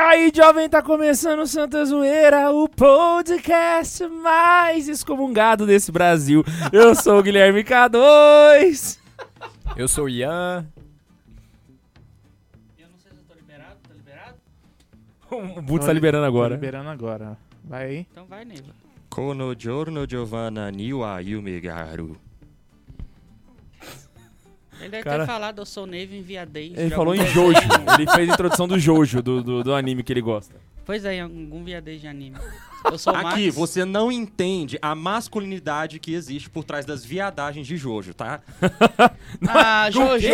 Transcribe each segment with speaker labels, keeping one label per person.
Speaker 1: aí, jovem, tá começando o Santa Zoeira, o podcast mais excomungado desse Brasil. Eu sou o Guilherme K2.
Speaker 2: Eu sou o Ian.
Speaker 3: Eu não sei se eu tô liberado, tá liberado?
Speaker 1: O Buto tá liberando
Speaker 4: Tô
Speaker 1: agora.
Speaker 4: liberando agora. Vai aí.
Speaker 3: Então vai, Neiva.
Speaker 2: Kono giorno Giovanna niwa yumegaru.
Speaker 3: Ele deve
Speaker 1: Cara-
Speaker 3: ter falado, eu sou Neiva, enviadei.
Speaker 1: Ele falou em Jojo. Ele fez a introdução do Jojo, do, do, do anime que ele gosta.
Speaker 3: Pois é, em algum viadez de anime. Eu sou o
Speaker 2: Aqui,
Speaker 3: Max.
Speaker 2: você não entende a masculinidade que existe por trás das viadagens de Jojo, tá?
Speaker 3: Ah, Jojo.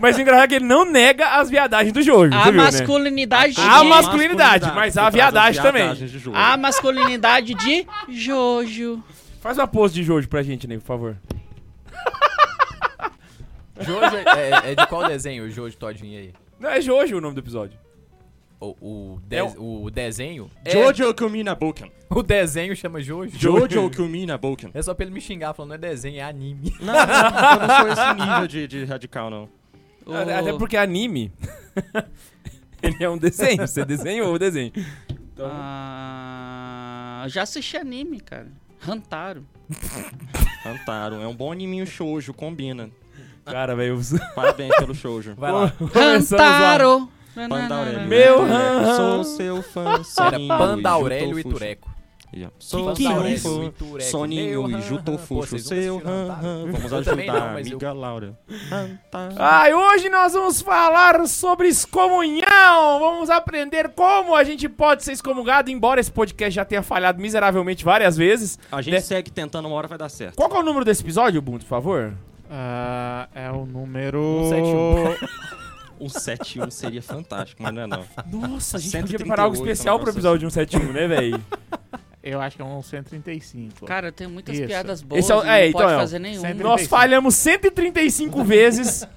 Speaker 1: Mas o engraçado é que ele não nega as viadagens do Jojo,
Speaker 3: A
Speaker 2: Ah,
Speaker 1: você viu, né?
Speaker 3: masculinidade
Speaker 1: A
Speaker 3: de...
Speaker 1: mascul- masculinidade, mas a
Speaker 2: por trás das
Speaker 1: viadagem também.
Speaker 2: viadagens de Jojo.
Speaker 3: A masculinidade de Jojo.
Speaker 1: Faz uma pose de Jojo pra gente, né, por favor.
Speaker 5: Jojo é, é de qual desenho o Jojo todinho aí?
Speaker 1: Não, é Jojo o nome do episódio.
Speaker 5: O, o, de-
Speaker 1: É
Speaker 5: o desenho?
Speaker 2: Jojo Kumina Boken.
Speaker 5: É, o desenho chama Jojo.
Speaker 2: É. Jojo Kumina Boken.
Speaker 5: É só pra ele me xingar falando, não é desenho, é anime.
Speaker 2: Não, não, eu não sou esse nível de, de radical, não.
Speaker 3: O-
Speaker 1: Até porque anime, ele é um desenho. Você desenhou o desenho.
Speaker 3: Ah, já assisti anime, cara. Rantaro.
Speaker 2: Antaro, é um bom animinho shoujo, combina.
Speaker 1: Cara, velho,
Speaker 2: Parabéns pelo shoujo.
Speaker 5: Vai lá.
Speaker 1: começamos a...
Speaker 3: Rantaro.
Speaker 2: Panda Aurélio.
Speaker 1: Meu
Speaker 2: Tureco,
Speaker 1: ran-
Speaker 2: Sou seu fã,
Speaker 5: Era
Speaker 2: soninho
Speaker 5: Panda
Speaker 2: e
Speaker 5: Aurélio e
Speaker 2: Jutofuxo.
Speaker 5: Tureco. Tipo,
Speaker 2: Yeah. Sou
Speaker 5: Panda Aurélio
Speaker 2: seu fã,
Speaker 5: e Tureco.
Speaker 2: Soninho
Speaker 5: Meu,
Speaker 2: é e
Speaker 5: hã, hã, hã. Pô,
Speaker 2: Jutofuxo,
Speaker 5: vocês
Speaker 2: seu
Speaker 5: nunca assistiram, tá?
Speaker 2: hã, hã. Vamos
Speaker 5: Eu também
Speaker 2: ajudar
Speaker 5: não,
Speaker 2: a
Speaker 5: mas eu-
Speaker 2: amiga Laura.
Speaker 1: Ah, e hoje nós vamos falar sobre excomunhão. Vamos aprender como a gente pode ser excomungado, embora esse podcast já tenha falhado miseravelmente várias vezes.
Speaker 2: A gente
Speaker 1: Né?
Speaker 2: segue tentando, uma hora vai dar certo.
Speaker 1: Qual que é o número desse episódio, Bundo, por favor?
Speaker 4: Ah, é o número.
Speaker 5: 171.
Speaker 2: O 71 seria fantástico, mas não é não.
Speaker 1: Nossa, a gente
Speaker 2: 138,
Speaker 1: podia preparar algo especial
Speaker 2: um
Speaker 1: pro
Speaker 2: negócio
Speaker 1: episódio 171, né, velho?
Speaker 4: Eu acho que é um 135.
Speaker 3: Cara, tem muitas
Speaker 4: Isso.
Speaker 3: piadas boas
Speaker 1: Esse é o-
Speaker 3: e
Speaker 1: é,
Speaker 3: não
Speaker 1: então
Speaker 3: pode
Speaker 1: é o-
Speaker 3: fazer nenhuma.
Speaker 4: Sempre-
Speaker 1: Nós falhamos 135 vezes.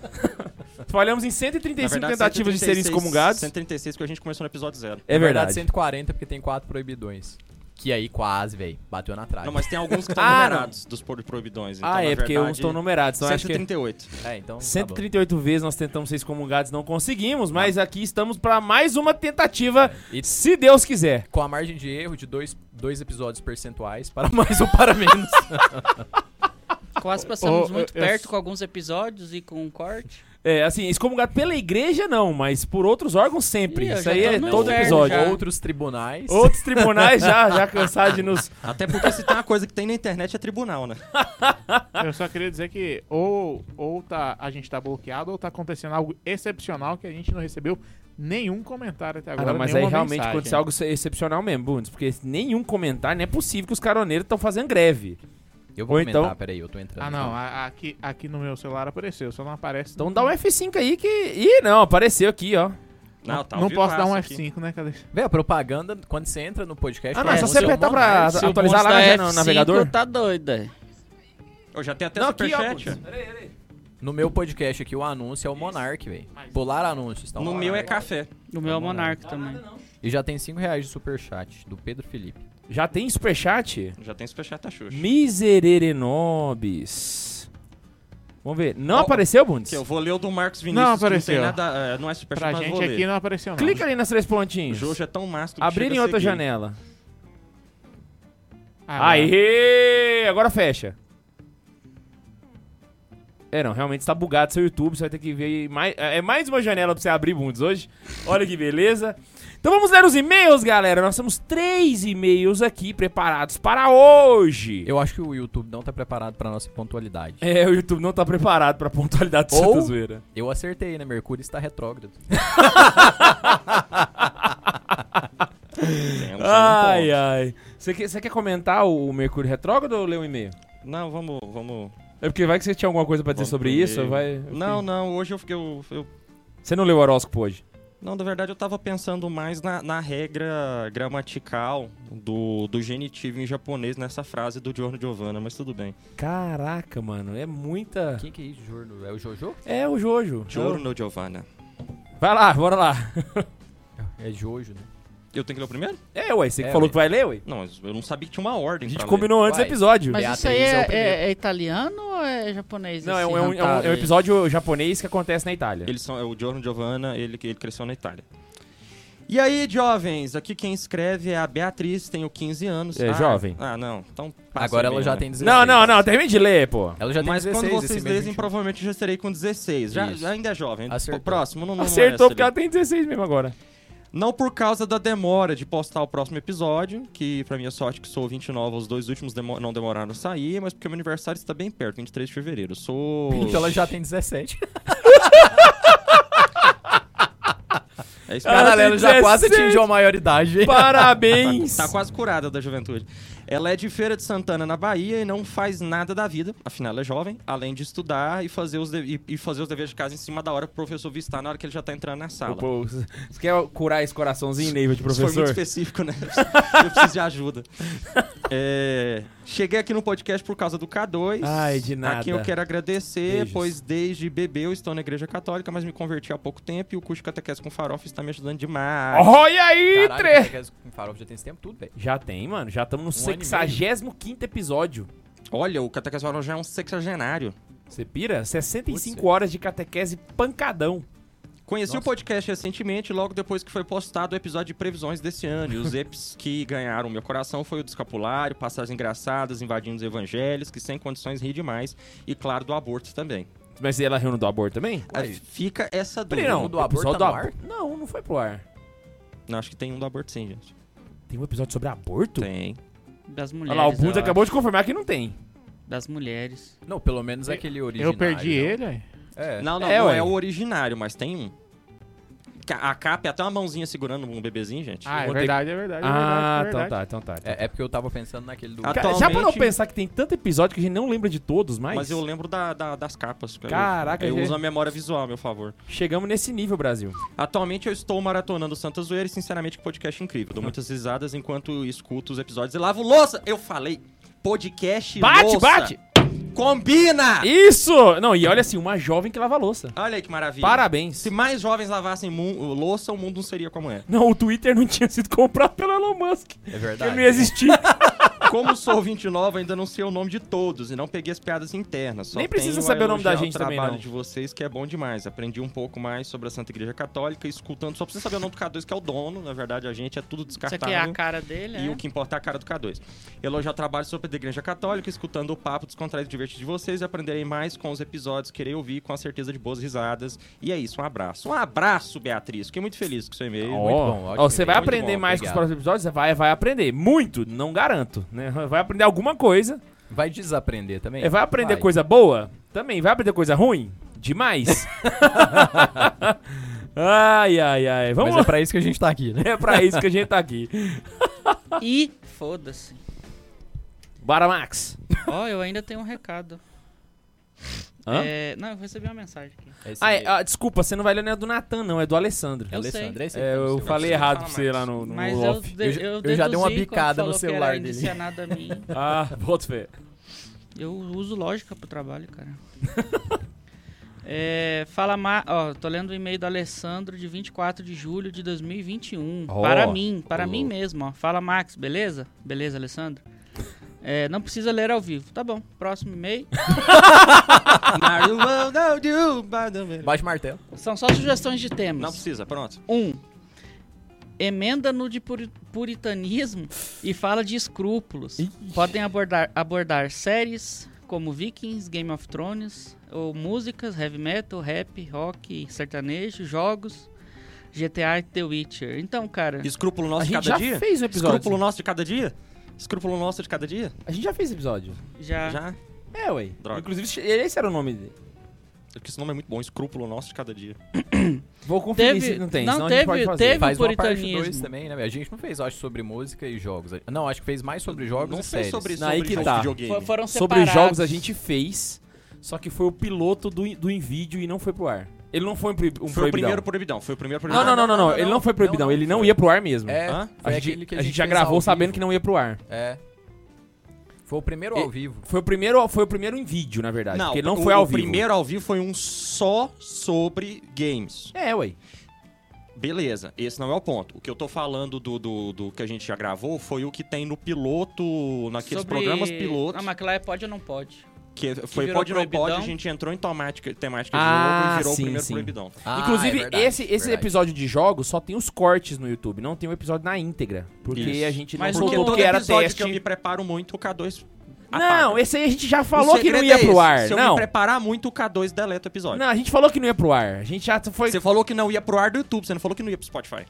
Speaker 1: falhamos em 135
Speaker 2: Na verdade,
Speaker 1: tentativas de serem
Speaker 2: 136,
Speaker 1: excomungados.
Speaker 2: 136, porque a gente começou no episódio zero.
Speaker 1: É
Speaker 5: Na verdade,
Speaker 1: verdade.
Speaker 5: 140, porque tem quatro proibidões. Que aí quase, velho. Bateu na trave.
Speaker 2: Não, mas tem alguns que estão
Speaker 1: Ah,
Speaker 2: numerados dos por- proibidões. Então,
Speaker 1: Ah,
Speaker 2: na
Speaker 1: é, porque
Speaker 2: verdade,
Speaker 1: uns estão numerados. Então acho que...
Speaker 2: 138.
Speaker 5: É, então. tá
Speaker 1: 138 vezes nós tentamos ser excomungados, não conseguimos, mas aqui estamos para mais uma tentativa,
Speaker 3: É,
Speaker 5: bom. E
Speaker 1: se Deus quiser.
Speaker 5: com a margem de erro de dois, dois episódios percentuais, para mais ou para menos.
Speaker 3: Quase passamos
Speaker 4: Ô,
Speaker 3: muito
Speaker 4: eu- eu-
Speaker 3: perto com alguns episódios e com um corte.
Speaker 1: É, assim, excomungado pela igreja não, mas por outros órgãos sempre.
Speaker 3: Ih, eu
Speaker 1: Isso
Speaker 3: já
Speaker 1: aí
Speaker 3: tô
Speaker 1: é
Speaker 3: no
Speaker 1: todo
Speaker 3: inferno
Speaker 1: episódio.
Speaker 3: já.
Speaker 5: Outros tribunais.
Speaker 1: Outros tribunais já, já cansados de nos...
Speaker 2: Até porque se tem uma coisa que tem na internet é tribunal, né?
Speaker 4: Eu só queria dizer que ou, ou tá, a gente tá bloqueado ou tá acontecendo algo excepcional que a gente não recebeu nenhum comentário até
Speaker 1: Ah,
Speaker 4: agora.
Speaker 1: não, mas aí
Speaker 4: nenhuma
Speaker 1: realmente
Speaker 4: mensagem.
Speaker 1: aconteceu algo ex- excepcional mesmo, Bundes, porque nenhum comentário, não é possível que os caroneiros estão fazendo greve.
Speaker 5: Eu vou
Speaker 1: Ou
Speaker 5: comentar,
Speaker 1: então-
Speaker 5: peraí, eu tô entrando.
Speaker 4: Ah, não. a- aqui, aqui no meu celular apareceu, só não aparece.
Speaker 1: Então dá um F5 aí que... Ih, não, apareceu aqui, ó.
Speaker 2: Não, tá
Speaker 4: não posso dar um
Speaker 2: aqui.
Speaker 4: F5, né? Cadê?
Speaker 5: Véi, a propaganda, quando você entra no podcast...
Speaker 1: Ah, não, é só
Speaker 5: o
Speaker 1: você
Speaker 5: seu
Speaker 1: apertar
Speaker 5: nome,
Speaker 1: pra
Speaker 5: né?
Speaker 3: Se o
Speaker 1: atualizar lá
Speaker 3: Bundes
Speaker 1: já é
Speaker 3: dá
Speaker 1: no
Speaker 3: F5,
Speaker 1: navegador.
Speaker 3: Tá doida.
Speaker 5: é.
Speaker 2: Eu já tenho até
Speaker 1: Não, aqui, ó,
Speaker 2: superchat.
Speaker 1: Bundes.
Speaker 5: No meu podcast aqui, o anúncio é o Monark, velho. Pular anúncios. Tá um
Speaker 2: no meu é
Speaker 5: Monark.
Speaker 2: café.
Speaker 3: O meu é o Monarca também.
Speaker 5: E já tem 5 reais de superchat, do Pedro Felipe.
Speaker 1: Já tem superchat?
Speaker 2: Já tem superchat, tá xuxa.
Speaker 1: Miserere nobis. Vamos ver. Não
Speaker 2: Ó,
Speaker 1: apareceu, Bundes?
Speaker 2: Que eu vou ler o do Marcos Vinícius.
Speaker 4: Não
Speaker 2: que
Speaker 4: apareceu.
Speaker 2: Não, tem nada, é, não é superchat,
Speaker 4: Pra
Speaker 2: mas
Speaker 4: gente
Speaker 2: vou ler.
Speaker 4: aqui não apareceu, não.
Speaker 1: Clica ali nas três
Speaker 2: O
Speaker 1: pontinhas.
Speaker 2: Jojo é tão mastro que
Speaker 1: Abrir
Speaker 2: chega
Speaker 1: em
Speaker 2: a
Speaker 1: outra
Speaker 2: ser gay.
Speaker 1: janela.
Speaker 4: Ah,
Speaker 2: é.
Speaker 1: Aê! Agora fecha. É, não, realmente está bugado seu YouTube, você vai ter que ver mais... É mais uma janela pra você abrir, Bundes, hoje. Olha que beleza. Então vamos ler os e-mails, galera. Nós temos três e-mails aqui preparados para hoje.
Speaker 5: Eu acho que o YouTube não tá preparado pra nossa pontualidade.
Speaker 1: É, o YouTube não tá preparado pra pontualidade do
Speaker 5: Ou-
Speaker 1: Santa Zoeira.
Speaker 5: Eu acertei, né? Mercúrio está retrógrado.
Speaker 2: Temos um
Speaker 1: Ai,
Speaker 2: ponto.
Speaker 1: ai. Você quer, você quer comentar o o Mercúrio Retrógrado ou ler um e-mail?
Speaker 2: Não, vamos, vamos.
Speaker 1: É porque vai que você tinha alguma coisa pra dizer
Speaker 2: vamos
Speaker 1: sobre
Speaker 2: pro
Speaker 1: isso,
Speaker 2: e-mail.
Speaker 1: vai...
Speaker 2: Não, não, hoje eu fiquei. Eu, eu-
Speaker 1: Você não leu o horóscopo hoje?
Speaker 2: não, na verdade eu tava pensando mais na, na regra gramatical do, do genitivo em japonês nessa frase do Giorno Giovanna, mas tudo bem.
Speaker 1: Caraca, mano, é muita...
Speaker 5: Quem que é isso, Jorno? É o Jojo?
Speaker 1: É o Jojo.
Speaker 2: Giorno Giovanna.
Speaker 1: Vai lá, bora lá.
Speaker 5: É Jojo, né?
Speaker 2: Eu tenho que ler o primeiro?
Speaker 1: É, ué, você que
Speaker 5: É,
Speaker 1: falou
Speaker 5: ué.
Speaker 1: que vai ler, ué?
Speaker 2: Não, mas eu não sabia que tinha uma ordem.
Speaker 1: A gente
Speaker 2: pra ler.
Speaker 1: combinou antes do
Speaker 5: Vai.
Speaker 1: episódio.
Speaker 3: Mas
Speaker 5: Beatriz
Speaker 3: isso aí
Speaker 5: é o
Speaker 3: é,
Speaker 5: primeiro.
Speaker 3: é- é italiano ou é japonês?
Speaker 1: Não, é
Speaker 3: esse
Speaker 1: um, é um- é um-
Speaker 3: Rantaro
Speaker 1: é um
Speaker 3: aí?
Speaker 1: episódio japonês que acontece na Itália.
Speaker 2: Eles são, é o Giorno Giovanna, ele, ele cresceu na Itália. E aí, jovens, aqui quem escreve é a Beatriz, tenho 15 anos.
Speaker 1: É,
Speaker 2: Ah,
Speaker 1: jovem.
Speaker 2: Ah, não. Então passa
Speaker 5: Agora ela
Speaker 2: bem,
Speaker 5: já
Speaker 2: né?
Speaker 5: tem 16.
Speaker 1: Não, não, não, termine de ler, pô.
Speaker 5: Ela já tem
Speaker 2: Mas
Speaker 5: 16
Speaker 2: quando vocês
Speaker 5: esse mês,
Speaker 2: lezem,
Speaker 5: gente.
Speaker 2: provavelmente eu já estarei com 16. Já,
Speaker 5: Isso.
Speaker 2: já ainda é jovem.
Speaker 5: Acertou.
Speaker 2: O próximo não, é não
Speaker 1: Acertou
Speaker 2: merece
Speaker 1: porque ela tem 16 mesmo agora.
Speaker 2: Não por causa da demora de postar o próximo episódio, que pra minha sorte que sou 29, os dois últimos demo- não demoraram a sair, mas porque meu aniversário está bem perto, 23 de fevereiro. Eu Sou.
Speaker 5: Então ela já tem 17.
Speaker 2: É isso
Speaker 1: Ela
Speaker 5: Caralho,
Speaker 1: tem
Speaker 5: ela já quase
Speaker 1: 17.
Speaker 5: atingiu a maioridade. hein?
Speaker 1: Parabéns!
Speaker 2: Tá quase curada da juventude. Ela é de Feira de Santana, na Bahia, e não faz nada da vida, afinal ela é jovem, além de estudar e fazer os, de- e- e fazer os deveres de casa em cima da hora pro professor vistar na hora que ele já tá entrando na sala.
Speaker 1: Pô, Você quer curar esse coraçãozinho, Neiva, de
Speaker 2: Isso foi muito
Speaker 1: professor?
Speaker 2: específico, né? Eu preciso de ajuda. É, cheguei aqui no podcast por causa do K2.
Speaker 1: Ai, de
Speaker 2: A
Speaker 1: nada.
Speaker 2: quem eu quero agradecer,
Speaker 1: Beijos.
Speaker 2: pois desde bebê eu estou na igreja católica, mas me converti há pouco tempo e o curso de catequese com farofa está me ajudando demais.
Speaker 1: Olha aí,
Speaker 5: Caralho,
Speaker 1: tre...
Speaker 5: Catequese é com farofa já tem esse tempo tudo, velho.
Speaker 1: Já tem, mano. Já estamos no
Speaker 5: Um ano e meio.
Speaker 1: 65 episódio.
Speaker 2: Olha, o catequese com farofa já é um sexagenário.
Speaker 1: Você pira? 65
Speaker 5: Putz,
Speaker 1: horas de catequese pancadão.
Speaker 2: Conheci o
Speaker 5: Nossa.
Speaker 2: podcast recentemente, logo depois que foi postado o episódio de previsões desse ano. E os EPs que ganharam meu coração foi o do escapulário, passagens engraçadas, invadindo os evangelhos, que sem condições ri demais, e claro, do aborto também.
Speaker 1: Mas ela reuniu do aborto também?
Speaker 2: Ah,
Speaker 5: Ué.
Speaker 2: Fica essa
Speaker 1: Peraí,
Speaker 2: dúvida.
Speaker 1: não.
Speaker 5: O do aborto
Speaker 1: episódio
Speaker 5: tá
Speaker 1: do
Speaker 5: no
Speaker 1: abor- Não, não foi pro ar.
Speaker 2: Não, acho que tem um do aborto sim, gente.
Speaker 1: Tem um episódio sobre aborto?
Speaker 2: Tem.
Speaker 3: Das mulheres.
Speaker 1: Olha lá, o
Speaker 3: eu
Speaker 1: Bundes
Speaker 3: acho.
Speaker 1: acabou de confirmar que não tem.
Speaker 3: Das mulheres.
Speaker 5: Não, pelo menos aquele original.
Speaker 4: Eu perdi ele, aí.
Speaker 5: É.
Speaker 2: Não, não,
Speaker 1: É,
Speaker 2: não
Speaker 1: ué.
Speaker 2: é o originário, mas tem um. Ca- A capa é até uma mãozinha segurando um bebezinho, gente.
Speaker 4: Ah, é
Speaker 1: vou ter-
Speaker 4: verdade, é verdade. é
Speaker 1: ah,
Speaker 4: verdade, é
Speaker 1: então
Speaker 4: verdade.
Speaker 1: tá, então tá. então tá.
Speaker 5: É, é porque eu tava pensando naquele do.
Speaker 2: Ah,
Speaker 1: Cara, Já pra não
Speaker 2: atualmente-
Speaker 1: pensar que tem tanto episódio que a gente não lembra de todos mais?
Speaker 2: mas... eu lembro da- da- das capas. Eu-
Speaker 1: Caraca,
Speaker 2: Eu,
Speaker 1: gente.
Speaker 2: uso a memória visual, a meu favor.
Speaker 1: Chegamos nesse nível, Brasil.
Speaker 2: Atualmente eu estou maratonando Santa Zoeira e, sinceramente, que podcast incrível.
Speaker 1: Ah.
Speaker 2: Dou muitas risadas enquanto escuto os episódios e lavo louça. Eu falei, podcast
Speaker 1: Bate,
Speaker 2: louça. Ah.
Speaker 1: bate!
Speaker 2: Combina!
Speaker 1: Isso! Não, e olha assim, uma jovem que lava louça.
Speaker 2: Olha aí que maravilha.
Speaker 1: Parabéns.
Speaker 2: Se mais jovens lavassem mu- louça, o mundo não seria como é.
Speaker 1: Não, o Twitter não tinha sido comprado pelo Elon Musk.
Speaker 5: É
Speaker 1: Ele
Speaker 5: verdade.
Speaker 1: não existia.
Speaker 2: Como sou ouvinte nova, ainda não sei o nome de todos e não peguei as piadas internas. Só
Speaker 1: Nem precisa
Speaker 2: tenho a
Speaker 1: saber o nome da
Speaker 2: elogiar
Speaker 1: gente
Speaker 2: o
Speaker 1: também,
Speaker 2: trabalho
Speaker 1: não.
Speaker 2: de vocês, que é bom demais. Aprendi um pouco mais sobre a Santa Igreja Católica, escutando só pra você saber o nome do K2, que é o dono. Na verdade, a gente é tudo
Speaker 3: Isso
Speaker 2: descartável.
Speaker 3: aqui é a cara dele,
Speaker 2: E
Speaker 3: é?
Speaker 2: o que importa é a cara do K2. Elogiar o trabalho sobre a Igreja Católica, escutando o papo descontraído e divertido de vocês e aprenderei mais com os episódios, querer ouvir com a certeza de boas risadas. E é isso, um abraço. Um abraço, Beatriz. Fiquei muito feliz com seu e-mail.
Speaker 1: Ó,
Speaker 5: muito bom, ótimo
Speaker 1: ó, você vai
Speaker 5: e-mail,
Speaker 2: muito
Speaker 1: aprender
Speaker 2: bom,
Speaker 1: mais com os
Speaker 5: obrigado.
Speaker 1: próximos episódios? Você vai, vai aprender. Muito, não garanto. Né? Vai aprender alguma coisa.
Speaker 5: Vai desaprender também.
Speaker 1: É, vai aprender coisa boa? Também. Vai aprender coisa ruim? Demais. ai, ai, ai. Vamos
Speaker 5: Mas é pra isso que a gente tá aqui, né?
Speaker 1: lá. É pra isso que a gente tá aqui.
Speaker 3: E foda-se.
Speaker 1: Bora, Max.
Speaker 3: Ó, eu ainda tenho um recado.
Speaker 1: Hã?
Speaker 3: É, não, eu recebi uma mensagem aqui.
Speaker 5: Esse
Speaker 1: Ah, é,
Speaker 5: e-mail.
Speaker 1: ah, desculpa, você não vai ler nem a do Natan, não. É do Alessandro.
Speaker 5: É
Speaker 3: eu sei.
Speaker 5: Alessandra, é esse
Speaker 1: É,
Speaker 5: e-mail,
Speaker 1: eu
Speaker 5: seu?
Speaker 1: falei
Speaker 2: Você
Speaker 1: errado
Speaker 2: fala
Speaker 1: pra você
Speaker 2: mais.
Speaker 1: lá no, no
Speaker 3: Mas eu,
Speaker 1: off.
Speaker 3: de-
Speaker 5: Eu já-
Speaker 3: eu
Speaker 5: eu já dei
Speaker 3: deduzi
Speaker 5: uma
Speaker 3: quando
Speaker 5: bicada no
Speaker 3: falou que era
Speaker 5: celular dele.
Speaker 3: indicianada a mim.
Speaker 1: Ah, bota fé.
Speaker 3: Eu uso lógica pro trabalho, cara. É, fala ma... Ó, tô lendo o e-mail do Alessandro de 24 de julho de 2021.
Speaker 1: Ó,
Speaker 3: para mim, para
Speaker 1: ô
Speaker 3: mim
Speaker 1: louco.
Speaker 3: mesmo, ó. Fala Max, beleza? Beleza, Alessandro? É, não precisa ler ao vivo. Tá bom, próximo e-mail.
Speaker 5: Bate o martelo.
Speaker 3: São só sugestões de
Speaker 2: Não
Speaker 3: temas.
Speaker 2: precisa, pronto.
Speaker 3: Um, emenda no de puri- puritanismo e fala de escrúpulos. Podem abordar, abordar séries como Vikings, Game of Thrones, ou músicas, heavy metal, rap, rock, sertanejo, jogos, GTA e The Witcher. Então, cara,
Speaker 2: Escrúpulo nosso
Speaker 1: A
Speaker 2: de
Speaker 1: gente
Speaker 2: cada
Speaker 1: já
Speaker 2: dia?
Speaker 1: fez um episódio.
Speaker 2: Escrúpulo nosso de cada dia? Escrúpulo nosso de cada dia?
Speaker 1: A gente já fez episódio.
Speaker 3: já,
Speaker 2: Já?
Speaker 1: É, ué.
Speaker 2: Droga.
Speaker 1: Inclusive, esse era o nome dele.
Speaker 2: Porque esse nome é muito bom, escrúpulo nosso de cada dia.
Speaker 1: Vou conferir
Speaker 3: Teve-
Speaker 1: se não tem.
Speaker 3: não,
Speaker 1: senão
Speaker 3: teve-
Speaker 1: a gente pode fazer.
Speaker 3: teve-
Speaker 5: Faz uma parte
Speaker 3: puritanismo.
Speaker 5: 2 também, né? A gente não fez, eu acho, sobre música e jogos. Não, acho que fez mais sobre jogos
Speaker 2: Não
Speaker 5: e
Speaker 2: sei
Speaker 5: séries.
Speaker 2: sobre,
Speaker 1: Não, aí
Speaker 2: sobre
Speaker 1: que
Speaker 2: jogos
Speaker 1: tá.
Speaker 2: de videogame.
Speaker 3: fo- foram
Speaker 1: Sobre
Speaker 3: separados.
Speaker 1: jogos a gente fez, só que foi o piloto do, do InVideo e não foi pro ar. Ele não foi um, proib- um
Speaker 2: Foi o
Speaker 1: proibidão.
Speaker 2: primeiro proibidão. Foi o primeiro
Speaker 1: Não,
Speaker 2: proibidão.
Speaker 1: não, não, não, não, ele não foi proibidão, ele não ia pro ar mesmo.
Speaker 5: É,
Speaker 2: Hã?
Speaker 5: foi
Speaker 1: a,
Speaker 5: aquele
Speaker 1: gente,
Speaker 5: que
Speaker 1: a gente já gravou sabendo que não ia pro ar.
Speaker 5: não... É. Foi o primeiro ao
Speaker 1: E-
Speaker 5: vivo.
Speaker 1: Foi o primeiro, foi o primeiro em vídeo, na verdade, porque ele não
Speaker 2: o-
Speaker 1: foi ao
Speaker 2: o
Speaker 1: vivo.
Speaker 2: primeiro ao vivo foi um só sobre games.
Speaker 1: É, ué.
Speaker 2: Beleza, esse não é o ponto. O que eu tô falando do, do, do que a gente já gravou foi o que tem no piloto, naqueles
Speaker 3: sobre-
Speaker 2: programas
Speaker 3: Ah,
Speaker 2: pilotos,
Speaker 3: mas aquilo lá é pode ou não pode.
Speaker 2: Porque foi
Speaker 3: virou
Speaker 2: pode não pode,
Speaker 3: proibidão.
Speaker 2: a gente entrou em tomática, temática de
Speaker 1: Ah,
Speaker 2: jogo e virou
Speaker 1: sim,
Speaker 2: o primeiro
Speaker 1: sim.
Speaker 2: proibidão.
Speaker 5: Ah,
Speaker 1: Inclusive,
Speaker 5: é verdade,
Speaker 1: esse, esse
Speaker 5: verdade.
Speaker 1: episódio de jogos só tem os cortes no YouTube, não tem o episódio na íntegra. Porque
Speaker 2: Isso.
Speaker 1: a gente não
Speaker 3: Mas Soltou
Speaker 2: Porque
Speaker 1: soltou
Speaker 2: todo
Speaker 1: que era
Speaker 2: episódio
Speaker 1: teste.
Speaker 2: que eu me preparo muito, o K2
Speaker 1: Não,
Speaker 2: apaga.
Speaker 1: esse aí a gente já
Speaker 2: O
Speaker 1: falou que não
Speaker 2: segredo
Speaker 1: ia
Speaker 2: é
Speaker 1: pro
Speaker 2: esse,
Speaker 1: ar.
Speaker 2: Se eu
Speaker 1: Não.
Speaker 2: me preparar muito, o K2 deleta o episódio.
Speaker 1: Não, a gente falou que não ia pro ar. A gente já foi.
Speaker 2: Você falou que não ia pro ar do YouTube, você não falou que não ia pro Spotify.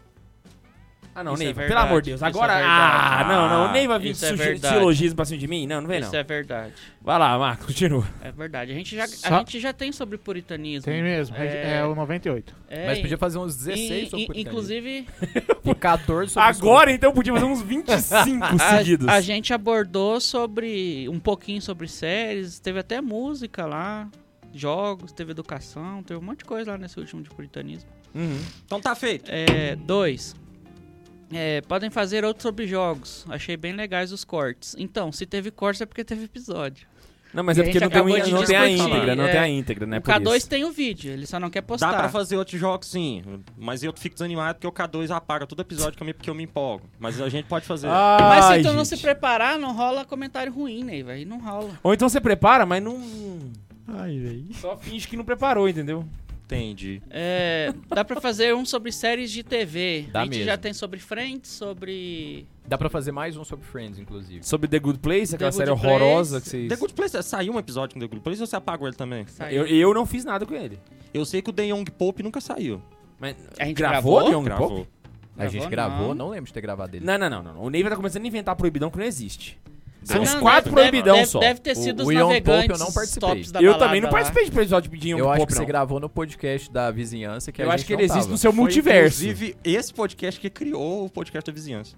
Speaker 1: Ah, não,
Speaker 3: Isso é
Speaker 1: Neiva, pelo
Speaker 3: verdade,
Speaker 1: amor de Deus.
Speaker 3: isso é
Speaker 1: Agora. ah,
Speaker 3: verdade.
Speaker 1: não, não. O Neiva vir
Speaker 3: Isso é
Speaker 1: sugi-
Speaker 3: verdade.
Speaker 1: silogismo pra cima de mim? Não, não vem
Speaker 3: Isso
Speaker 1: não.
Speaker 3: é verdade.
Speaker 1: Vai lá, Marco, continua.
Speaker 3: É verdade. A gente já,
Speaker 4: Só-
Speaker 3: a gente já tem sobre
Speaker 1: tá.
Speaker 3: puritanismo.
Speaker 4: Tem mesmo. É,
Speaker 3: É.
Speaker 4: é o 98.
Speaker 3: É,
Speaker 5: Mas podia fazer uns
Speaker 3: e-
Speaker 5: 16 sobre
Speaker 3: e- Inclusive,
Speaker 5: e 14 sobre
Speaker 1: Agora então podia fazer uns 25 seguidos.
Speaker 3: a, a gente abordou sobre um pouquinho sobre séries, teve até música lá, jogos, teve educação, teve um monte de coisa lá nesse último de puritanismo.
Speaker 1: Uhum.
Speaker 2: Então tá feito.
Speaker 3: É, dois. É, podem fazer outros sobre jogos. Achei bem legais os cortes. Então, se teve cortes é porque teve episódio.
Speaker 1: Não, mas
Speaker 3: E
Speaker 1: é
Speaker 3: a
Speaker 1: porque
Speaker 3: gente
Speaker 1: não tem,
Speaker 3: acabou
Speaker 1: o-
Speaker 3: de
Speaker 1: não tem a
Speaker 3: discutir,
Speaker 1: íntegra, não
Speaker 3: é.
Speaker 1: tem a íntegra, né?
Speaker 3: o
Speaker 1: por
Speaker 3: K2
Speaker 1: isso.
Speaker 3: tem o vídeo, ele só não quer postar.
Speaker 2: Dá pra fazer outros jogos, sim. Mas eu fico desanimado porque o K2 apaga todo episódio que eu me, porque eu me empolgo. Mas a gente pode fazer.
Speaker 1: Ah.
Speaker 3: Mas
Speaker 1: Ai,
Speaker 3: se então tu não se
Speaker 1: gente.
Speaker 3: preparar, não rola comentário ruim, né, velho? Não rola.
Speaker 1: Ou então você prepara, mas não.
Speaker 2: Ai, velho.
Speaker 1: Só finge que não preparou, entendeu?
Speaker 2: Entendi.
Speaker 3: É, dá pra fazer um sobre séries de TV.
Speaker 5: Dá
Speaker 3: a gente
Speaker 5: mesmo.
Speaker 3: já tem sobre Friends, sobre.
Speaker 5: Dá pra fazer mais um sobre Friends, inclusive.
Speaker 1: Sobre The Good Place, aquela
Speaker 3: The
Speaker 1: série
Speaker 3: Good
Speaker 1: horrorosa
Speaker 3: Place.
Speaker 1: que
Speaker 2: The
Speaker 1: vocês.
Speaker 2: Good Place, saiu um episódio com The Good Place ou você apagou ele também?
Speaker 1: Eu, eu não fiz nada com ele.
Speaker 2: Eu sei que o The Young Pope nunca saiu.
Speaker 1: Mas
Speaker 3: A gente
Speaker 1: gravou,
Speaker 3: gravou?
Speaker 1: Young
Speaker 2: Gravou.
Speaker 1: Pope?
Speaker 5: A gente gravou, não. lembro de ter gravado ele.
Speaker 1: Não, não, não, não. não. O Neiva tá começando a inventar proibidão que não existe. São
Speaker 3: Ah,
Speaker 1: uns
Speaker 3: não,
Speaker 1: quatro
Speaker 2: é,
Speaker 3: deve-
Speaker 1: proibidão
Speaker 3: deve,
Speaker 1: só.
Speaker 3: Deve ter
Speaker 5: O-
Speaker 3: sido
Speaker 5: o
Speaker 3: os
Speaker 5: Ian Pope eu
Speaker 3: navegantes
Speaker 5: não participei.
Speaker 3: tops da
Speaker 1: eu
Speaker 3: balada
Speaker 1: também não
Speaker 3: lá.
Speaker 1: participei de episódio de Young
Speaker 5: Eu acho
Speaker 1: Pope,
Speaker 5: que
Speaker 1: um não.
Speaker 5: você gravou no podcast da vizinhança que
Speaker 1: Eu
Speaker 5: a
Speaker 1: acho
Speaker 5: gente
Speaker 1: que ele
Speaker 5: não
Speaker 1: existe
Speaker 5: tava.
Speaker 1: no seu
Speaker 2: Foi,
Speaker 1: multiverso.
Speaker 2: Inclusive, esse podcast que criou o podcast da vizinhança.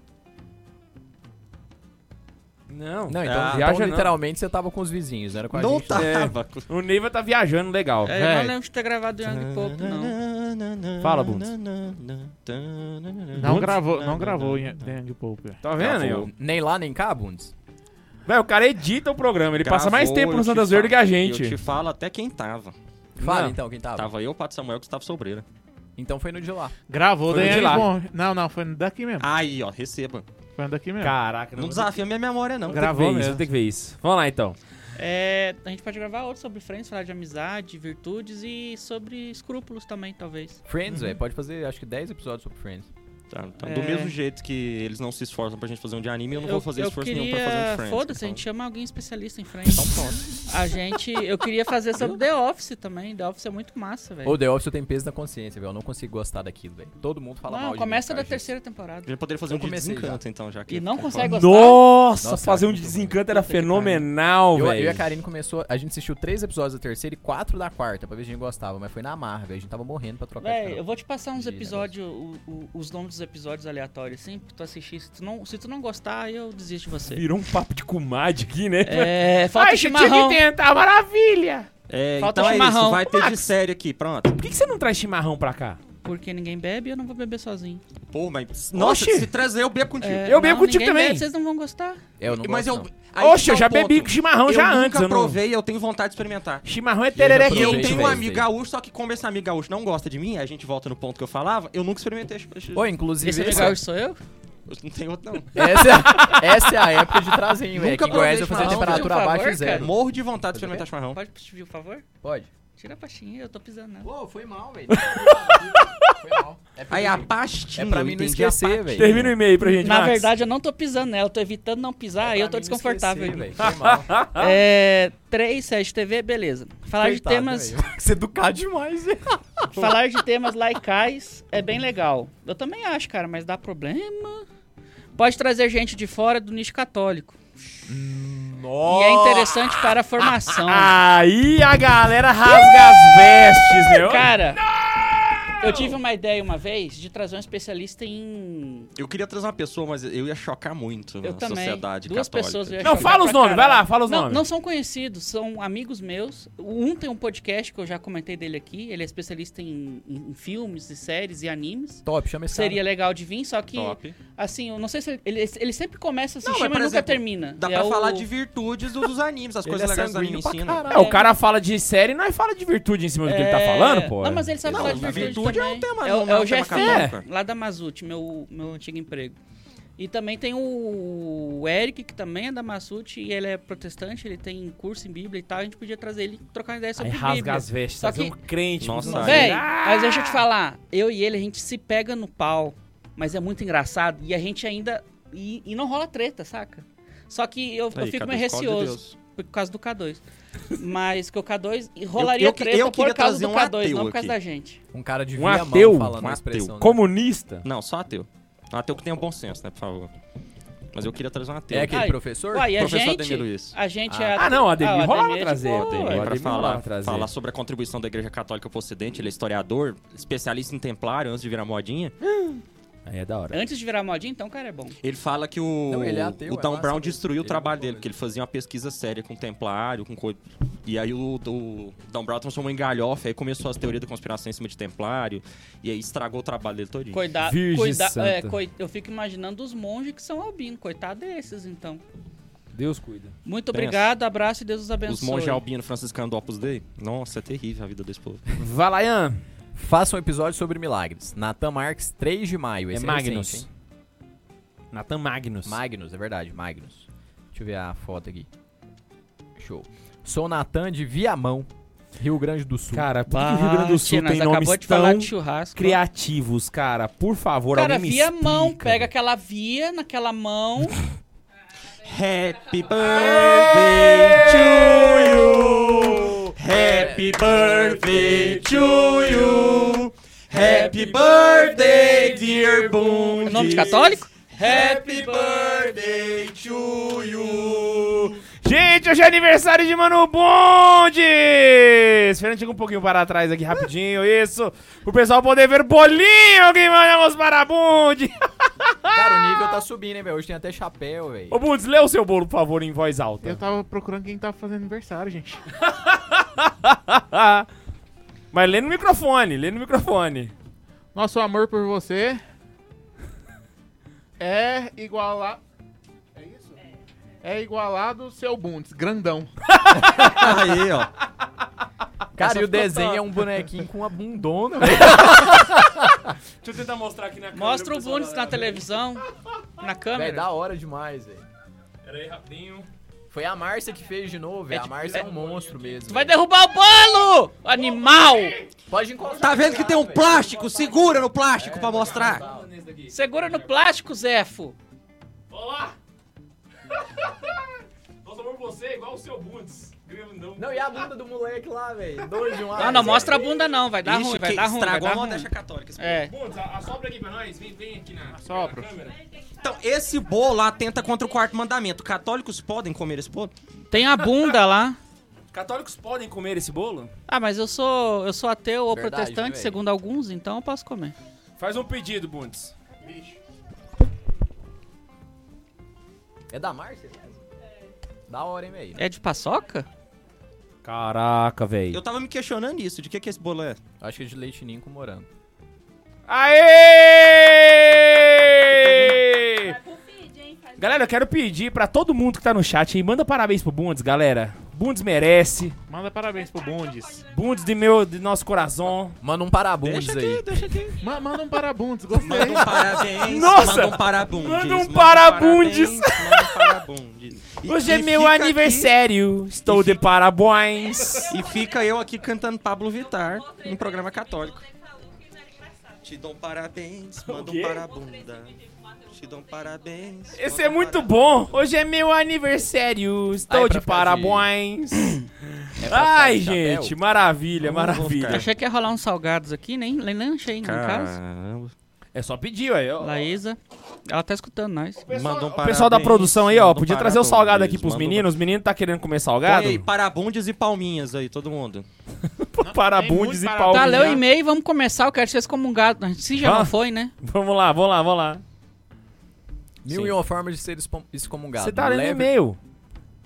Speaker 1: Não,
Speaker 5: Não, então,
Speaker 2: Ah,
Speaker 5: então
Speaker 1: viaja não.
Speaker 5: literalmente você tava com os vizinhos, não era com a
Speaker 2: não tá.
Speaker 5: gente.
Speaker 2: tava.
Speaker 1: O Neiva tá viajando legal.
Speaker 3: É, eu não lembro de ter gravado o Young Pope, não.
Speaker 1: Fala, Bundes.
Speaker 4: Não gravou, não gravou em Dang Pope.
Speaker 1: Tá vendo,
Speaker 2: Gravou.
Speaker 1: eu?
Speaker 5: Nem lá, nem cá, Bundes.
Speaker 1: Velho, o cara edita o programa. Ele passa mais
Speaker 2: Gravou,
Speaker 1: tempo
Speaker 2: eu
Speaker 1: no
Speaker 2: te
Speaker 1: Santa Verde
Speaker 2: falo.
Speaker 1: que a
Speaker 2: Eu te
Speaker 1: gente.
Speaker 2: falo até quem tava.
Speaker 5: Fala
Speaker 1: Não.
Speaker 5: então, quem tava.
Speaker 2: Tava eu, Pato Samuel e Gustavo Sobreira.
Speaker 5: Então foi no de lá.
Speaker 4: Gravou
Speaker 1: Foi
Speaker 4: daí
Speaker 1: de
Speaker 4: eles
Speaker 1: lá.
Speaker 4: vão- Não, não, foi daqui mesmo.
Speaker 2: Aí, ó, receba.
Speaker 4: Foi daqui mesmo.
Speaker 1: Caraca,
Speaker 2: Não desafia minha memória, não.
Speaker 4: Gra-
Speaker 1: Gravou
Speaker 4: Gravou
Speaker 1: mesmo.
Speaker 4: mesmo.
Speaker 1: Tem que ver isso. Vamos lá, então.
Speaker 3: É, a gente pode gravar outro sobre Friends, falar de amizade, virtudes e sobre escrúpulos também, talvez.
Speaker 5: Friends, velho, pode fazer acho que 10 episódios sobre Friends.
Speaker 2: Tá, então, Do
Speaker 3: É.
Speaker 2: mesmo jeito que eles não se esforçam pra gente fazer um de anime, eu não vou fazer esforço
Speaker 3: queria...
Speaker 2: nenhum pra fazer um de Friends.
Speaker 3: Foda-se, a
Speaker 2: então.
Speaker 3: gente chama alguém especialista em Friends. Então pronto. A gente... Eu queria fazer sobre The Office também. The Office é muito massa, velho.
Speaker 5: Ou The Office eu tenho peso na consciência, velho. Eu não consigo gostar daquilo, velho. Todo mundo fala mal
Speaker 3: Não,
Speaker 5: de
Speaker 3: começa
Speaker 5: mim,
Speaker 3: da
Speaker 5: cara,
Speaker 3: terceira temporada.
Speaker 2: A gente poderia fazer
Speaker 5: Eu
Speaker 2: um de
Speaker 5: comecei já.
Speaker 2: desencanto, então, já que...
Speaker 3: E não
Speaker 2: tá
Speaker 3: consegue
Speaker 2: falando.
Speaker 3: gostar.
Speaker 1: Nossa,
Speaker 5: Nossa,
Speaker 1: fazer
Speaker 5: eu
Speaker 1: um
Speaker 5: acho muito
Speaker 1: desencanto era
Speaker 3: Puta que pariu.
Speaker 1: fenomenal,
Speaker 5: Eu,
Speaker 1: velho.
Speaker 5: eu e a Karine começou. A gente assistiu três episódios da terceira e quatro da quarta, pra ver se a gente gostava, mas foi na amarra, velho. A gente tava morrendo pra trocar de
Speaker 3: Véi,
Speaker 5: canal.
Speaker 3: eu vou te passar uns
Speaker 5: De
Speaker 3: episódios, o- o- os nomes dos episódios aleatórios, assim, pra tu assistir. Se tu não, se tu não gostar, eu desisto de você.
Speaker 1: Virou um papo de comadre aqui, né?
Speaker 3: É, falta
Speaker 1: Ai, você tinha
Speaker 3: chimarrão.
Speaker 1: que tentar, maravilha!
Speaker 2: É,
Speaker 3: Falta
Speaker 2: então é isso,
Speaker 3: chimarrão.
Speaker 2: vai ter de série aqui, pronto.
Speaker 1: Por que, que você não traz chimarrão pra cá?
Speaker 3: Porque ninguém bebe, eu não vou beber sozinho.
Speaker 2: Pô, mas... Nossa,
Speaker 1: Oxi.
Speaker 2: se trazer, eu bebo contigo.
Speaker 3: É,
Speaker 1: Eu bebo
Speaker 3: não,
Speaker 1: contigo
Speaker 3: ninguém
Speaker 1: também.
Speaker 3: bebe, vocês não vão gostar.
Speaker 5: É, eu não
Speaker 2: mas
Speaker 5: gosto,
Speaker 2: eu...
Speaker 5: não.
Speaker 2: aí que
Speaker 1: Oxe,
Speaker 2: tá
Speaker 1: eu
Speaker 2: o
Speaker 1: já bebi
Speaker 2: ponto.
Speaker 1: chimarrão já antes.
Speaker 2: nunca
Speaker 1: Eu não...
Speaker 2: provei, eu tenho vontade de experimentar.
Speaker 1: Chimarrão é
Speaker 2: E eu
Speaker 1: tererequinha.
Speaker 5: Aproveite,
Speaker 2: tenho um
Speaker 5: velho,
Speaker 2: amigo
Speaker 5: velho.
Speaker 2: gaúcho, só que como esse amigo gaúcho não gosta de mim, a gente volta no ponto que eu falava, eu nunca experimentei. ch- ch-
Speaker 5: Ô, inclusive,
Speaker 2: é
Speaker 3: Esse
Speaker 5: esse-
Speaker 3: amigo gaúcho sou eu?
Speaker 2: Não tem outro, não.
Speaker 5: essa, é- essa é a época de trazer, velho.
Speaker 2: Nunca
Speaker 5: Que em Goiás eu
Speaker 2: provei
Speaker 5: fazer
Speaker 2: chimarrão,
Speaker 5: temperatura
Speaker 3: por favor,
Speaker 5: abaixo de
Speaker 3: cara.
Speaker 5: zero.
Speaker 2: Morro de vontade de experimentar chimarrão.
Speaker 3: Pode pedir, por favor?
Speaker 5: Pode.
Speaker 3: Tira a pastinha, eu tô pisando nela.
Speaker 5: Pô, foi mal, velho.
Speaker 2: Aí a pastinha.
Speaker 5: É pra mim
Speaker 2: eu
Speaker 5: não
Speaker 2: entendi a
Speaker 5: esquecer,
Speaker 2: pastinha.
Speaker 5: velho.
Speaker 1: Termina o e-mail pra gente,
Speaker 3: Na
Speaker 1: Max.
Speaker 3: verdade, eu não tô pisando nela, eu tô evitando não pisar, aí eu tô desconfortável. aqui.
Speaker 5: velho. Foi mal.
Speaker 3: É, 3, 7 TV, beleza. Falar de
Speaker 5: Coitado,
Speaker 3: temas.
Speaker 5: velho. Você é educado demais, velho.
Speaker 3: Falar de temas laicais é bem legal. Eu também acho, cara, mas dá problema. Pode trazer gente de fora do nicho católico. E é interessante para a formação.
Speaker 1: Aí a galera rasga as vestes, meu.
Speaker 3: Cara, eu tive uma ideia uma vez de trazer um especialista em.
Speaker 2: Eu queria trazer uma pessoa, mas eu ia chocar muito
Speaker 3: Eu
Speaker 2: na
Speaker 3: também.
Speaker 2: sociedade
Speaker 3: Duas
Speaker 2: católica.
Speaker 3: pessoas eu ia
Speaker 1: Não,
Speaker 3: chocar
Speaker 1: fala os
Speaker 3: pra
Speaker 1: nomes, vai
Speaker 3: caralho.
Speaker 1: lá, fala os
Speaker 3: não,
Speaker 1: nomes.
Speaker 3: não são conhecidos, são amigos meus. Um tem um podcast que eu já comentei dele aqui. Ele é especialista em, em- em filmes e séries e animes.
Speaker 5: Top, chama esse
Speaker 3: Seria
Speaker 5: cara.
Speaker 3: legal de vir, só que,
Speaker 2: Top.
Speaker 5: é
Speaker 3: assim, eu não sei se ele, ele, ele sempre começa a
Speaker 2: Não,
Speaker 3: assistir,
Speaker 2: mas,
Speaker 3: mas,
Speaker 2: por
Speaker 3: nunca
Speaker 2: exemplo,
Speaker 3: termina.
Speaker 2: Dá
Speaker 3: E
Speaker 2: pra
Speaker 3: é o-
Speaker 2: falar de virtudes do- dos animes, as
Speaker 5: Ele
Speaker 2: coisas
Speaker 5: é
Speaker 2: legais dos
Speaker 5: sanguíneo
Speaker 2: animes
Speaker 5: pra
Speaker 2: ensinam.
Speaker 5: caralho.
Speaker 1: É, o cara fala de série, nós fala de virtude em cima do que ele tá
Speaker 3: É,
Speaker 1: falando, pô.
Speaker 3: Não, mas ele sabe
Speaker 2: Não,
Speaker 3: falar de
Speaker 2: na
Speaker 3: virtude,
Speaker 2: virtude é um
Speaker 3: também.
Speaker 2: tema,
Speaker 3: é, o-
Speaker 2: não,
Speaker 3: é
Speaker 2: não é
Speaker 3: o
Speaker 2: um tema
Speaker 3: Jeffinho,
Speaker 2: católico.
Speaker 3: lá da Mazute, meu, meu antigo emprego. E também tem o o Eric, que também é da Massucci, e ele é protestante, ele tem curso em Bíblia e tal. A gente podia trazer ele e trocar uma ideia
Speaker 1: Aí
Speaker 3: sobre
Speaker 1: rasga
Speaker 3: Bíblia.
Speaker 1: as vestes,
Speaker 3: Só
Speaker 1: fazer
Speaker 3: que-
Speaker 1: um crente.
Speaker 2: Nossa,
Speaker 1: mano.
Speaker 3: Véi,
Speaker 1: Ah!
Speaker 3: mas deixa eu te falar, eu e ele, a gente se pega no pau, mas é muito engraçado, e a gente ainda. E, e não rola treta, saca? Só que eu, eu
Speaker 2: Aí,
Speaker 3: fico
Speaker 2: cadê
Speaker 3: meio
Speaker 2: a escola de
Speaker 3: receoso
Speaker 2: Deus?
Speaker 3: por causa do K2. Mas que o K2 e rolaria
Speaker 2: eu que-
Speaker 3: treta
Speaker 2: eu
Speaker 3: por
Speaker 2: queria
Speaker 3: causa
Speaker 2: trazer
Speaker 3: do
Speaker 2: um
Speaker 3: K2, não
Speaker 2: ateu
Speaker 3: por causa
Speaker 2: aqui.
Speaker 3: da gente.
Speaker 5: Um cara de
Speaker 1: Um
Speaker 5: via
Speaker 1: ateu,
Speaker 5: mão falando
Speaker 2: um ateu.
Speaker 5: a expressão. né?
Speaker 1: Comunista.
Speaker 2: Não, só ateu. Um ateu que tenha bom senso, né, por favor. Mas eu queria trazer um ateu.
Speaker 5: É aquele
Speaker 3: Ai,
Speaker 5: professor?
Speaker 3: Uai, e a
Speaker 2: Professor
Speaker 3: gente.
Speaker 2: Ademir Luiz.
Speaker 3: A gente
Speaker 5: Ah.
Speaker 3: é.
Speaker 1: Ah, não, Ademir,
Speaker 3: o
Speaker 1: rola
Speaker 3: é de
Speaker 1: trazer,
Speaker 3: boa,
Speaker 1: Ademir.
Speaker 3: ué.
Speaker 1: Ademir.
Speaker 2: para
Speaker 1: Ademir
Speaker 2: falar,
Speaker 1: lá trazer.
Speaker 2: falar sobre a contribuição da Igreja Católica para o Ocidente, ele é historiador, especialista em templário, antes de virar modinha.
Speaker 1: Aí é da hora.
Speaker 3: Antes de virar modinha, então o cara é bom.
Speaker 2: Ele fala que o,
Speaker 5: Não, ele é ateu,
Speaker 2: o
Speaker 5: é
Speaker 2: Dan
Speaker 5: massa,
Speaker 2: Brown
Speaker 5: mas
Speaker 2: destruiu o
Speaker 5: ele é
Speaker 2: trabalho
Speaker 5: bom,
Speaker 2: dele,
Speaker 5: ele.
Speaker 2: porque ele fazia uma pesquisa séria com templário, com coisa. E aí o, o Dan Brown transformou em galhofa, aí começou as teorias da conspiração em cima de templário, e aí estragou o trabalho dele todinho.
Speaker 3: Cuidado.
Speaker 1: Virgem
Speaker 3: cuida,
Speaker 1: Santa.
Speaker 3: é, coi- eu fico imaginando os monges que são albinos. Coitado desses, então.
Speaker 1: Deus cuida.
Speaker 3: Muito obrigado, abraço e Deus os abençoe.
Speaker 2: Os monges é albino franciscanos do Opus Dei? Nossa, é terrível a vida desse povo.
Speaker 1: Valaian,
Speaker 5: Faça um episódio sobre milagres. Natan Marques, 3 de maio.
Speaker 1: é
Speaker 5: Esse
Speaker 1: Magnus.
Speaker 5: recente, hein?
Speaker 1: Nathan Magnus.
Speaker 5: Magnus, é verdade, Magnus. Deixa eu ver a foto aqui. Show. Sou Natan de Viamão, Rio Grande do Sul.
Speaker 1: Cara, por que que o
Speaker 3: Bah,
Speaker 1: Rio Grande do
Speaker 3: tia,
Speaker 1: Sul
Speaker 3: nós
Speaker 1: tem
Speaker 3: acabou
Speaker 1: nomes
Speaker 3: de falar
Speaker 1: tão
Speaker 3: de churrasco.
Speaker 1: criativos, cara? Por favor,
Speaker 3: Cara,
Speaker 1: alguém me
Speaker 3: via mão,
Speaker 1: explica.
Speaker 3: pega aquela via naquela mão.
Speaker 2: Happy birthday to you. Happy birthday to you. Happy birthday, dear Bundy.
Speaker 3: É nome de católico?
Speaker 2: Happy birthday to you.
Speaker 1: Gente, hoje é aniversário de Mano Bondes! Fernando, chega um pouquinho para trás aqui rapidinho, isso. Pro pessoal poder ver o bolinho que mandamos para a Bundes.
Speaker 5: Cara, o nível tá subindo, hein, velho? Hoje tem até chapéu, velho.
Speaker 1: Ô, Bundes, lê o seu bolo, por favor, em voz
Speaker 4: Eu
Speaker 1: alta.
Speaker 4: tava procurando quem tava fazendo aniversário, gente.
Speaker 1: Mas lê no microfone, lê no microfone.
Speaker 4: Nosso amor por você é igual a. É isso? É igualado ao seu bundes, grandão.
Speaker 2: Aí, ó.
Speaker 5: Cara, e o
Speaker 1: ficou
Speaker 5: desenho
Speaker 1: top.
Speaker 5: é um bonequinho com uma bundona, velho.
Speaker 1: Deixa eu tentar mostrar aqui na câmera.
Speaker 3: Mostra o Bundes na televisão, na
Speaker 5: Véi,
Speaker 3: câmera.
Speaker 5: da hora demais, velho.
Speaker 1: Pera aí, rapidinho.
Speaker 5: Foi a Márcia que fez de novo, velho.
Speaker 3: É
Speaker 5: A
Speaker 3: de-
Speaker 5: Márcia é,
Speaker 3: é-
Speaker 5: um monstro mesmo.
Speaker 3: Tu vai
Speaker 5: velho.
Speaker 3: derrubar o bolo, animal!
Speaker 5: Pode encostar.
Speaker 2: Tá vendo que tem um
Speaker 5: velho.
Speaker 2: plástico? Segura no plástico pra mostrar.
Speaker 3: Segura no plástico, Zefo.
Speaker 1: Olá! Nós amamos você é igual o seu Bundes. Grandão.
Speaker 5: Não, e a bunda do moleque lá, velho? Dois de um
Speaker 3: Não, não mostra a bunda não, vai dar ruim, vai
Speaker 2: que
Speaker 3: dar ruim, vai dar
Speaker 2: estragou a
Speaker 3: ruim.
Speaker 2: modéstia católica. esse
Speaker 3: É.
Speaker 1: Bundes, assopra aqui pra nós. Vem, vem aqui na,
Speaker 4: Assopra. na
Speaker 1: câmera.
Speaker 2: Então, esse bolo atenta contra o quarto mandamento. Católicos podem comer esse bolo?
Speaker 3: Tem a bunda lá.
Speaker 1: Católicos podem comer esse bolo?
Speaker 3: Ah, mas eu sou eu sou ateu ou
Speaker 5: Verdade,
Speaker 3: protestante,
Speaker 5: véi.
Speaker 3: segundo alguns, então eu posso comer.
Speaker 1: Faz um pedido, Bundes.
Speaker 5: É da Márcia? Da hora, hein, velho?
Speaker 3: É de paçoca?
Speaker 1: Caraca, velho.
Speaker 2: Eu tava me questionando isso, de que que esse bolo é?
Speaker 5: Acho que é de leitinho com morango.
Speaker 1: Aê!
Speaker 6: Pro feed, hein? Faz
Speaker 1: Galera, eu quero pedir pra todo mundo que tá no chat aí, manda parabéns pro Bundes, galera. Bundes merece.
Speaker 4: Manda parabéns pro bundes.
Speaker 1: Bundes de meu, de nosso coração.
Speaker 5: Manda um parabundes
Speaker 2: Deixa
Speaker 5: aí.
Speaker 2: aqui, deixa aqui.
Speaker 4: Ma- manda um parabundes, gostei.
Speaker 2: Manda um parabéns.
Speaker 1: Nossa!
Speaker 2: Manda um parabundes.
Speaker 1: Manda um parabundes.
Speaker 2: parabéns, Manda um parabundes. E-
Speaker 1: Hoje é
Speaker 2: e
Speaker 1: meu
Speaker 2: fica
Speaker 1: aniversário. Estou de parabéns.
Speaker 2: aqui- e fica eu aqui cantando Pablo Vittar
Speaker 6: outra
Speaker 2: em programa
Speaker 6: imagem,
Speaker 2: católico.
Speaker 6: você falou que não era engraçado.
Speaker 2: Te dou um parabéns, manda
Speaker 1: quê?
Speaker 2: um parabunda. Te dou um parabéns.
Speaker 1: Esse
Speaker 2: manda
Speaker 1: é
Speaker 2: um
Speaker 1: muito
Speaker 2: parabéns.
Speaker 1: bom. Hoje é meu aniversário. Estou
Speaker 5: Ai, pra
Speaker 1: de
Speaker 5: ficar
Speaker 1: parabéns.
Speaker 5: É pra ficar
Speaker 1: Ai,
Speaker 5: de chapéu?
Speaker 1: gente, maravilha,
Speaker 2: Não vou
Speaker 1: maravilha.
Speaker 2: ficar.
Speaker 3: Achei que ia rolar uns salgados aqui, nem, nem lanche ainda em casa.
Speaker 2: Caramba.
Speaker 1: É só pedir, aí. ó.
Speaker 3: Laísa, ela tá escutando nós.
Speaker 1: Pessoal-
Speaker 2: Manda um
Speaker 1: o pessoal da
Speaker 2: parabéns,
Speaker 1: produção aí, ó,
Speaker 2: manda um
Speaker 1: podia trazer o salgado aqui
Speaker 2: parabéns,
Speaker 1: pros
Speaker 2: manda um-
Speaker 1: meninos. Os meninos tá querendo comer salgado?
Speaker 2: Põe aí, parabundes e palminhas aí, todo mundo.
Speaker 1: Parabundes e
Speaker 4: Tem muito
Speaker 1: pau.
Speaker 3: Tá,
Speaker 4: parabéns.
Speaker 3: lê o e-mail, vamos começar, eu quero ser excomungado. Se já
Speaker 1: Ah.
Speaker 3: não foi, né?
Speaker 1: Vamos lá, vamos lá, vamos lá.
Speaker 5: Mil
Speaker 2: Sim.
Speaker 5: e uma formas de ser expom- excomungado.
Speaker 1: Você tá lendo
Speaker 5: Leve-
Speaker 1: e-mail.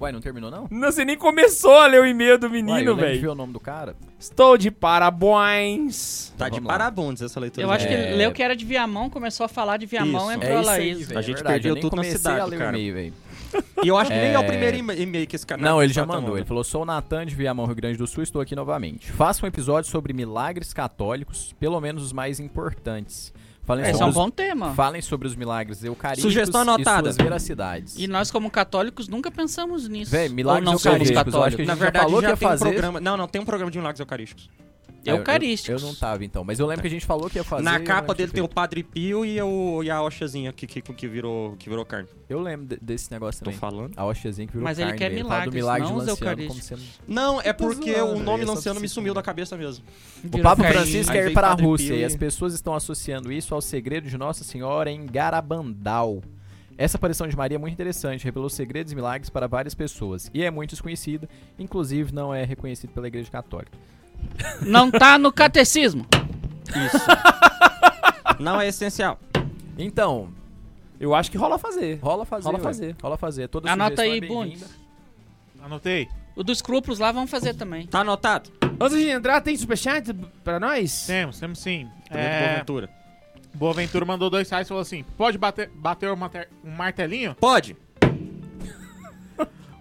Speaker 5: Ué, não terminou, não?
Speaker 1: Não, você nem começou a ler o e-mail do
Speaker 5: Ué,
Speaker 1: menino,
Speaker 5: eu lembro que
Speaker 1: velho.
Speaker 5: viu o nome do cara.
Speaker 1: Estou de parabéns.
Speaker 2: Tá de
Speaker 5: Vamos lá.
Speaker 2: parabundes essa leitura.
Speaker 3: Eu acho que
Speaker 5: É.
Speaker 3: ele leu que era de Viamão, começou a falar de Viamão,
Speaker 2: Isso.
Speaker 3: entrou
Speaker 5: É
Speaker 3: a
Speaker 5: isso aí,
Speaker 3: Laísa.
Speaker 5: velho.
Speaker 2: A gente
Speaker 5: é verdade,
Speaker 2: perdeu
Speaker 5: eu nem
Speaker 2: tudo na
Speaker 5: comecei
Speaker 2: cidade,
Speaker 5: a ler o
Speaker 2: cara.
Speaker 5: e-mail, velho.
Speaker 2: E eu acho que nem é o
Speaker 5: É.
Speaker 2: primeiro e- e-mail que esse cara
Speaker 5: Não, ele já
Speaker 2: tá
Speaker 5: mandou.
Speaker 2: tomando.
Speaker 5: Ele falou: Sou o Natan de Viamão, Rio Grande do Sul, estou aqui novamente. Faça um episódio sobre milagres católicos, pelo menos os mais importantes. Falem,
Speaker 3: Esse é
Speaker 5: sobre
Speaker 3: um
Speaker 5: os,
Speaker 3: bom tema.
Speaker 5: falem sobre os milagres eucarísticos
Speaker 2: Sugestão
Speaker 5: e
Speaker 2: anotada.
Speaker 5: suas veracidades.
Speaker 3: E nós, como católicos, nunca pensamos nisso.
Speaker 5: Véi, milagres
Speaker 3: Ou não somos
Speaker 5: eucarísticos, eu acho que
Speaker 3: católicos.
Speaker 5: a gente
Speaker 2: Na
Speaker 5: já
Speaker 2: verdade,
Speaker 5: falou
Speaker 2: já,
Speaker 5: que ia
Speaker 2: tem
Speaker 5: fazer.
Speaker 2: um programa... Não, não, tem um programa de milagres eucarísticos.
Speaker 5: Ah, eu- eu-
Speaker 3: É Eucarísticos.
Speaker 5: Eu, não tava, então. Mas eu lembro que a gente falou que ia fazer. um né?
Speaker 2: Na
Speaker 5: Tipo, e
Speaker 2: capa
Speaker 5: não tinha
Speaker 2: dele tem o
Speaker 5: feito.
Speaker 2: Padre Pio e, o, e a Oxazinha que, que, que, virou, que virou carne.
Speaker 5: Eu lembro de- desse negócio
Speaker 2: Tô
Speaker 5: também.
Speaker 2: falando.
Speaker 5: A hostiazinha que virou
Speaker 3: Mas ele
Speaker 5: carne,
Speaker 3: quer
Speaker 5: velho. Fala do
Speaker 3: milagres,
Speaker 5: milagre
Speaker 3: não
Speaker 5: de
Speaker 3: os
Speaker 5: Lanciano, como
Speaker 3: eucarísticos.
Speaker 5: sendo-
Speaker 2: Não, é
Speaker 5: Tô
Speaker 2: porque
Speaker 5: zoando,
Speaker 2: o nome
Speaker 5: é só
Speaker 2: Lanciano me
Speaker 5: você
Speaker 2: sumiu
Speaker 5: saber.
Speaker 2: da cabeça mesmo.
Speaker 5: O
Speaker 3: Virou
Speaker 5: Papa
Speaker 3: carne.
Speaker 5: Francisco
Speaker 2: Aí
Speaker 5: quer ir
Speaker 2: veio
Speaker 5: para a
Speaker 2: Padre
Speaker 5: Rússia
Speaker 2: Pio
Speaker 5: e
Speaker 2: e-
Speaker 5: as pessoas estão associando isso ao segredo de Nossa Senhora em Garabandal. Essa aparição de Maria é muito interessante, revelou segredos e milagres para várias pessoas e é muito desconhecida, inclusive não é reconhecido pela Igreja Católica. é-
Speaker 3: Não tá no catecismo.
Speaker 2: Não é essencial.
Speaker 5: Então,
Speaker 1: Eu acho que rola fazer.
Speaker 5: rola fazer,
Speaker 1: Rola
Speaker 5: ué.
Speaker 1: fazer.
Speaker 5: rola fazer. Toda
Speaker 3: Anota
Speaker 5: sugestão é
Speaker 3: aí,
Speaker 5: bem-vinda.
Speaker 3: Bundes.
Speaker 4: Anotei.
Speaker 3: O dos escrúpulos lá vamos fazer também.
Speaker 2: Tá anotado?
Speaker 1: Antes de entrar, tem superchat pra nós?
Speaker 4: Temos, temos sim.
Speaker 2: Primeiro
Speaker 4: É,
Speaker 2: Boaventura.
Speaker 4: Boaventura mandou dois reais e falou assim: pode bater, bater um mater- um martelinho?
Speaker 2: Pode.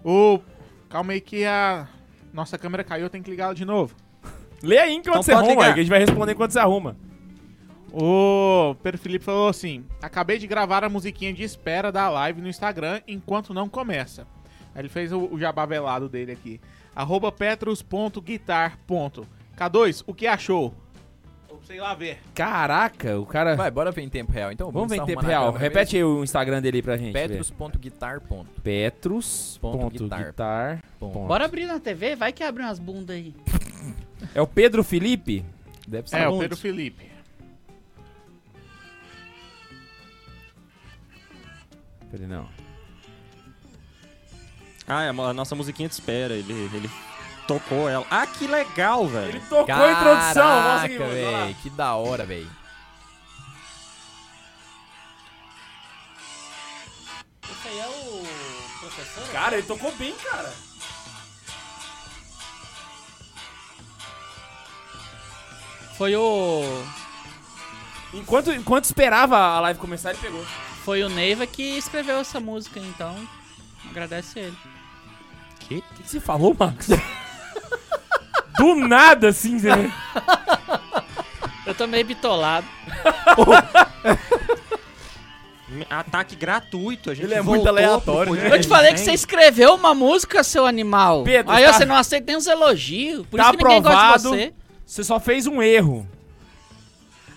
Speaker 4: O. Calma aí que a. Nossa câmera caiu, eu tenho que ligar ela de novo.
Speaker 1: Lê aí enquanto
Speaker 2: Então
Speaker 1: você
Speaker 2: pode
Speaker 1: arruma,
Speaker 2: ligar.
Speaker 1: aí, que a gente vai responder enquanto você arruma.
Speaker 4: O Pedro Felipe falou assim: Acabei de gravar a musiquinha de espera da live no Instagram enquanto não começa. Aí ele fez o, o jabá velado dele aqui. Arroba Petrus.guitar. K2, o que achou? Ou Sei lá ver.
Speaker 1: Caraca, o cara.
Speaker 5: Vai, bora ver em tempo real. Então,
Speaker 1: Vamos ver em
Speaker 5: tá
Speaker 1: tempo
Speaker 5: arrumando a
Speaker 1: real.
Speaker 5: câmera
Speaker 1: Repete aí o Instagram dele aí pra gente.
Speaker 5: mesmo. Petrus.guitar. ponto.
Speaker 1: Petrus.
Speaker 5: Ponto
Speaker 1: ponto
Speaker 5: guitar.
Speaker 1: guitar.
Speaker 5: Ponto.
Speaker 1: ponto.
Speaker 3: Bora abrir na TV? Vai que abre umas bundas aí.
Speaker 1: É o Pedro Felipe?
Speaker 5: Deve ser
Speaker 4: É, o
Speaker 5: bom.
Speaker 4: Pedro Felipe.
Speaker 1: Peraí, não.
Speaker 2: Ah, é, a nossa musiquinha de espera. Ele, ele tocou ela. Ah, que legal, velho.
Speaker 1: tocou
Speaker 5: Caraca,
Speaker 1: que
Speaker 5: véi, que da hora, velho.
Speaker 3: Esse aí é o professor?
Speaker 1: Cara, ele tocou bem, cara.
Speaker 3: Foi o.
Speaker 1: Enquanto, enquanto esperava a live começar, ele pegou.
Speaker 3: Foi o Neiva que escreveu essa música, então. Agradece ele.
Speaker 1: O que, que você falou, Max? Do nada, assim, você...
Speaker 3: Eu tô meio bitolado.
Speaker 2: Ataque gratuito. A gente
Speaker 1: Ele é
Speaker 2: voltou
Speaker 1: muito aleatório,
Speaker 2: pro
Speaker 1: né?
Speaker 2: podcast.
Speaker 3: Eu te falei que você escreveu uma música, seu animal.
Speaker 1: Pedro,
Speaker 3: aí
Speaker 1: tá-
Speaker 3: você não aceita nem os elogios. Por
Speaker 1: Tá
Speaker 3: isso que ninguém
Speaker 1: aprovado.
Speaker 3: gosta de você.
Speaker 1: você só fez um erro.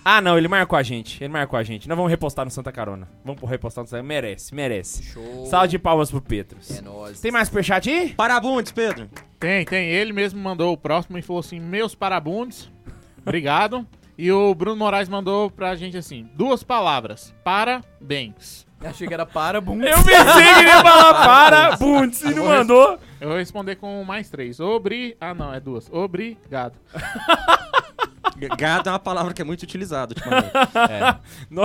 Speaker 1: Ah, não, ele marcou a gente. Ele marcou a gente. Nós vamos repostar no Santa Carona. Vamos repostar no Santa Carona. Merece, merece.
Speaker 5: Show.
Speaker 1: Salve de palmas pro Petrus.
Speaker 5: É nóis.
Speaker 1: Tem mais superchat aí?
Speaker 2: Parabéns, Pedro.
Speaker 4: Tem, tem. Ele mesmo mandou o próximo e falou assim: Meus parabundes. Obrigado. E o Bruno Moraes mandou pra gente assim: duas palavras. Parabéns.
Speaker 5: Achei que era para, bum.
Speaker 1: Eu pensei que ele ia falar para, Bundes, e não mandou.
Speaker 4: Eu vou responder com mais três. Obri. Ah, não, é duas. Obrigado.
Speaker 2: Gado é uma palavra que é muito utilizada ultimamente.
Speaker 1: No-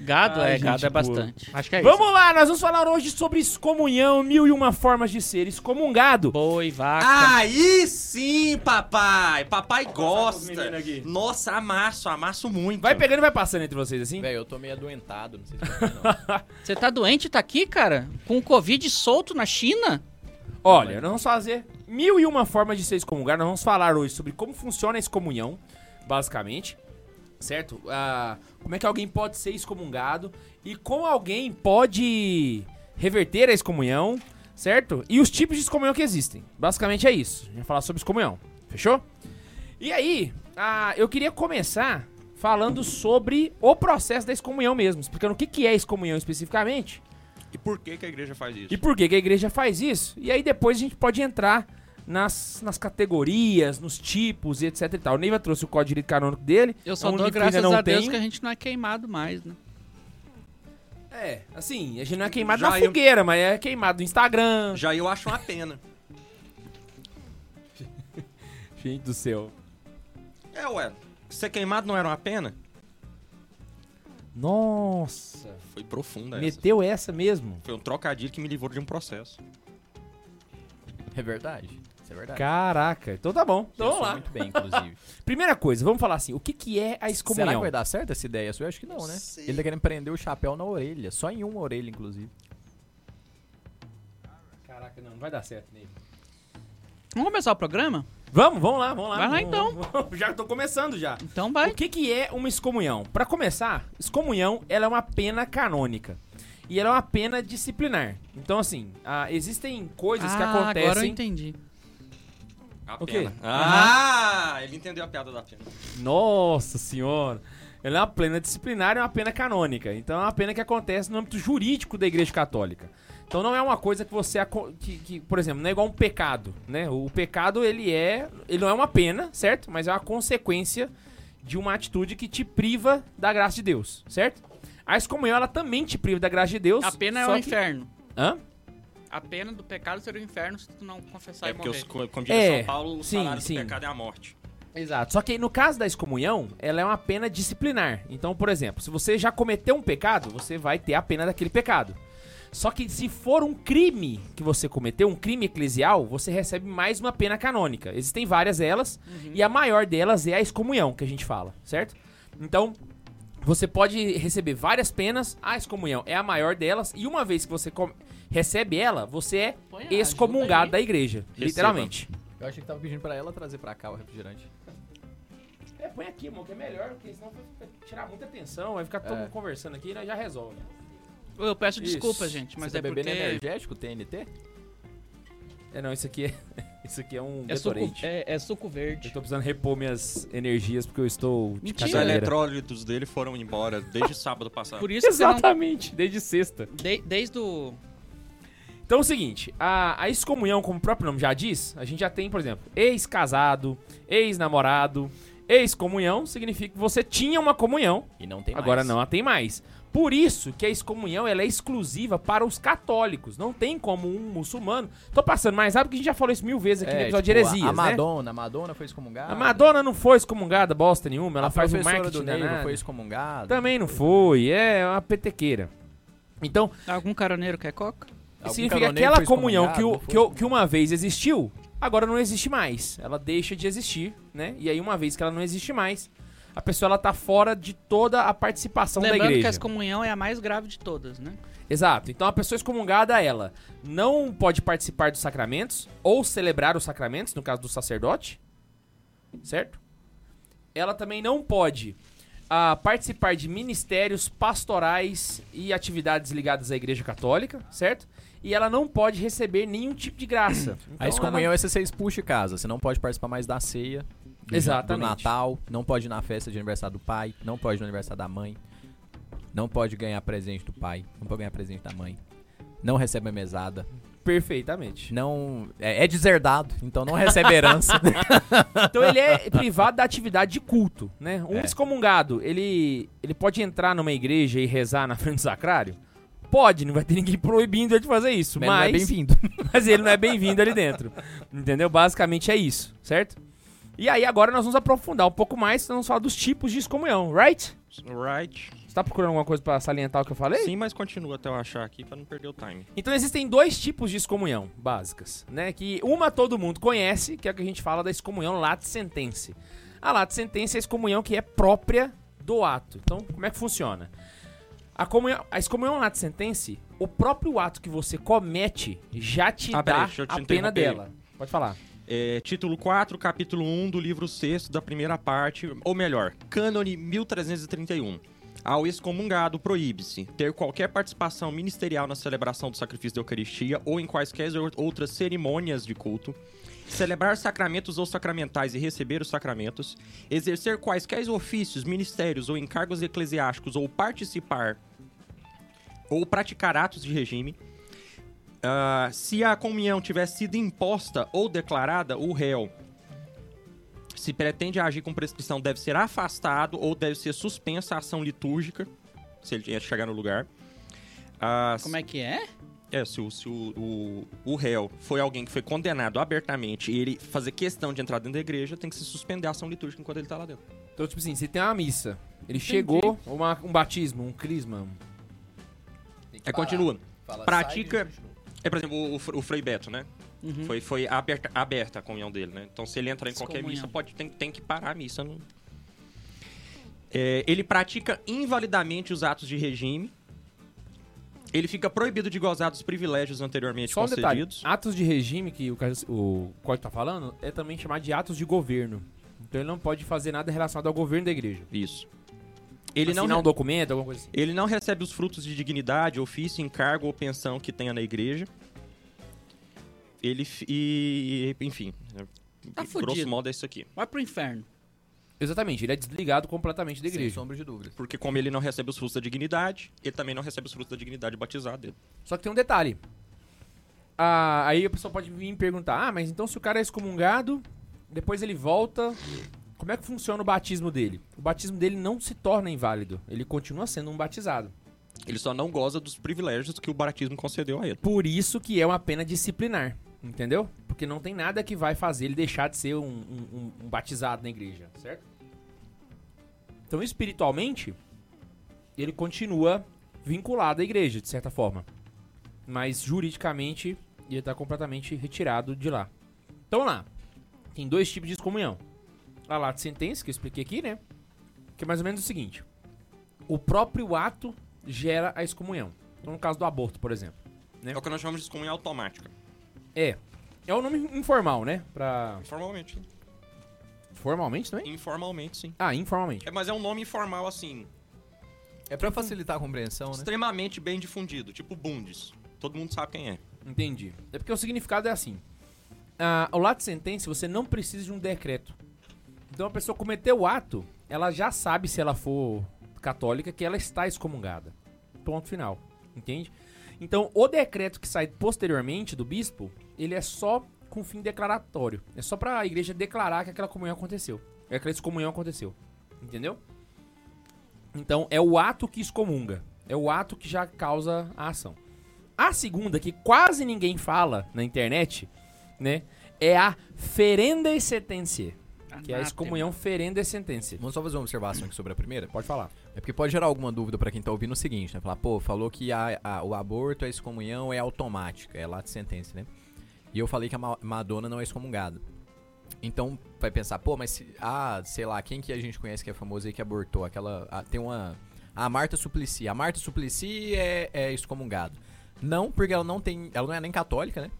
Speaker 3: Gado
Speaker 1: Ai,
Speaker 3: é, gado
Speaker 1: gente
Speaker 3: é
Speaker 1: Tá boa.
Speaker 3: bastante.
Speaker 4: Acho que é isso.
Speaker 1: Vamos lá, nós vamos falar hoje sobre excomunhão, mil e uma formas de ser excomungado.
Speaker 3: Boi, vaca.
Speaker 2: Aí sim, papai. Papai gosta.
Speaker 1: os meninos aqui.
Speaker 2: Nossa, amasso, amasso muito.
Speaker 1: Vai pegando e vai passando entre vocês, assim?
Speaker 5: Velho, eu tô meio adoentado, não sei se vai ter, não.
Speaker 3: Você tá doente e tá aqui, cara? Com o Covid solto na China?
Speaker 1: Olha, nós vamos fazer mil e uma formas de ser excomungado. Nós vamos falar hoje sobre como funciona a excomunhão, basicamente. Certo? Ah, como é que alguém pode ser excomungado e como alguém pode reverter a excomunhão, certo? E os tipos de excomunhão que existem. Basicamente é isso. A gente vai falar sobre excomunhão. Fechou? E aí, ah, eu queria começar falando sobre o processo da excomunhão mesmo, explicando o que que é excomunhão especificamente.
Speaker 2: E por que, que a igreja faz isso?
Speaker 1: E por que, que a igreja faz isso? E aí depois a gente pode entrar nas, nas categorias, nos tipos e etc e tal. O Neiva trouxe o código de direito canônico dele.
Speaker 3: Eu
Speaker 1: É
Speaker 3: só
Speaker 1: um
Speaker 3: dou
Speaker 1: livro que
Speaker 3: graças
Speaker 1: ainda não
Speaker 3: a Deus
Speaker 1: tem.
Speaker 3: que a gente não é queimado mais, né?
Speaker 1: É, assim, a gente não é queimado
Speaker 2: Já
Speaker 1: na
Speaker 2: eu-
Speaker 1: fogueira, mas é queimado no Instagram.
Speaker 2: Já eu acho uma pena.
Speaker 1: Gente do céu.
Speaker 2: É, ué. Ser queimado não era uma pena?
Speaker 1: Nossa.
Speaker 2: Foi profunda essa.
Speaker 1: Meteu essa mesmo.
Speaker 2: Foi um trocadilho que me livrou de um processo.
Speaker 5: É verdade. Isso é verdade.
Speaker 1: Caraca. Então tá bom. Então
Speaker 5: Eu
Speaker 1: vamos
Speaker 5: sou
Speaker 1: lá.
Speaker 5: muito bem, inclusive.
Speaker 1: Primeira coisa, vamos falar assim, o que, que é a
Speaker 5: Será que
Speaker 1: excomunhão?
Speaker 5: vai dar certo essa ideia sua? Eu acho que não, né? Ele tá querendo prender o chapéu na orelha. Só em uma orelha, inclusive.
Speaker 1: Caraca, não, não vai dar certo, Neiva.
Speaker 3: Vamos começar o programa?
Speaker 1: Vamos, vamos lá, vamos lá.
Speaker 3: Vai lá,
Speaker 1: Vamos- Já tô começando já.
Speaker 3: Então vai.
Speaker 1: O que, que é uma excomunhão? Pra começar, excomunhão ela é uma pena canônica. E ela é uma pena disciplinar. Então, assim, ah, existem coisas que
Speaker 3: Ah, Agora eu
Speaker 1: acontecem.
Speaker 3: entendi.
Speaker 2: A
Speaker 1: Ok.
Speaker 2: pena. Ah, ele entendeu a piada da pena.
Speaker 1: Nossa senhora! Ela é uma pena disciplinar e uma pena canônica. Então é uma pena que acontece no âmbito jurídico da Igreja Católica. Então não é uma coisa que você. aco- Que, que, por exemplo, não é igual um pecado, né? O pecado, ele é. Ele não é uma pena, certo? Mas é uma consequência de uma atitude que te priva da graça de Deus, certo? A excomunhão, ela também te priva da graça de Deus.
Speaker 3: A pena é
Speaker 1: só
Speaker 3: o
Speaker 1: que-
Speaker 3: inferno.
Speaker 1: Hã?
Speaker 3: A pena do pecado seria o inferno se tu não confessar
Speaker 2: É
Speaker 3: e
Speaker 2: porque,
Speaker 3: morrer.
Speaker 2: os, co- como diria
Speaker 1: É,
Speaker 2: São Paulo, o
Speaker 1: sim,
Speaker 2: salário
Speaker 1: sim.
Speaker 2: do pecado é a morte.
Speaker 1: Exato. Só que aí, no caso da excomunhão, ela é uma pena disciplinar. Então, por exemplo, se você já cometeu um pecado, você vai ter a pena daquele pecado. Só que se for um crime que você cometeu, um crime eclesial, você recebe mais uma pena canônica. Existem várias delas,
Speaker 3: Uhum.
Speaker 1: e a maior delas é a excomunhão, que a gente fala, certo? Então, você pode receber várias penas, a excomunhão é a maior delas, e uma vez que você com- recebe ela, você é
Speaker 3: Põe a ajuda
Speaker 1: excomungado
Speaker 3: aí.
Speaker 1: da igreja,
Speaker 2: Receba.
Speaker 1: literalmente.
Speaker 5: Eu achei que tava pedindo pra ela trazer pra cá o refrigerante.
Speaker 1: É, põe aqui, amor, que é melhor, porque senão vai tirar muita atenção, vai ficar todo
Speaker 5: É.
Speaker 1: mundo conversando aqui e nós já resolve.
Speaker 3: Eu peço
Speaker 1: Isso.
Speaker 3: desculpa, gente, mas
Speaker 5: Você
Speaker 3: é
Speaker 5: tá bebendo
Speaker 3: porque...
Speaker 5: energético, TNT?
Speaker 1: É, não, isso aqui é, isso aqui é um
Speaker 3: É suco,
Speaker 1: Gatorade.
Speaker 3: é, é suco verde.
Speaker 1: Eu tô precisando repor minhas energias porque eu estou de
Speaker 3: Mentira.
Speaker 2: Os
Speaker 3: Galera.
Speaker 1: caganeira.
Speaker 2: eletrólitos dele foram embora desde sábado passado.
Speaker 3: Por isso que você não...
Speaker 1: Exatamente, desde sexta.
Speaker 3: de- desde o...
Speaker 1: Então é o seguinte, a, a excomunhão, como o próprio nome já diz, a gente já tem, por exemplo, ex-casado, ex-namorado, ex-comunhão, significa que você tinha uma comunhão,
Speaker 5: E não tem
Speaker 1: Agora
Speaker 5: mais.
Speaker 1: não, a tem mais. Por isso que a excomunhão ela é exclusiva para os católicos. Não tem como um muçulmano. Tô passando mais rápido que a gente já falou isso mil vezes aqui no episódio de
Speaker 5: tipo,
Speaker 1: heresias,
Speaker 5: a, a
Speaker 1: né?
Speaker 5: Madonna, a Madonna foi excomungada.
Speaker 1: A Madonna não foi excomungada bosta nenhuma, ela
Speaker 5: a
Speaker 1: faz o
Speaker 5: professora
Speaker 1: marketing
Speaker 5: do Neiva
Speaker 1: danado.
Speaker 5: foi excomungada.
Speaker 1: Também não foi, é uma petequeira. Então,
Speaker 3: Algum caroneiro quer coca?
Speaker 5: Algum
Speaker 1: significa
Speaker 5: caroneiro
Speaker 1: aquela
Speaker 5: foi
Speaker 1: comunhão que, o-
Speaker 5: excomungado,
Speaker 1: que,
Speaker 5: não
Speaker 1: o- que uma vez existiu, agora não existe mais. Ela deixa de existir, né? E aí, uma vez que ela não existe mais, a pessoa ela tá fora de toda a participação da
Speaker 3: Lembrando
Speaker 1: igreja.
Speaker 3: que a excomunhão é a mais grave de todas, né?
Speaker 1: Exato. Então a pessoa excomungada, ela não pode participar dos sacramentos ou celebrar os sacramentos, no caso do sacerdote, certo? Ela também não pode ah, participar de ministérios pastorais e atividades ligadas à Igreja Católica, certo? E ela não pode receber nenhum tipo de graça. Então,
Speaker 5: A excomunhão é se você expulsa de casa. Você não pode participar mais da ceia, do,
Speaker 1: Exatamente.
Speaker 5: do Natal, não pode ir na festa de aniversário do pai, não pode ir no aniversário da mãe, não pode ganhar presente do pai, não pode ganhar presente da mãe. Não recebe a mesada.
Speaker 1: ela- Perfeitamente.
Speaker 5: Não. É, é deserdado, então não recebe herança.
Speaker 1: Então ele é privado da atividade de culto, né? Um
Speaker 5: É.
Speaker 1: excomungado, ele, ele pode entrar numa igreja e rezar na frente do sacrário? Pode, não vai ter ninguém proibindo ele de fazer isso,
Speaker 5: Mas
Speaker 1: mas,
Speaker 5: não é bem-vindo.
Speaker 1: mas ele não é bem-vindo ali dentro. Entendeu? Basicamente é isso, certo? E aí agora nós vamos aprofundar um pouco mais, nós vamos falar dos tipos de excomunhão, right?
Speaker 2: Right.
Speaker 1: Você tá procurando alguma coisa pra salientar o que eu falei?
Speaker 2: Sim, mas continua até eu achar aqui pra não perder o time.
Speaker 1: Então existem dois tipos de excomunhão básicas, né? Que uma todo mundo conhece, que é a que a gente fala da excomunhão late sentense. A late sentense é a excomunhão que é própria do ato. Então, como é que funciona? A, comunhão, a excomunhão late sentense, o próprio ato que você comete já te
Speaker 2: Ah, peraí,
Speaker 1: dá
Speaker 2: deixa eu te
Speaker 1: a pena
Speaker 2: interromper.
Speaker 1: dela. Pode falar.
Speaker 2: É, título 4, capítulo 1 do livro 6 da primeira parte, ou melhor, Cânone 1331. Ao excomungado proíbe-se ter qualquer participação ministerial na celebração do sacrifício da Eucaristia ou em quaisquer ou- outras cerimônias de culto, celebrar sacramentos ou sacramentais e receber os sacramentos, exercer quaisquer ofícios, ministérios ou encargos eclesiásticos ou participar ou praticar atos de regime, ah, se a comunhão tiver sido imposta ou declarada, o réu, se pretende agir com prescrição, deve ser afastado ou deve ser suspensa a ação litúrgica, se ele tiver que chegar no lugar. Ah,
Speaker 3: Como é que é?
Speaker 2: é, se, o, se o, o, o réu foi alguém que foi condenado abertamente e ele fazer questão de entrar dentro da igreja, tem que se suspender a ação litúrgica enquanto ele tá lá dentro.
Speaker 1: Então, tipo assim, você tem uma missa. Ele chegou, uma- um batismo, um crisma.
Speaker 2: É, continua.
Speaker 5: assim,
Speaker 2: Pratica- É, por exemplo, o, o, Fr- o Frei Beto, né?
Speaker 3: Uhum.
Speaker 2: Foi, foi aberta, aberta a comunhão dele, né? Então, se ele entrar em qualquer
Speaker 3: Excomunhão.
Speaker 2: missa, pode, tem, tem que parar a missa. né? não- É, ele pratica invalidamente os atos de regime. Ele fica proibido de gozar dos privilégios anteriormente
Speaker 1: Só um detalhe.
Speaker 2: concedidos.
Speaker 1: Atos de regime, que o, Cas- o Código tá falando, é também chamado de atos de governo. Então ele não pode fazer nada relacionado ao governo da igreja.
Speaker 2: Isso. Ele não,
Speaker 1: Assinar um documento, alguma coisa assim.
Speaker 2: Ele não recebe os frutos de dignidade, ofício, encargo ou pensão que tenha na igreja. Ele. fi- E, enfim. né,
Speaker 3: Tá
Speaker 2: grosso
Speaker 3: fudido.
Speaker 2: modo é isso aqui.
Speaker 3: Vai pro inferno.
Speaker 1: Exatamente, ele é desligado completamente da
Speaker 5: Sem
Speaker 1: igreja.
Speaker 5: sombra de dúvida.
Speaker 2: Porque, como ele não recebe os frutos da dignidade, ele também não recebe os frutos da dignidade batizada. dele.
Speaker 1: Só que tem um detalhe. Ah, aí a pessoa pode vir me perguntar: ah, mas então se o cara é excomungado, depois ele volta, como é que funciona o batismo dele? O batismo dele não se torna inválido, ele continua sendo um batizado.
Speaker 2: Ele só não goza dos privilégios que o baratismo concedeu a ele.
Speaker 1: Por isso que é uma pena disciplinar, entendeu? Porque não tem nada que vai fazer ele deixar de ser um, um- um- um batizado na igreja, certo? Então, espiritualmente, ele continua vinculado à igreja, de certa forma. Mas, juridicamente, ele está completamente retirado de lá. Então, lá, tem dois tipos de excomunhão. A lá de sentença, que eu expliquei aqui, né? Que é mais ou menos o seguinte. O próprio ato gera a excomunhão. Então, no caso do aborto, por exemplo.
Speaker 2: É o que nós chamamos de excomunhão automática.
Speaker 1: É. É um nome informal, né? Pra.
Speaker 2: Formalmente. sim.
Speaker 1: Formalmente também?
Speaker 2: Informalmente, sim.
Speaker 1: Ah, informalmente.
Speaker 2: É, mas é um nome informal, assim,
Speaker 5: É pra facilitar a compreensão, né?
Speaker 2: extremamente bem difundido. Tipo bundes. Todo mundo sabe quem é.
Speaker 1: Entendi. É porque o significado é assim. Ah, ao lado de sentença, você não precisa de um decreto. Então a pessoa cometeu o ato, ela já sabe, se ela for católica, que ela está excomungada. Ponto final. Entende? Então o decreto que sai posteriormente do bispo, ele é só com fim declaratório. É só pra igreja declarar que aquela comunhão aconteceu. Que aquela excomunhão aconteceu. Entendeu? Então é o ato que excomunga. É o ato que já causa a ação. A segunda, que quase ninguém fala na internet, né? É a ferenda e sentença. Que é a
Speaker 3: Anátema.
Speaker 1: excomunhão ferenda e sentença.
Speaker 5: Vamos só fazer uma observação aqui sobre a primeira.
Speaker 1: Pode falar.
Speaker 5: É porque pode gerar alguma dúvida pra quem tá ouvindo o seguinte, né? Falar, pô, falou que a- a- o aborto, a excomunhão é automática, é lá de sentença, né? E eu falei que a Ma- Madonna não é excomungada. Então vai pensar, pô, mas se, ah, sei lá, quem que a gente conhece que é famoso aí que abortou? Aquela. ah, tem uma. A Marta Suplicy. A Marta Suplicy é, é excomungada. Não, porque ela não tem. Ela não é nem católica, né?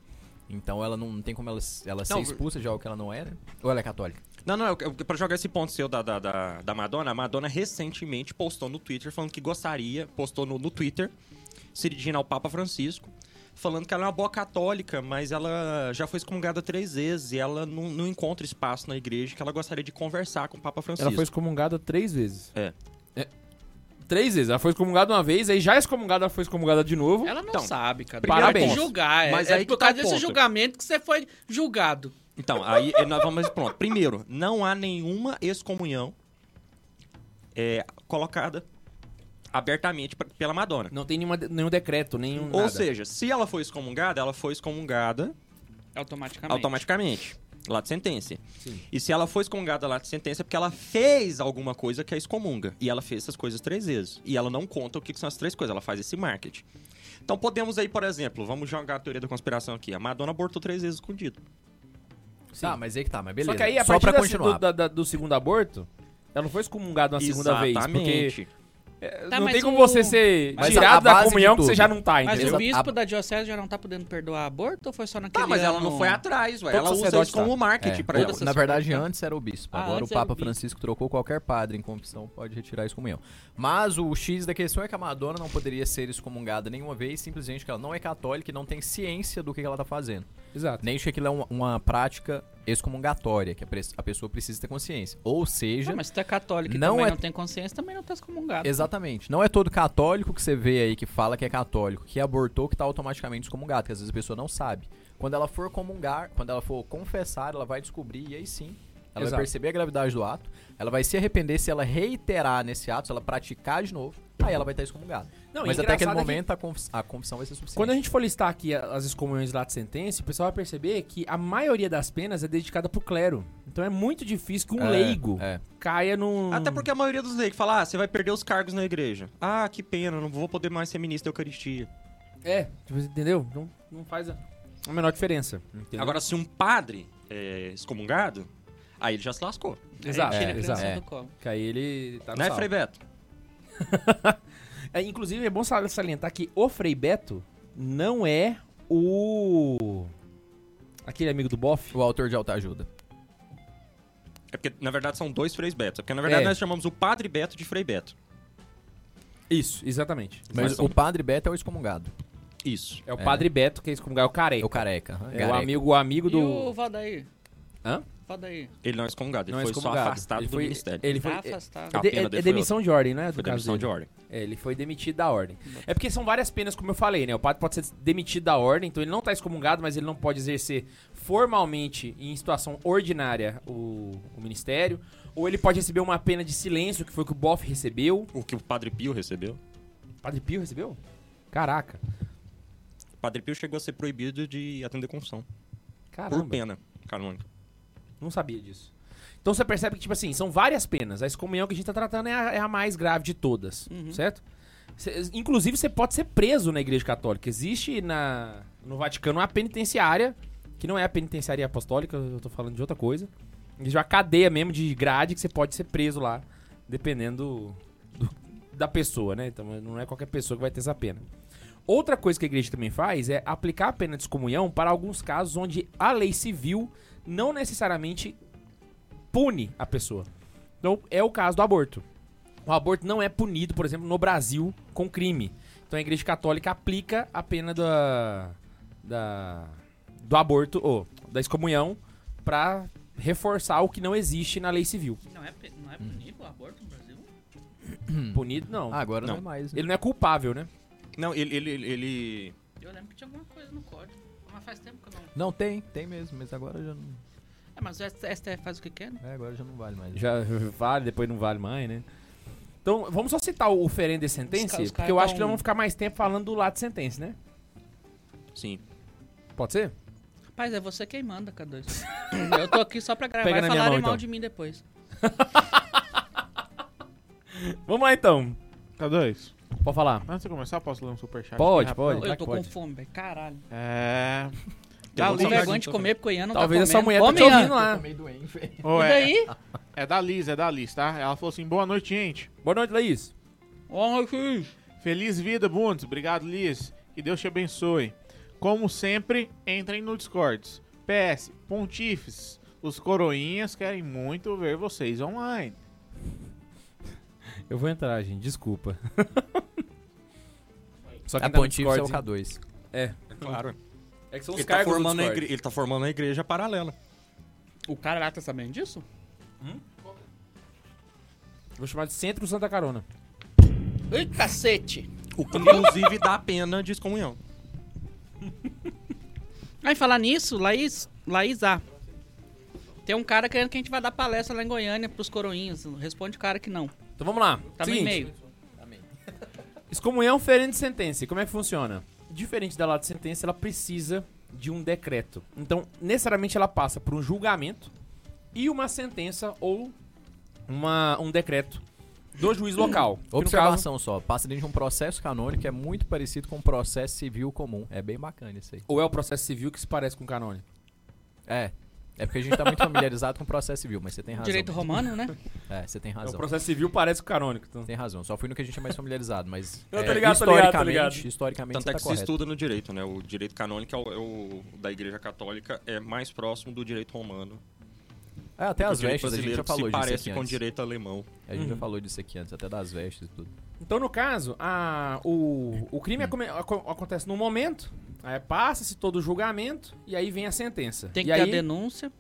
Speaker 5: Então ela não, tem como ela, s- ela ser
Speaker 2: Não,
Speaker 5: expulsa de algo que ela não é, né? Ou ela é católica?
Speaker 2: Não, não, eu- eu- pra jogar esse ponto seu da, da, da, da Madonna, a Madonna recentemente postou no Twitter falando que gostaria, postou no, no Twitter, se dirigindo ao Papa Francisco, falando que ela é uma boa católica, mas ela já foi excomungada três vezes e ela não, não encontra espaço na igreja, que ela gostaria de conversar com o Papa Francisco.
Speaker 1: Ela foi excomungada três vezes.
Speaker 2: É.
Speaker 1: É. Três vezes. Ela foi excomungada uma vez, aí já é excomungada, ela foi excomungada de novo.
Speaker 3: Ela não
Speaker 2: Então,
Speaker 3: sabe, cara.
Speaker 1: parabéns.
Speaker 3: Tem que julgar.
Speaker 2: Mas
Speaker 3: é
Speaker 2: aí que
Speaker 3: por
Speaker 2: tá
Speaker 3: causa
Speaker 2: o
Speaker 3: desse
Speaker 2: ponto.
Speaker 3: julgamento que você foi julgado.
Speaker 2: Então, aí eh, nós vamos... Pronto, primeiro, não há nenhuma excomunhão eh, colocada abertamente pra- pela Madonna.
Speaker 1: Não tem nenhuma, nenhum decreto, nenhum
Speaker 2: Ou
Speaker 1: nada.
Speaker 2: seja, se ela foi excomungada, ela foi excomungada
Speaker 3: Automaticamente.
Speaker 2: automaticamente. Lá de sentença.
Speaker 1: Sim.
Speaker 2: E se ela foi excomungada lá de sentença é porque ela fez alguma coisa que a excomunga. E ela fez essas coisas três vezes. E ela não conta o que que são as três coisas, ela faz esse marketing. Então podemos aí, por exemplo, vamos jogar a teoria da conspiração aqui. A Madonna abortou três vezes escondido.
Speaker 1: Sim.
Speaker 5: Tá, mas aí que tá, mas beleza.
Speaker 1: Só que aí, a
Speaker 5: Só
Speaker 1: partir
Speaker 5: pra
Speaker 1: da-
Speaker 5: continuar.
Speaker 1: Do, da- da- do segundo aborto, ela não foi excomungada uma segunda vez. Porque
Speaker 2: Exatamente.
Speaker 1: é,
Speaker 3: Tá,
Speaker 1: não
Speaker 3: mas
Speaker 1: tem como
Speaker 3: o-
Speaker 1: você ser
Speaker 5: Mas a- a
Speaker 1: tirado da
Speaker 5: base de
Speaker 1: comunhão que você
Speaker 5: tudo.
Speaker 1: já não tá,
Speaker 3: Mas
Speaker 1: entendeu?
Speaker 5: Exato.
Speaker 3: o bispo
Speaker 5: A-
Speaker 3: da diocese já não tá podendo perdoar aborto ou foi só naquele
Speaker 2: Tá, mas ela
Speaker 3: ano? Ah,
Speaker 2: não foi atrás, ué.
Speaker 1: um Todo
Speaker 2: Ela usa
Speaker 1: sacerdote tá.
Speaker 2: isso como marketing
Speaker 5: É,
Speaker 2: pra
Speaker 5: o-
Speaker 2: ela.
Speaker 5: Na verdade, antes era o bispo.
Speaker 3: Ah,
Speaker 5: Agora o
Speaker 3: antes era o
Speaker 5: Papa
Speaker 3: bispo.
Speaker 5: Francisco trocou qualquer padre em confissão, pode retirar a excomunhão. Mas o X da questão é que a Madonna não poderia ser excomungada nenhuma vez, simplesmente porque ela não é católica e não tem ciência do que que ela tá fazendo.
Speaker 1: Exato.
Speaker 5: Nem que aquilo é uma, uma prática excomungatória, que a, pres- a pessoa precisa ter consciência. Ou seja,
Speaker 3: Não, mas se tu é católico e
Speaker 5: Não
Speaker 3: também
Speaker 5: é-
Speaker 3: não tem consciência, também não tá excomungado.
Speaker 5: Exatamente. Não é todo católico que você vê aí que fala que é católico, que abortou, que tá automaticamente excomungado, que às vezes a pessoa não sabe. Quando ela for comungar, quando ela for confessar, ela vai descobrir e aí sim. Ela
Speaker 1: Exato.
Speaker 5: vai perceber a gravidade do ato, ela vai se arrepender se ela reiterar nesse ato, se ela praticar de novo, aí ela vai estar excomungada.
Speaker 1: Não, e
Speaker 5: Mas até aquele
Speaker 1: engraçado é que-
Speaker 5: momento a, conf- a confissão vai ser suficiente.
Speaker 1: Quando a gente for listar aqui a- as excomunhões lá de sentença, o pessoal vai perceber que a maioria das penas é dedicada pro clero. Então é muito difícil que um
Speaker 5: É,
Speaker 1: leigo
Speaker 5: é.
Speaker 1: caia num.
Speaker 2: Até porque a maioria dos leigos fala, ah, você vai perder os cargos na igreja. Ah, que pena, não vou poder mais ser ministro da Eucaristia.
Speaker 1: É, tipo, entendeu? Não, não faz a, a menor diferença. entendeu?
Speaker 2: Agora, se um padre é excomungado, aí ele já se lascou.
Speaker 1: exato, É,
Speaker 3: Tira a
Speaker 1: exato.
Speaker 3: criança
Speaker 5: é.
Speaker 1: Né,
Speaker 2: Tá
Speaker 3: do colo.
Speaker 1: Que aí ele tá no
Speaker 2: né,
Speaker 1: sal.
Speaker 2: Frei Beto?
Speaker 1: É, inclusive, é bom sal- salientar que o Frei Beto não é o. Aquele amigo do Boff.
Speaker 5: O autor de Alta Ajuda.
Speaker 2: É porque, na verdade, são dois Freis Beto. É porque, na verdade,
Speaker 1: É.
Speaker 2: nós chamamos o Padre Beto de Frei Beto.
Speaker 1: Isso, exatamente.
Speaker 5: Mas,
Speaker 2: Mas-
Speaker 5: o padre Beto é o excomungado.
Speaker 2: Isso.
Speaker 1: É o
Speaker 5: É.
Speaker 1: Padre Beto, que é como é o
Speaker 5: É
Speaker 1: careca.
Speaker 5: o careca. aham,
Speaker 1: É o
Speaker 5: careca.
Speaker 1: amigo, o amigo
Speaker 3: E o
Speaker 1: do.
Speaker 3: Valdair?
Speaker 1: Hã?
Speaker 3: Valdair.
Speaker 2: Ele não é excomungado, ele
Speaker 1: Não é
Speaker 2: foi só
Speaker 1: excomungado.
Speaker 2: afastado
Speaker 1: Ele
Speaker 2: do
Speaker 1: foi-
Speaker 2: ministério.
Speaker 1: Ele foi.
Speaker 3: Tá
Speaker 1: é-
Speaker 3: afastado.
Speaker 2: Ah,
Speaker 1: de-
Speaker 2: a pena
Speaker 1: é-
Speaker 2: dele
Speaker 1: é
Speaker 2: foi
Speaker 1: demissão de ordem, né? Do
Speaker 2: Foi
Speaker 1: caso
Speaker 2: demissão
Speaker 1: dele.
Speaker 2: de ordem.
Speaker 1: É, ele foi demitido da ordem. É porque são várias penas, como eu falei, né? O padre pode ser demitido da ordem, então ele não tá excomungado, mas ele não pode exercer formalmente e em situação ordinária o, o ministério. Ou ele pode receber uma pena de silêncio, que foi o que o Boff recebeu.
Speaker 2: O que o Padre Pio recebeu.
Speaker 1: O padre Pio recebeu? Caraca.
Speaker 2: O Padre Pio chegou a ser proibido de atender confissão.
Speaker 1: Caramba.
Speaker 2: Por pena canônica.
Speaker 1: Não sabia disso. Então você percebe que, tipo assim, são várias penas. A excomunhão que a gente tá tratando é a, é a mais grave de todas,
Speaker 3: Uhum.
Speaker 1: certo? Cê- inclusive, você pode ser preso na Igreja Católica. Existe na, no Vaticano uma penitenciária, que não é a penitenciaria apostólica, eu tô falando de outra coisa. Existe uma cadeia mesmo de grade que você pode ser preso lá, dependendo do- do- da pessoa, né? Então não é qualquer pessoa que vai ter essa pena. Outra coisa que a igreja também faz é aplicar a pena de excomunhão para alguns casos onde a lei civil não necessariamente pune a pessoa. Então, é o caso do aborto. O aborto não é punido, por exemplo, no Brasil com crime. Então a igreja católica aplica a pena da, da- do aborto ou da excomunhão para reforçar o que não existe na lei civil.
Speaker 3: Não é, pe- não é punido o aborto no Brasil?
Speaker 1: Punido não.
Speaker 5: Ah, agora não,
Speaker 2: Não.
Speaker 5: é mais. né?
Speaker 1: Ele não é culpável, né?
Speaker 2: Não, ele, ele, ele- ele-
Speaker 3: Eu lembro que tinha alguma coisa no código. Mas faz tempo que eu não.
Speaker 5: Não, tem, tem mesmo, mas agora já não.
Speaker 3: É, mas o STF faz o que quer, né?
Speaker 5: É, agora já não vale mais.
Speaker 1: Já vale, depois não vale mais, né? Então, vamos só citar o Ferende
Speaker 3: Os
Speaker 1: Sentência,
Speaker 3: ca- os
Speaker 1: porque eu
Speaker 3: cara
Speaker 1: acho que
Speaker 3: tão-
Speaker 1: nós vamos ficar mais tempo falando do lado de sentença, né?
Speaker 2: Sim.
Speaker 1: Pode ser?
Speaker 3: Rapaz, é você quem manda, K2. eu tô aqui só pra gravar
Speaker 1: Pega
Speaker 3: e
Speaker 1: na minha
Speaker 3: falarem
Speaker 1: mão,
Speaker 3: mal
Speaker 1: então.
Speaker 3: de mim depois.
Speaker 1: Vamos lá então.
Speaker 4: K2.
Speaker 1: Pode falar.
Speaker 4: Tá Antes de começar, posso ler um superchat?
Speaker 1: Pode,
Speaker 4: aqui,
Speaker 1: pode. Claro
Speaker 4: rapidão?
Speaker 3: eu
Speaker 1: é que
Speaker 3: tô com
Speaker 1: pode.
Speaker 3: fome, velho. Caralho. Tá
Speaker 4: É... né?
Speaker 2: Tem
Speaker 4: Da
Speaker 2: um
Speaker 3: Com
Speaker 2: monte Sim,
Speaker 4: Liz.
Speaker 2: de
Speaker 3: vergonha
Speaker 2: gente,
Speaker 3: de
Speaker 2: tô
Speaker 3: comer, porque o Ian não
Speaker 1: Talvez
Speaker 3: tá
Speaker 1: a sua mulher
Speaker 3: comendo.
Speaker 1: tá
Speaker 3: Come,
Speaker 1: te ouvindo
Speaker 3: Ian.
Speaker 1: lá.
Speaker 4: Ô,
Speaker 3: E
Speaker 4: é-
Speaker 3: daí?
Speaker 4: É da Liz, é da Liz, tá? Ela falou assim, boa noite, gente.
Speaker 1: Boa noite, Laís.
Speaker 3: Ó, Jesus.
Speaker 4: Feliz vida, Bundes. Obrigado, Liz. Que Deus te abençoe. Como sempre, entrem no Discord. PS, Pontífices, os coroinhas querem muito ver vocês online.
Speaker 1: Eu vou entrar, gente, desculpa. Só
Speaker 5: A
Speaker 1: quem tá no
Speaker 5: Pontífice é o
Speaker 1: Discord-
Speaker 5: K2.
Speaker 2: Claro.
Speaker 1: É que são os
Speaker 2: Ele tá,
Speaker 1: cargos do
Speaker 2: formando a
Speaker 1: Discord.
Speaker 2: igre- ele tá formando a igreja paralela.
Speaker 3: O cara lá tá sabendo disso?
Speaker 1: Vou chamar de Centro Santa Carona.
Speaker 3: Ei, cacete!
Speaker 2: O que, inclusive, dá pena de excomunhão.
Speaker 3: Aí, falar nisso, Laís, Laís A. Tem um cara querendo que a gente vá dar palestra lá em Goiânia pros coroinhos. Responde o cara que não.
Speaker 1: Então vamos lá.
Speaker 3: Tá no
Speaker 1: Seguinte,
Speaker 3: e-mail.
Speaker 1: Excomunhão ferente de sentença. Como é que funciona? Diferente da lata de sentença, ela precisa de um decreto. Então, necessariamente ela passa por um julgamento e uma sentença ou uma, um decreto do juiz local. Que, no caso,
Speaker 5: Observação só, passa dentro de um processo canônico que é muito parecido com um processo civil comum. É bem bacana isso aí.
Speaker 1: ou é o processo civil que se parece com o canônico?
Speaker 5: É. É porque a gente tá muito familiarizado com o processo civil, mas você tem razão.
Speaker 3: Direito
Speaker 5: mesmo.
Speaker 3: romano, né?
Speaker 5: É, você tem
Speaker 1: É, o
Speaker 5: razão.
Speaker 1: processo civil parece com o canônico. Então.
Speaker 5: Tem razão. Só fui no que a gente é mais familiarizado, mas.
Speaker 1: Eu
Speaker 5: é,
Speaker 1: tô ligado, tô ligado,
Speaker 5: historicamente,
Speaker 1: tô ligado.
Speaker 5: historicamente
Speaker 2: Tanto
Speaker 5: você
Speaker 2: é
Speaker 5: tá
Speaker 2: que se
Speaker 5: correto.
Speaker 2: estuda no direito, né? O direito canônico é o, é o da igreja católica é mais próximo do direito romano.
Speaker 5: É, até
Speaker 2: do
Speaker 5: as
Speaker 2: direito
Speaker 5: vestes, a gente
Speaker 2: brasileiro,
Speaker 5: já
Speaker 2: que se
Speaker 5: falou disso
Speaker 2: parece
Speaker 5: aqui
Speaker 2: com o
Speaker 5: antes.
Speaker 2: direito alemão.
Speaker 5: A gente já
Speaker 1: Uhum.
Speaker 5: falou disso aqui antes, até das vestes e tudo.
Speaker 1: Então, no caso, a- o, o crime acome- aco- acontece num momento, aí passa-se todo o julgamento e aí vem a sentença.
Speaker 3: Tem que
Speaker 1: e
Speaker 3: ter
Speaker 1: aí
Speaker 3: a denúncia.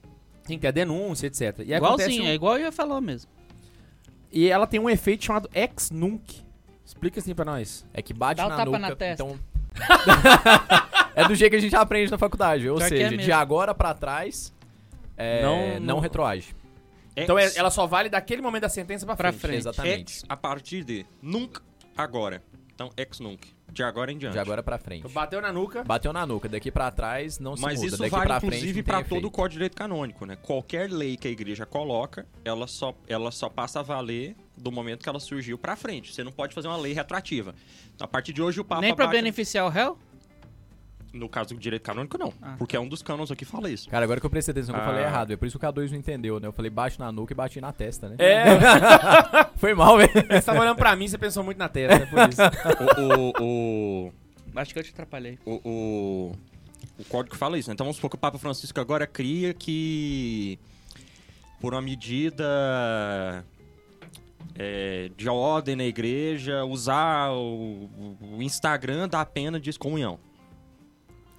Speaker 1: tem que ter a denúncia, etc. E, acontece
Speaker 3: Igualzinho,
Speaker 1: um-
Speaker 3: é igual eu ia falar mesmo.
Speaker 1: e ela tem um efeito chamado ex nunc. Explica assim pra nós.
Speaker 5: É que bate
Speaker 3: Dá o
Speaker 5: na
Speaker 3: tapa
Speaker 5: nuca,
Speaker 3: na testa.
Speaker 5: então... é do jeito que a gente aprende na faculdade. Ou
Speaker 3: Pior que é
Speaker 5: seja, de
Speaker 3: mesmo.
Speaker 5: agora pra trás, é,
Speaker 1: Não-
Speaker 5: não, retroage.
Speaker 1: Então é-
Speaker 2: Ex-
Speaker 1: ela só vale daquele momento da sentença pra,
Speaker 3: Pra
Speaker 1: frente.
Speaker 3: frente.
Speaker 5: Exatamente.
Speaker 2: ex a partir de nunca agora. Então ex nunc, de agora em diante.
Speaker 5: De agora pra frente.
Speaker 1: Então, bateu na nuca.
Speaker 5: Bateu na nuca, daqui pra trás não se
Speaker 2: Mas
Speaker 5: muda.
Speaker 2: isso
Speaker 5: daqui
Speaker 2: vale
Speaker 5: pra frente,
Speaker 2: inclusive
Speaker 5: não tem
Speaker 2: para
Speaker 5: efeito.
Speaker 2: todo o Código de Direito Canônico, né? Qualquer lei que a igreja coloca, ela só, ela só passa a valer do momento que ela surgiu pra frente. Você não pode fazer uma lei retrativa. A partir Então, de hoje o Papa
Speaker 3: Nem pra
Speaker 2: bate-
Speaker 3: beneficiar o réu?
Speaker 2: No caso do direito canônico, não.
Speaker 3: Ah,
Speaker 2: porque é um dos cânones aqui que fala isso.
Speaker 5: Cara, agora que eu prestei atenção que eu falei
Speaker 2: Ah.
Speaker 5: errado. É por isso que o K2 não entendeu, né? Eu falei baixo na nuca e bati na testa, né?
Speaker 1: É,
Speaker 5: Foi mal, velho.
Speaker 1: você tava olhando pra mim, você pensou muito na testa, é por isso.
Speaker 2: O- o- o,
Speaker 3: Acho que eu te atrapalhei.
Speaker 2: o, o, o código fala isso, né? Então vamos supor que o Papa Francisco agora cria que por uma medida é, de ordem na igreja, usar o, o Instagram da pena de excomunhão.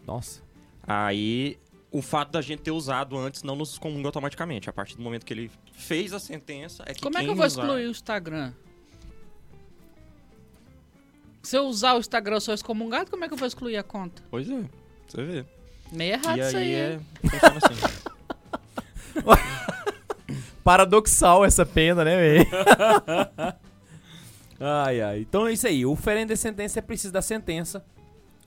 Speaker 1: Nossa.
Speaker 2: Aí o fato da gente ter usado antes não nos excomunga automaticamente. A partir do momento que ele fez a sentença é que
Speaker 3: Como é que
Speaker 2: quem
Speaker 3: eu vou
Speaker 2: usar-
Speaker 3: excluir o Instagram? Se eu usar o Instagram, eu sou excomungado, como é que eu vou excluir a conta?
Speaker 2: Pois é, você vê.
Speaker 3: Meio errado
Speaker 2: e
Speaker 3: Ah, isso aí.
Speaker 2: aí
Speaker 3: hein?
Speaker 2: é, funciona assim.
Speaker 5: Paradoxal essa pena, né, velho?
Speaker 1: Ai, ai. Então é isso aí. O ferendo de sentença é preciso da sentença.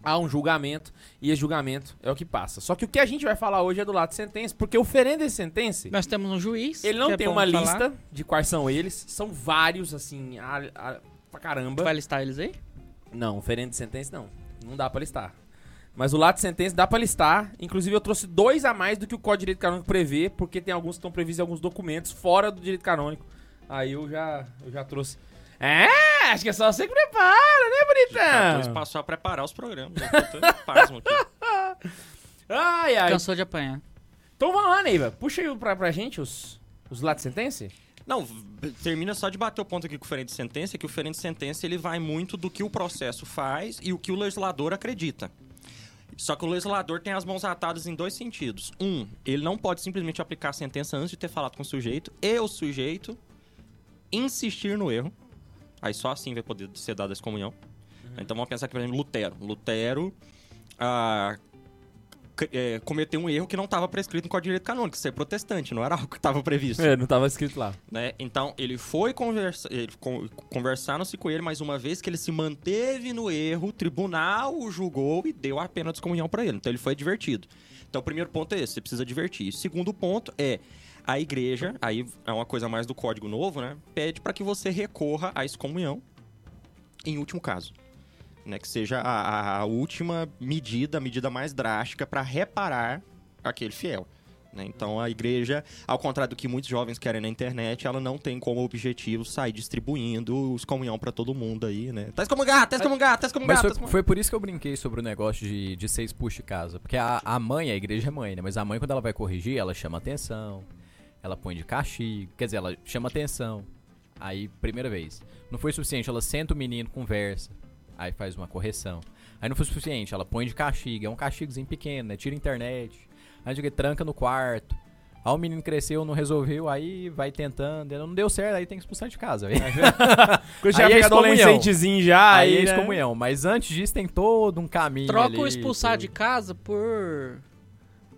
Speaker 1: Há um julgamento. E esse julgamento é o que passa. Só que o que a gente vai falar hoje é do lado de sentença. Porque o ferendo de sentença.
Speaker 3: Nós temos um juiz.
Speaker 1: Ele
Speaker 3: que
Speaker 1: não
Speaker 3: é
Speaker 1: tem
Speaker 3: bom
Speaker 1: uma
Speaker 3: falar.
Speaker 1: lista de quais são eles. São vários, assim, a, a- pra
Speaker 3: Tu
Speaker 1: caramba.
Speaker 3: vai listar eles aí?
Speaker 1: Não, ferendo de sentença não. Não dá pra listar. Mas o lado de sentença dá pra listar. Inclusive, eu trouxe dois a mais do que o Código de Direito Canônico prevê, porque tem alguns que estão previstos em alguns documentos fora do direito canônico. Aí eu já, eu já trouxe. É, acho que é só você que prepara, né,
Speaker 2: Então,
Speaker 1: bonitão?
Speaker 2: passou a preparar os programas. né? Eu tô pasmo aqui.
Speaker 1: Ai, ai.
Speaker 3: Cansou de apanhar.
Speaker 1: Então vamos lá, Neiva. Puxa aí pra, pra gente os, os lados de sentença.
Speaker 2: Não, v- termina só de bater o ponto aqui com o ferente de sentença, que o ferente de sentença ele vai muito do que o processo faz e o que o legislador acredita. Só que o legislador tem as mãos atadas em dois sentidos. Um, ele não pode simplesmente aplicar a sentença antes de ter falado com o sujeito, e o sujeito insistir no erro. Aí só assim vai poder ser dada a excomunhão. Então vamos pensar aqui, por exemplo, Lutero. Lutero ah, c- é, cometeu um erro que não estava prescrito no Código de Direito Canônico, ser protestante, não era algo que estava previsto
Speaker 1: É, não tava escrito lá.
Speaker 2: né? Então, ele foi conversa... ele con- conversaram-se com ele, mas uma vez que ele se manteve no erro, o tribunal o julgou e deu a pena de excomunhão para ele. Então, ele foi advertido. Então, o primeiro ponto é esse, você precisa advertir. O segundo ponto é a igreja, aí é uma coisa mais do Código Novo, né? Pede para que você recorra à excomunhão em último caso. Né, que seja a, a- a última medida, a medida mais drástica para reparar aquele fiel. né? Então a igreja, ao contrário do que muitos jovens querem na internet, ela não tem como objetivo sair distribuindo os comunhão para todo mundo aí, né? Tá excomungado, tá excomungado, tá
Speaker 5: Mas
Speaker 2: excomungado, tá
Speaker 5: foi,
Speaker 2: excomungado.
Speaker 5: foi por isso que eu brinquei sobre o negócio de, de ser expulso de casa. Porque a, a mãe, a igreja é mãe, né? Mas a mãe, quando ela vai corrigir, ela chama atenção. Ela põe de castigo. Quer dizer, ela chama atenção. Aí, primeira vez. Não foi suficiente, ela senta o menino, conversa. Aí faz uma correção. Aí não foi suficiente, ela põe de castigo. É um castigozinho pequeno, né? Tira a internet. Aí diga, tranca no quarto. Aí o menino cresceu, não resolveu, aí vai tentando. Não deu certo, aí tem que expulsar de casa, velho.
Speaker 1: Quando
Speaker 5: Aí
Speaker 1: já
Speaker 5: é
Speaker 1: fica
Speaker 5: excomunhão.
Speaker 1: adolescentezinho já.
Speaker 5: Aí é
Speaker 1: né?
Speaker 5: excomunhão. Mas antes disso tem todo um caminho.
Speaker 3: Troca
Speaker 5: ali,
Speaker 3: o expulsar de
Speaker 5: tudo.
Speaker 3: casa por.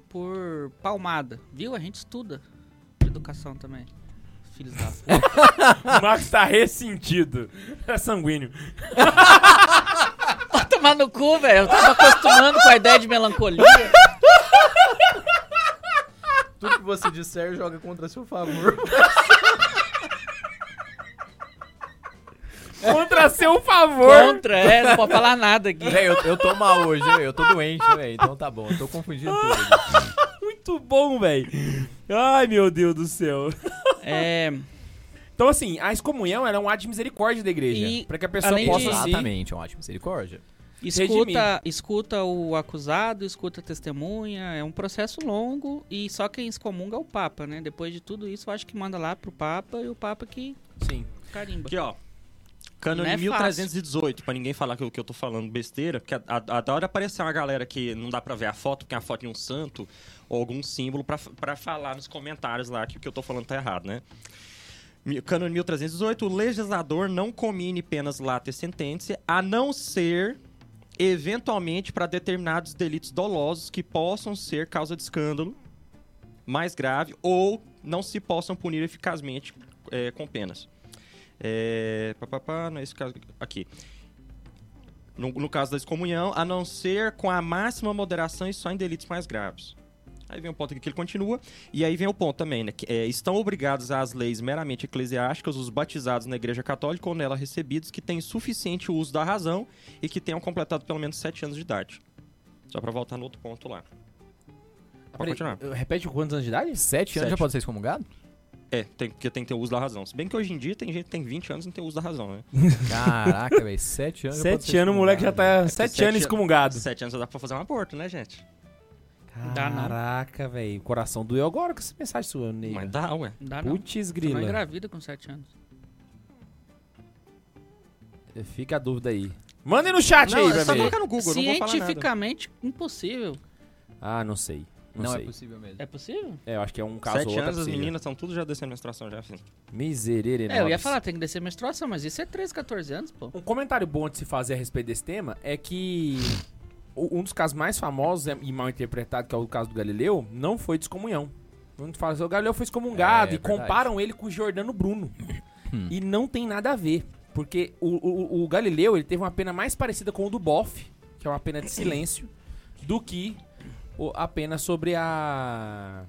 Speaker 3: por palmada. Viu? A gente estuda educação também. Filhos da puta.
Speaker 1: O Marcos tá ressentido. É sanguíneo.
Speaker 3: Vai tomar no cu, velho. Eu tava acostumando com a ideia de melancolia.
Speaker 5: Tudo que você disser joga contra seu favor.
Speaker 1: Contra seu favor.
Speaker 3: Contra, é, não pode falar nada aqui.
Speaker 5: Véi, eu, eu tô mal hoje, véi, eu tô doente, velho. Então tá bom, eu tô confundindo tudo.
Speaker 1: Muito bom, velho. Ai, meu Deus do céu.
Speaker 3: É.
Speaker 1: Então, assim, a excomunhão ela é um ato de misericórdia da igreja.
Speaker 3: E,
Speaker 1: pra que a pessoa
Speaker 3: além
Speaker 1: possa
Speaker 3: de-
Speaker 1: se...
Speaker 5: Exatamente, é um ótimo misericórdia.
Speaker 3: Escuta, escuta o acusado, escuta a testemunha, é um processo longo e só quem excomunga é o Papa, né? Depois de tudo isso, eu acho que manda lá pro Papa e o Papa que
Speaker 1: Sim.
Speaker 3: carimba.
Speaker 2: Aqui, ó. Cânone
Speaker 3: Não é
Speaker 2: 1318, pra ninguém falar que eu, que eu tô falando besteira, porque a- a- adora aparecer uma galera que não dá pra ver a foto, porque é a foto de um santo, ou algum símbolo, pra, pra falar nos comentários lá que o que eu tô falando tá errado, né? Mi- Cânone 1318, o legislador não comine penas lata e sentença, a não ser, eventualmente, para determinados delitos dolosos que possam ser causa de escândalo mais grave ou não se possam punir eficazmente é, com penas. É, pá, pá, pá, não é esse caso aqui. No, no caso da excomunhão, a não ser com a máxima moderação e só em delitos mais graves. Aí vem o ponto aqui que ele continua. E aí vem o ponto também, né? Que, é, estão obrigados às leis meramente eclesiásticas os batizados na Igreja Católica ou nela recebidos que têm suficiente uso da razão e que tenham completado pelo menos sete anos de idade. Só pra voltar no outro ponto lá. Pode
Speaker 1: Peraí,
Speaker 2: continuar.
Speaker 1: Repete quantos anos de idade?
Speaker 5: Sete anos
Speaker 2: Sete.
Speaker 5: já pode ser excomungado?
Speaker 2: É, tem, porque tem que ter o uso da razão. Se bem que hoje em dia tem gente que tem 20 anos e não tem uso da razão, né?
Speaker 5: Caraca, velho. Sete anos já pode
Speaker 1: Sete
Speaker 5: ser
Speaker 1: anos, o moleque já
Speaker 5: excomungado.
Speaker 1: tá. Sete
Speaker 2: sete
Speaker 1: anos
Speaker 2: anos-
Speaker 1: excomungado.
Speaker 2: 7 anos já dá pra fazer um aborto, né, gente?
Speaker 3: Dá não.
Speaker 1: Caraca, velho. O coração doeu agora com essa mensagem sua, Ney.
Speaker 2: Mas dá, ué.
Speaker 3: Não dá não.
Speaker 1: Putz,
Speaker 3: Você não
Speaker 1: grila.
Speaker 3: engravida com 7 anos.
Speaker 1: Fica a dúvida aí. Mandem no chat
Speaker 2: Não,
Speaker 1: aí
Speaker 2: é
Speaker 1: pra
Speaker 2: só
Speaker 1: mim.
Speaker 2: colocar no Google, eu não vou falar nada.
Speaker 3: Cientificamente impossível.
Speaker 1: Ah, não sei. Não,
Speaker 5: Não, é
Speaker 1: sei.
Speaker 5: possível mesmo.
Speaker 3: É possível?
Speaker 1: É, eu acho que é um caso ou
Speaker 2: Sete
Speaker 1: outro.
Speaker 2: anos,
Speaker 1: é
Speaker 2: as
Speaker 1: possível.
Speaker 2: meninas estão tudo já descendo menstruação, já, filho.
Speaker 1: Miserere,
Speaker 3: É, eu ia
Speaker 1: nobis.
Speaker 3: falar, tem que descer a menstruação, mas isso é 13, 14 anos, pô.
Speaker 1: Um comentário bom de se fazer a respeito desse tema é que o- um dos casos mais famosos é- e mal interpretado, que é o caso do Galileu, não foi descomunhão. Muito fala assim, o Galileu foi excomungado
Speaker 5: É,
Speaker 1: e
Speaker 5: verdade. Hum.
Speaker 1: comparam ele com o Jordano Bruno. e não tem nada a ver, porque o, o- o Galileu ele teve uma pena mais parecida com o do Boff, que é uma pena de silêncio, do que o- a pena sobre a,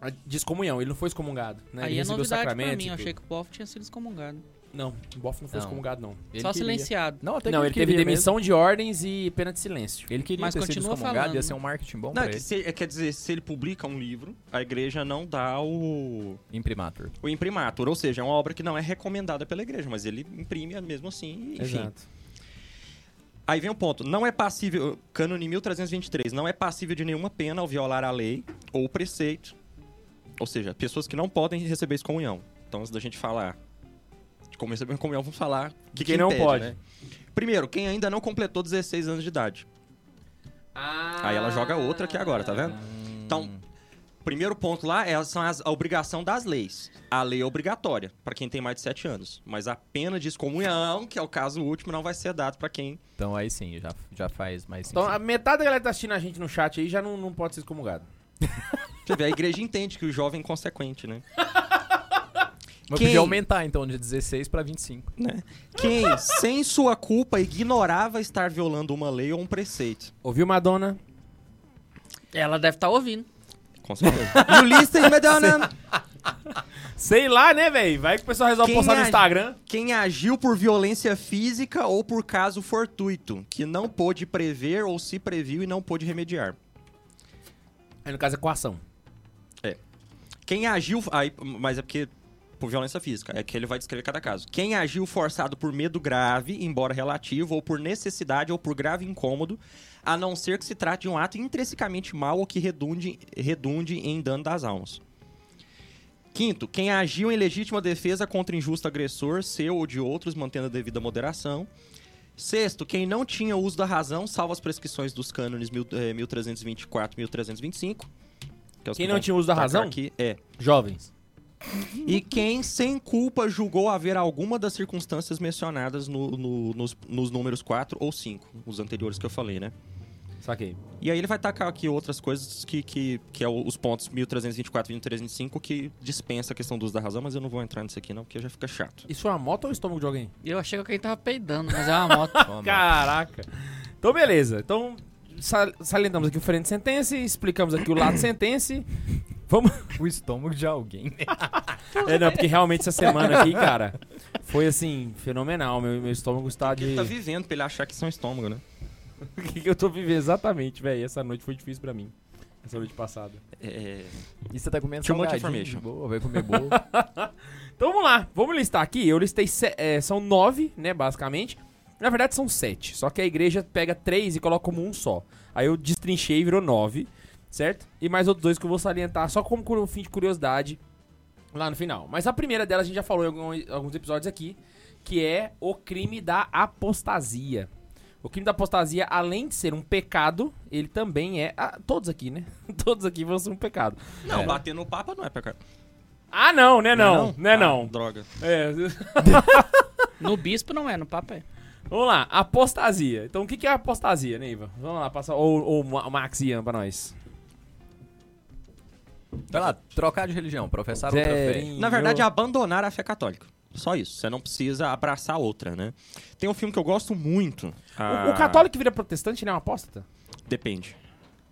Speaker 1: a descomunhão. Ele não foi excomungado, né?
Speaker 3: Aí
Speaker 1: ele
Speaker 3: é
Speaker 1: recebeu
Speaker 3: novidade pra
Speaker 1: sacramentos
Speaker 3: mim,
Speaker 1: e
Speaker 3: eu
Speaker 1: tudo.
Speaker 3: achei que o povo tinha sido excomungado.
Speaker 1: Não, o Boff não foi
Speaker 5: Não.
Speaker 1: excomungado, não.
Speaker 5: Ele
Speaker 3: Só
Speaker 5: queria.
Speaker 3: silenciado.
Speaker 5: Não, até que
Speaker 1: não, ele teve
Speaker 5: queria
Speaker 1: demissão de ordens e pena de silêncio.
Speaker 5: Mesmo. Ele queria
Speaker 3: Mas
Speaker 5: ter sido
Speaker 3: continua
Speaker 5: excomungado,
Speaker 3: falando,
Speaker 5: ia ser
Speaker 3: né?
Speaker 5: um marketing bom
Speaker 2: Não, é
Speaker 5: pra
Speaker 2: que
Speaker 5: ele.
Speaker 2: se- é, quer dizer, se ele publica um livro, a igreja não dá o,
Speaker 5: Imprimatur.
Speaker 2: o imprimatur, ou seja, é uma obra que não é recomendada pela igreja, mas ele imprime mesmo assim, enfim. Aí vem um ponto, não é passível, cânone 1323, não é passível de nenhuma pena ao violar a lei ou o preceito, ou seja, pessoas que não podem receber excomunhão. Então, antes da gente falar de como receber excomunhão, vamos falar o que,
Speaker 1: Quem
Speaker 2: que
Speaker 1: não
Speaker 2: impede,
Speaker 1: pode.
Speaker 2: né? Primeiro, quem ainda não completou 16 anos de idade.
Speaker 1: Ah.
Speaker 2: Aí ela joga outra aqui agora, tá vendo? Então, primeiro ponto lá é, são as- a obrigação das leis. A lei é obrigatória para quem tem mais de 7 anos. Mas a pena de excomunhão, que é o caso último, não vai ser dado para quem.
Speaker 5: Então aí sim, já, já faz mais
Speaker 1: Então, a
Speaker 5: sentido.
Speaker 1: metade da galera que tá assistindo a gente no chat aí já não, não pode ser excomungado.
Speaker 2: Você vê, a igreja entende que o jovem é inconsequente, né?
Speaker 5: Mas
Speaker 2: quem-
Speaker 5: podia aumentar então de 16 pra 25.
Speaker 2: Né? Quem, sem sua culpa, ignorava estar violando uma lei ou um preceito.
Speaker 1: Ouviu, Madonna?
Speaker 3: Ela deve estar ouvindo.
Speaker 2: Com certeza. Ulysses Medana.
Speaker 1: Sei lá, né, velho? Vai que o pessoal resolve
Speaker 2: Quem
Speaker 1: postar no
Speaker 2: age?
Speaker 1: Instagram.
Speaker 2: Quem agiu por violência física ou por caso fortuito, que não pôde prever ou se previu e não pôde remediar.
Speaker 1: Aí, no caso, é coação.
Speaker 2: Quem agiu. Aí, mas é porque. Por violência física. É que ele vai descrever cada caso. Quem agiu forçado por medo grave, embora relativo, ou por necessidade ou por grave incômodo, a não ser que se trate de um ato intrinsecamente mau ou que redunde, redunde em dano das almas. Quinto, quem agiu em legítima defesa contra injusto agressor, seu ou de outros, mantendo a devida moderação. Sexto, quem não tinha uso da razão, salvo as prescrições dos cânones mil- eh, 1324 e 1325. que é os
Speaker 1: Quem
Speaker 2: que
Speaker 1: não
Speaker 2: vão
Speaker 1: tinha uso da
Speaker 2: tacar
Speaker 1: razão?
Speaker 2: Aqui, é.
Speaker 1: Jovens.
Speaker 2: E quem, sem culpa, julgou haver alguma das circunstâncias mencionadas no- no- nos, nos números 4 ou 5, os anteriores que eu falei, né?
Speaker 1: Saquei.
Speaker 2: E aí ele vai tacar aqui outras coisas que, que, que é o- os pontos 1324 e 1325 que dispensa a questão do uso da razão, mas eu não vou entrar nisso aqui não, porque já fica chato.
Speaker 1: Isso é uma moto ou o estômago de alguém?
Speaker 3: Eu achei que alguém tava peidando, mas é uma moto.
Speaker 5: Toma.
Speaker 1: Caraca. Então, beleza. Então, sal- salientamos aqui o frente de sentença, explicamos aqui o lado de sentença. Vamos...
Speaker 5: O estômago de alguém.
Speaker 1: É, não, porque realmente essa semana aqui, cara, foi, assim, fenomenal. Meu, meu estômago está de...
Speaker 2: Ele tá vivendo pra ele achar que isso é um estômago, né?
Speaker 1: O que, que eu tô vivendo exatamente, velho? Essa noite foi difícil pra mim. Essa noite passada.
Speaker 2: É,
Speaker 5: E você tá comendo
Speaker 2: Too much
Speaker 5: salgadinho de
Speaker 2: information.
Speaker 5: boa, vai comer bolo.
Speaker 1: Então vamos lá, vamos listar aqui. Eu listei. se- eh, são nove, né, basicamente. Na verdade são sete. Só que a igreja pega três e coloca como um só. Aí eu destrinchei e virou nove, certo? E mais outros dois que eu vou salientar só como cu- fim de curiosidade lá no final. Mas a primeira dela a gente já falou em algum- alguns episódios aqui, que é o crime da apostasia. O crime da apostasia, além de ser um pecado, ele também é. ah, todos aqui, né? Todos aqui vão ser um pecado.
Speaker 2: Não, bater no papa não é pecado.
Speaker 1: Ah, não, né? Não, né?
Speaker 2: Ah,
Speaker 1: Não.
Speaker 2: droga.
Speaker 1: É,
Speaker 3: No bispo não é, no papa é.
Speaker 1: Vamos lá, apostasia. Então o que, que é apostasia, Neiva? Vamos lá, passa. Ou, ou Ma- Max e Ian pra nós.
Speaker 5: Vai lá, trocar de religião, professar outra fé.
Speaker 2: Na verdade, é abandonar a fé católica. Só isso. Você não precisa abraçar outra, né? Tem um filme que eu gosto muito.
Speaker 1: O,
Speaker 2: ah,
Speaker 1: o católico que vira protestante não é um apóstata?
Speaker 2: Depende.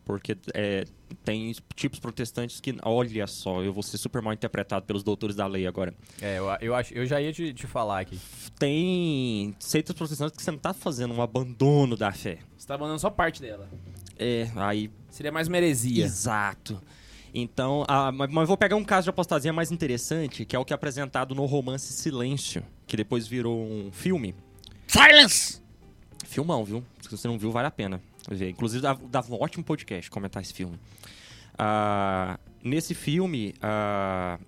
Speaker 2: Porque é, tem tipos protestantes que. Olha só, eu vou ser super mal interpretado pelos doutores da lei agora.
Speaker 5: É, eu, eu acho, eu já ia te, te falar aqui.
Speaker 2: Tem seitas protestantes que você não tá fazendo um abandono da fé.
Speaker 1: Você tá mandando só parte dela.
Speaker 2: É, aí
Speaker 1: Seria mais uma heresia.
Speaker 2: Exato. Então, ah, mas, mas vou pegar um caso de apostasia mais interessante, que é o que é apresentado no romance Silêncio, que depois virou um filme.
Speaker 3: Silence!
Speaker 2: Filmão, viu? Se você não viu, vale a pena ver. Inclusive, dava, dava um ótimo podcast comentar esse filme. Ah, nesse filme, ah,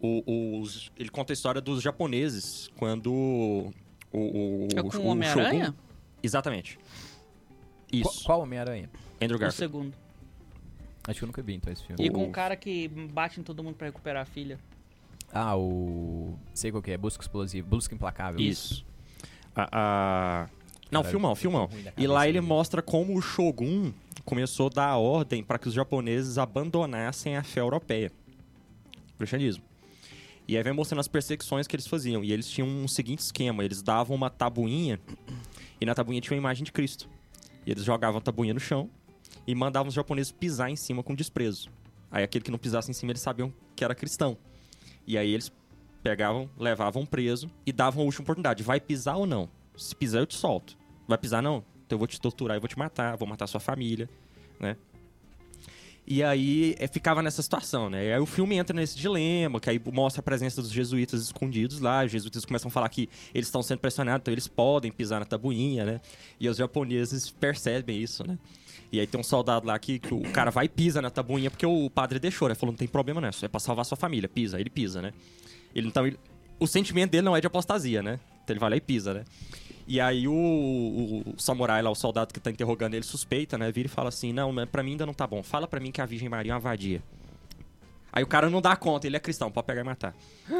Speaker 2: o- os- ele conta a história dos japoneses quando o, o, o,
Speaker 3: É com
Speaker 2: o
Speaker 3: o Homem-Aranha?
Speaker 2: Shogun- Exatamente.
Speaker 5: Qual,
Speaker 2: Isso.
Speaker 5: qual Homem-Aranha?
Speaker 2: Andrew
Speaker 3: O Um
Speaker 2: Garfield.
Speaker 3: segundo.
Speaker 5: Acho que eu nunca vi então esse filme.
Speaker 3: E com o cara que bate em todo mundo pra recuperar a filha.
Speaker 5: Ah, o. Sei qual que é, Busca Explosiva, Busca Implacável.
Speaker 2: Isso. A, a- Não,
Speaker 5: Caralho,
Speaker 2: filmão, filmão.
Speaker 5: ruim né, da
Speaker 2: E
Speaker 5: cabeça
Speaker 2: lá ele
Speaker 5: mesmo.
Speaker 2: mostra como o Shogun começou a dar ordem para que os japoneses abandonassem a fé europeia. O cristianismo. E aí vai mostrando as perseguições que eles faziam. E eles tinham um seguinte esquema. Eles davam uma tabuinha e na tabuinha tinha uma imagem de Cristo. E eles jogavam a tabuinha no chão e mandavam os japoneses pisar em cima com desprezo. Aí aquele que não pisasse em cima, eles sabiam que era cristão. E aí eles pegavam, levavam preso e davam a última oportunidade. Vai pisar ou não? Se pisar, eu te solto. Vai pisar, não? Então eu vou te torturar, eu vou te matar, vou matar sua família, né? E aí é, ficava nessa situação, né? E aí o filme entra nesse dilema, que aí mostra a presença dos jesuítas escondidos lá. Os jesuítas começam a falar que eles estão sendo pressionados, então eles podem pisar na tabuinha, né? E os japoneses percebem isso, né? E aí tem um soldado lá que, que o cara vai e pisa na tabuinha porque o padre deixou, né? Falou, não tem problema não, isso é pra salvar sua família, pisa. Aí ele pisa, né? Ele, então, ele- o sentimento dele não é de apostasia, né? Então ele vai lá e pisa, né? E aí o, o- o samurai lá, o soldado que tá interrogando ele, suspeita, né? Vira e fala assim, não, mas pra mim ainda não tá bom. Fala pra mim que a Virgem Maria é uma vadia. Aí o cara não dá conta, ele é cristão, pode pegar e matar.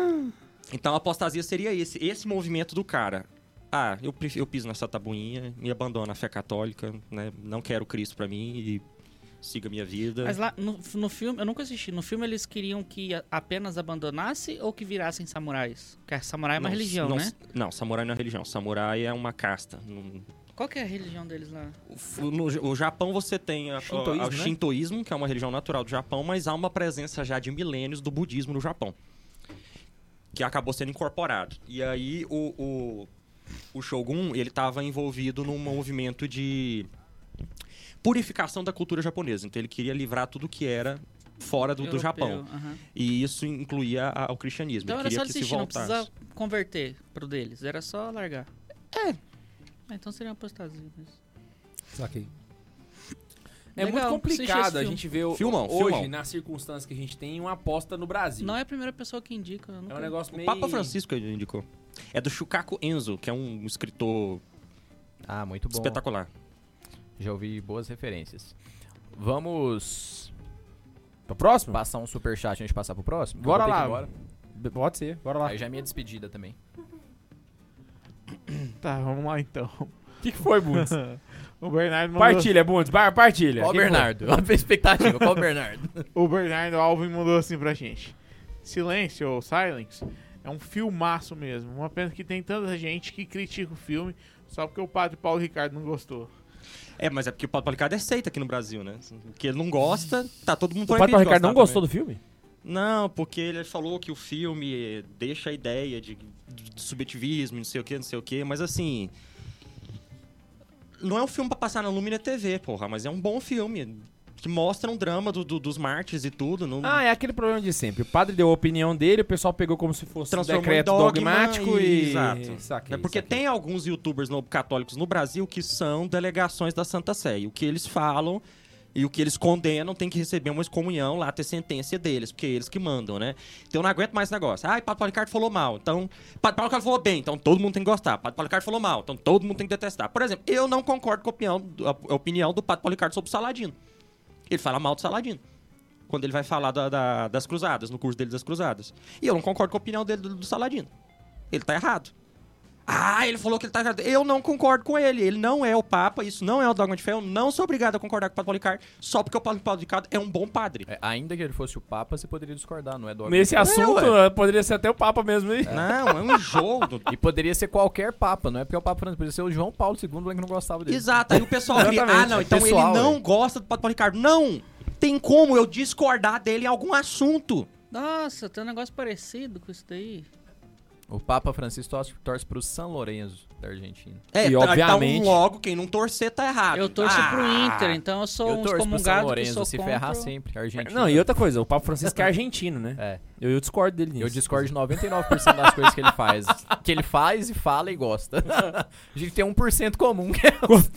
Speaker 2: Então a apostasia seria esse, esse movimento do cara. Ah, eu, pref- eu piso nessa tabuinha, me abandono a fé católica, né? Não quero Cristo pra mim e siga minha vida.
Speaker 3: Mas lá no, no filme, eu nunca assisti. No filme eles queriam que a- apenas abandonasse ou que virassem samurais? Porque samurai é uma
Speaker 2: Não,
Speaker 3: religião,
Speaker 2: não-
Speaker 3: né?
Speaker 2: Não, samurai não é religião. Samurai é uma casta. Não-
Speaker 3: Qual que é a religião deles lá?
Speaker 2: O- No, Ja- o Japão você tem a- a-
Speaker 1: Shintoísmo,
Speaker 2: o
Speaker 1: né?
Speaker 2: shintoísmo, que é uma religião natural do Japão, mas há uma presença já de milênios do budismo no Japão, que acabou sendo incorporado. E aí o, o, o Shogun ele estava envolvido num movimento de purificação da cultura japonesa. Então ele queria livrar tudo que era fora do, do
Speaker 3: Europeu,
Speaker 2: Japão.
Speaker 3: aham.
Speaker 2: E isso incluía a- o cristianismo.
Speaker 3: Então
Speaker 2: ele
Speaker 3: era
Speaker 2: queria
Speaker 3: só
Speaker 2: que se
Speaker 3: desistir, não
Speaker 2: voltasse.
Speaker 3: precisava converter pro deles. Era só largar. É. Então seria uma apostasia. mas-
Speaker 1: Saquei. É
Speaker 3: Legal,
Speaker 1: muito complicado
Speaker 3: assisti
Speaker 1: a
Speaker 3: esse
Speaker 1: gente ver o-
Speaker 2: Filmão,
Speaker 1: hoje,
Speaker 2: filmão.
Speaker 1: nas circunstâncias que a gente tem, uma aposta no Brasil.
Speaker 3: Não é a primeira pessoa que indica. Eu
Speaker 1: É
Speaker 3: nunca...
Speaker 1: um negócio meio...
Speaker 2: Papa Francisco ele indicou. É do Shukaku Enzo, que é um escritor
Speaker 5: Ah, muito bom.
Speaker 2: espetacular.
Speaker 5: Já ouvi boas referências. Vamos
Speaker 1: Pro próximo?
Speaker 5: passar um superchat antes de passar pro próximo?
Speaker 1: Bora
Speaker 5: Eu vou ter que
Speaker 1: lá.
Speaker 5: ir embora.
Speaker 1: B- Pode ser, bora lá.
Speaker 5: Aí já é minha despedida também.
Speaker 4: Tá, vamos lá então.
Speaker 1: O que, que foi, Bundes?
Speaker 4: o Bernardo mandou,
Speaker 1: partilha, Bundes, bar- partilha.
Speaker 5: Qual o
Speaker 1: Que que foi?
Speaker 5: Bernardo? A expectativa, qual o Bernardo?
Speaker 4: O Bernardo Alvin mandou assim pra gente. Silêncio ou Silence é um filmaço mesmo. Uma pena que tem tanta gente que critica o filme só porque o padre Paulo Ricardo não gostou.
Speaker 2: É, mas é porque o Padre Policardo é aceita aqui no Brasil, né? Porque ele não gosta, tá todo mundo
Speaker 1: O Padre
Speaker 2: proibido de
Speaker 1: Ricardo não
Speaker 2: gostar
Speaker 1: gostou do
Speaker 2: também.
Speaker 1: filme?
Speaker 2: Não, porque ele falou que o filme deixa a ideia de, de subjetivismo, não sei o quê, não sei o quê, mas assim. Não é um filme pra passar na Lumina TV, porra, mas é um bom filme. Que mostra um drama do- do- dos martes e tudo. Não...
Speaker 1: Ah, é aquele problema de sempre. O padre deu a opinião dele, o pessoal pegou como se fosse um
Speaker 2: Transformou em
Speaker 1: decreto
Speaker 2: dogma
Speaker 1: dogmático
Speaker 2: e-
Speaker 1: e...
Speaker 2: Exato.
Speaker 1: Saquei,
Speaker 2: É porque
Speaker 1: saquei.
Speaker 2: tem alguns youtubers no- católicos no Brasil que são delegações da Santa Sé. E o que eles falam e o que eles condenam tem que receber uma excomunhão lá, ter sentença deles, porque é eles que mandam, né? Então eu não aguento mais esse negócio. Ah, Padre Paulo Ricardo falou mal, então... Padre Paulo Ricardo falou bem, então todo mundo tem que gostar. Padre Paulo Ricardo falou mal, então todo mundo tem que detestar. Por exemplo, eu não concordo com a opinião, a opinião do Padre Paulo Ricardo sobre o Saladino. Ele fala mal do Saladino. Quando ele vai falar da- da- das cruzadas, no curso dele das cruzadas. E eu não concordo com a opinião dele do- do Saladino. Ele tá errado. Ah, ele falou que ele tá errado. Eu não concordo com ele. Ele não é o Papa, isso não é o dogma de fé. Eu não sou obrigado a concordar com o Padre Policarpo, só porque o Padre Policarpo é um bom padre.
Speaker 5: É, ainda que ele fosse o Papa, você poderia discordar, não é do
Speaker 1: Nesse assunto,
Speaker 2: ué.
Speaker 1: eh, poderia ser até o Papa mesmo aí.
Speaker 2: Não, é um enjoo.
Speaker 1: né?
Speaker 2: do-
Speaker 5: E poderia ser qualquer Papa, não é porque é o Papa Francisco, poderia ser o João Paulo II, que não gostava dele.
Speaker 2: Exato, aí o pessoal ri.
Speaker 5: Exatamente,
Speaker 2: Ah, não,
Speaker 5: é
Speaker 2: então
Speaker 5: pessoal,
Speaker 2: ele não
Speaker 5: é.
Speaker 2: gosta do Padre Policarpo. Não! Tem como eu discordar dele em algum assunto.
Speaker 3: Nossa, tem um negócio parecido com isso daí.
Speaker 5: O Papa Francisco torce, torce pro San Lourenço da Argentina.
Speaker 1: E,
Speaker 2: tá-
Speaker 1: obviamente-
Speaker 2: Então, logo, quem não torcer tá errado.
Speaker 3: Eu torço
Speaker 2: Ah!
Speaker 3: pro Inter, então eu sou
Speaker 5: eu
Speaker 3: um
Speaker 5: torço pro San
Speaker 3: excomungado que
Speaker 5: Lourenço,
Speaker 3: sou
Speaker 5: se
Speaker 3: contra...
Speaker 5: ferrar sempre, Argentina.
Speaker 1: Não, e outra coisa, o Papa Francisco é argentino, né?
Speaker 5: É,
Speaker 1: Eu, eu discordo dele nisso.
Speaker 5: eu discordo de 99% das coisas que ele faz. que ele faz e fala e gosta. A gente tem 1% comum. que é-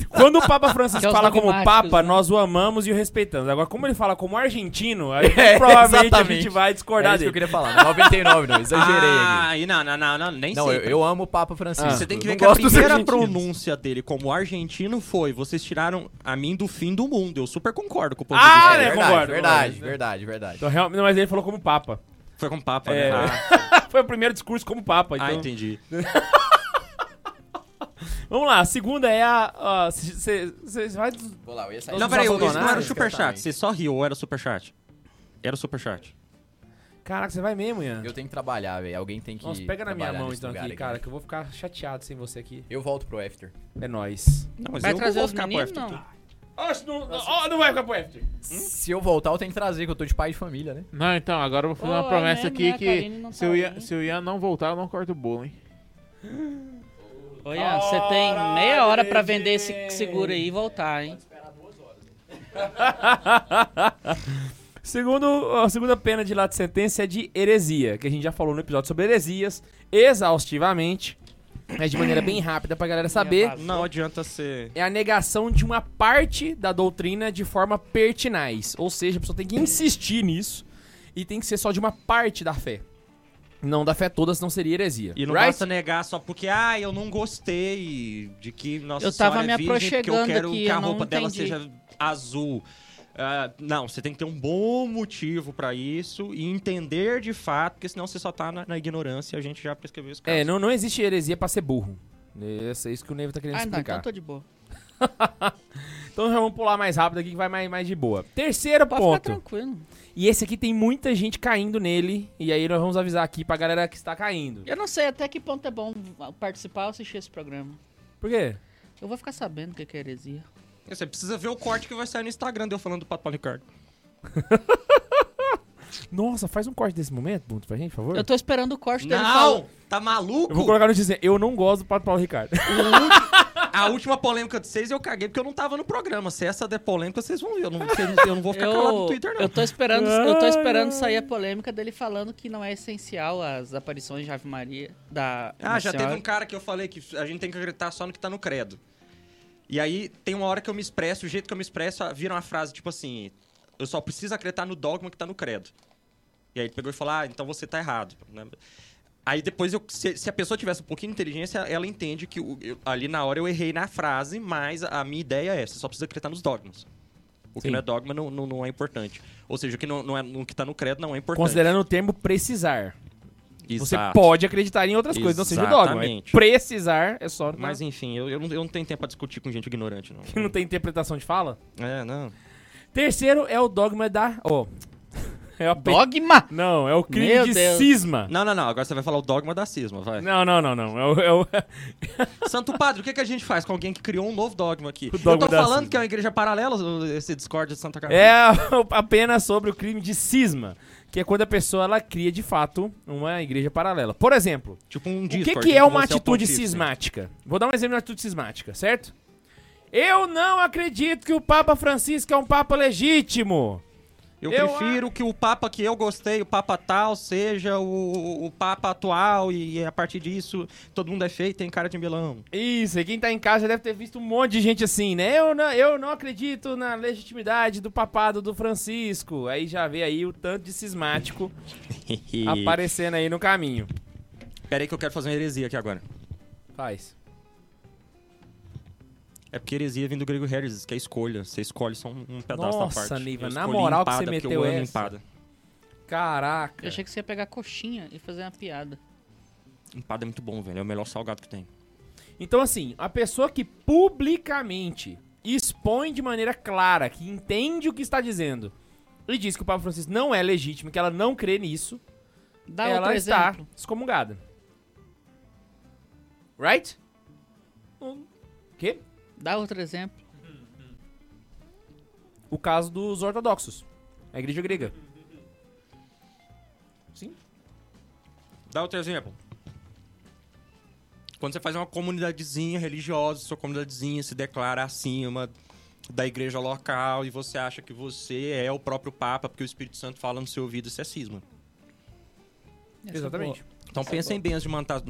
Speaker 1: Quando o Papa Francisco
Speaker 3: Que é os
Speaker 1: fala como
Speaker 3: dogmáticos,
Speaker 1: Papa,
Speaker 3: né?
Speaker 1: nós o amamos e o respeitamos. Agora, como ele fala como argentino, aí
Speaker 5: É,
Speaker 1: provavelmente a
Speaker 5: exatamente.
Speaker 1: gente vai discordar
Speaker 5: é isso que eu
Speaker 1: dele.
Speaker 5: queria falar. né? 99 não, exagerei aqui.
Speaker 2: Ah, e não, não, não, não, nem
Speaker 5: Não,
Speaker 2: sei.
Speaker 5: eu, eu amo o Papa Francisco.
Speaker 1: Ah.
Speaker 2: Você tem que
Speaker 5: Eu
Speaker 2: ver
Speaker 5: não
Speaker 2: que a
Speaker 5: gosto dos
Speaker 2: primeira
Speaker 5: argentinos.
Speaker 2: pronúncia dele como argentino foi: vocês tiraram a mim do fim do mundo. Eu super concordo com o ponto
Speaker 1: Ah,
Speaker 2: de
Speaker 1: né?
Speaker 2: vista.
Speaker 5: Verdade,
Speaker 1: concordo,
Speaker 5: verdade,
Speaker 1: concordo.
Speaker 5: verdade, verdade.
Speaker 1: Então, realmente, não, mas ele falou como Papa.
Speaker 2: Foi com papo,
Speaker 1: É.
Speaker 2: né? Ah,
Speaker 1: Foi o primeiro discurso como Papa.
Speaker 2: ah,
Speaker 1: Então.
Speaker 2: entendi.
Speaker 1: Vamos lá, a segunda é a. a- c- c- c- vai-
Speaker 5: Vou lá, eu ia
Speaker 2: Não,
Speaker 5: sair.
Speaker 1: Todos
Speaker 2: peraí,
Speaker 1: os
Speaker 2: isso não era o
Speaker 1: abandonados,
Speaker 2: superchat. Você só riu ou era o superchat? Era o superchat.
Speaker 1: Caraca, você vai mesmo, Ian.
Speaker 5: Eu tenho que trabalhar, velho. Alguém tem que.
Speaker 1: Nossa, pega na minha
Speaker 5: trabalhar
Speaker 1: mão
Speaker 5: nesse
Speaker 1: então
Speaker 5: lugar né?
Speaker 1: aqui, cara, que eu vou ficar chateado sem você aqui.
Speaker 5: Eu volto pro after.
Speaker 1: É nóis.
Speaker 2: Não, mas
Speaker 3: Vai
Speaker 2: eu não
Speaker 3: trazer
Speaker 2: vou
Speaker 3: os
Speaker 2: ficar
Speaker 3: meninos,
Speaker 2: perto.
Speaker 3: não.
Speaker 1: Oxe, não, ó, não vai ficar pro after.
Speaker 5: Se eu voltar, eu tenho que trazer, que eu tô de pai de família, né?
Speaker 4: Não, então, agora eu vou fazer
Speaker 3: Ô,
Speaker 4: uma
Speaker 3: é
Speaker 4: promessa
Speaker 3: mesmo,
Speaker 4: aqui
Speaker 3: né? A
Speaker 4: que
Speaker 3: Karine não
Speaker 4: se,
Speaker 3: tá
Speaker 4: o
Speaker 3: bem.
Speaker 4: Ian, se o Ian não voltar, eu não corto o bolo, hein?
Speaker 3: Ô, Ian, você tem meia hora pra vender esse seguro aí e voltar, hein?
Speaker 1: Segundo, a segunda pena de lata de sentença é de heresia, que a gente já falou no episódio sobre heresias, exaustivamente, mas de maneira bem rápida pra galera saber.
Speaker 2: Não adianta ser.
Speaker 1: É a negação de uma parte da doutrina de forma pertinaz. Ou seja, a pessoa tem que insistir nisso e tem que ser só de uma parte da fé. Não da fé toda, senão seria heresia.
Speaker 2: E não
Speaker 1: right?
Speaker 2: basta negar só porque, ah, eu não gostei de que nossa
Speaker 3: Eu tava
Speaker 2: Senhora
Speaker 3: me
Speaker 2: é virgem, porque eu
Speaker 3: aproxegando
Speaker 2: quero
Speaker 3: aqui,
Speaker 2: que a
Speaker 3: eu não
Speaker 2: roupa dela
Speaker 3: entendi.
Speaker 2: seja azul. Ah, não, você tem que ter um bom motivo pra isso e entender de fato, porque senão você só tá na, na ignorância e a gente já prescreveu esse caso.
Speaker 1: É, não, não existe heresia pra ser burro. Esse- É isso que o Nevo tá querendo
Speaker 3: Ah, não,
Speaker 1: explicar.
Speaker 3: então eu tô de boa.
Speaker 1: Então já vamos pular mais rápido aqui que vai mais, mais de boa. Terceiro
Speaker 3: Pode ficar
Speaker 1: ponto.
Speaker 3: tranquilo.
Speaker 1: E esse aqui tem muita gente caindo nele. E aí nós vamos avisar aqui pra galera que está caindo.
Speaker 3: Eu não sei até que ponto é bom participar ou assistir esse programa.
Speaker 1: Por quê?
Speaker 3: Eu vou ficar sabendo o que que é heresia.
Speaker 2: Você precisa ver o corte que vai sair no Instagram de eu falando do Pato Paulo Ricardo.
Speaker 1: Nossa, faz um corte desse momento, Bunto, pra gente, por favor.
Speaker 3: Eu tô esperando o corte dele falar.
Speaker 2: Não! Tá maluco?
Speaker 1: Eu vou colocar no dizer, eu não gosto do Pato Paulo Ricardo.
Speaker 2: A última polêmica de vocês eu caguei porque eu não tava no programa. Se essa der polêmica, vocês vão ver. Eu não, vocês- eu não vou ficar calado no
Speaker 3: Eu,
Speaker 2: Twitter, não.
Speaker 3: eu tô esperando, eu tô
Speaker 1: Ai,
Speaker 3: esperando
Speaker 1: ai.
Speaker 3: sair a polêmica dele falando que não é essencial as aparições de Ave Maria da
Speaker 2: Ah,
Speaker 3: Nossa
Speaker 2: já
Speaker 3: Senhora.
Speaker 2: teve um cara que eu falei que a gente tem que acreditar só no que tá no credo. E aí tem uma hora que eu me expresso, o jeito que eu me expresso, ah, vira uma frase tipo assim: eu só preciso acreditar no dogma que tá no credo. E aí ele pegou e falou: ah, então você tá errado. né? Aí depois, eu, se, se a pessoa tivesse um pouquinho de inteligência, ela entende que o- eu- ali na hora eu errei na frase, mas a, a minha ideia é: você só precisa acreditar nos dogmas. O que
Speaker 1: Sim.
Speaker 2: não é dogma não, não, não é importante. Ou seja, o que, não, não é, o que tá no credo não é importante. é
Speaker 1: Considerando o termo precisar. Você
Speaker 2: Exato.
Speaker 1: pode acreditar em outras coisas, não seja o dogma. né?
Speaker 2: Exatamente.
Speaker 1: Precisar é só.
Speaker 2: Mas
Speaker 1: Mas
Speaker 2: enfim, eu, eu, não, eu não tenho tempo pra discutir com gente ignorante, não.
Speaker 1: que não tem interpretação de fala.
Speaker 2: É, não.
Speaker 1: Terceiro é o dogma da. Ó. É o pe-
Speaker 3: Dogma!
Speaker 1: Não, é o crime
Speaker 3: Meu
Speaker 1: de
Speaker 3: Deus.
Speaker 1: cisma.
Speaker 2: Não, não, não. Agora você vai falar o dogma da cisma, vai.
Speaker 1: Não, não, não, não. É o- é o-
Speaker 2: Santo Padre, o que, que a gente faz com alguém que criou um novo dogma aqui?
Speaker 1: O dogma
Speaker 2: eu tô
Speaker 1: da
Speaker 2: falando
Speaker 1: cisma.
Speaker 2: que é uma igreja paralela, esse Discord de Santa Catarina.
Speaker 1: É apenas sobre o crime de cisma, que é quando a pessoa ela cria de fato uma igreja paralela. Por exemplo,
Speaker 2: Tipo um
Speaker 1: o que
Speaker 2: Discord.
Speaker 1: que,
Speaker 2: em
Speaker 1: é uma
Speaker 2: você o
Speaker 1: atitude
Speaker 2: pontífice.
Speaker 1: cismática? Vou dar um exemplo de uma atitude cismática, certo? Eu não acredito que o Papa Francisco é um Papa legítimo.
Speaker 2: Eu,
Speaker 1: Eu
Speaker 2: prefiro que o Papa que eu gostei, o Papa tal, seja o, o Papa atual e a partir disso todo mundo é feio e tem cara de melão.
Speaker 1: Isso, e quem tá em casa deve ter visto um monte de gente assim, né? Eu não, eu não acredito na legitimidade do papado do Francisco. Aí já vê aí o tanto de cismático aparecendo aí no caminho.
Speaker 2: Pera aí que eu quero fazer uma heresia aqui agora.
Speaker 1: Faz.
Speaker 2: É porque heresia vem do grego heres, que é escolha. Você escolhe só um, um pedaço
Speaker 1: Nossa,
Speaker 2: da parte.
Speaker 1: Neiva,
Speaker 2: Eu
Speaker 1: na
Speaker 2: escolhi
Speaker 1: moral que
Speaker 2: empada,
Speaker 1: você
Speaker 2: porque eu
Speaker 1: meteu
Speaker 2: amo
Speaker 1: essa.
Speaker 2: Empada.
Speaker 1: Caraca.
Speaker 3: Eu achei que você ia pegar coxinha e fazer uma piada.
Speaker 2: Empada é muito bom, velho. É o melhor salgado que tem.
Speaker 1: Então, assim, a pessoa que publicamente expõe de maneira clara, que entende o que está dizendo, e diz que o Papa Francisco não é legítimo, que ela não crê nisso,
Speaker 3: Dá
Speaker 1: ela
Speaker 3: outro
Speaker 1: está
Speaker 3: exemplo.
Speaker 1: excomungada. Right?
Speaker 3: Hum.
Speaker 1: O quê?
Speaker 3: Dá outro exemplo.
Speaker 1: O caso dos ortodoxos. A igreja grega.
Speaker 2: Dá outro exemplo. Quando você faz uma comunidadezinha religiosa, sua comunidadezinha se declara acima da igreja local e você acha que você é o próprio Papa porque o Espírito Santo fala no seu ouvido, isso é cisma.
Speaker 3: Essa é
Speaker 1: Exatamente.
Speaker 2: Então pensem bem antes de montar,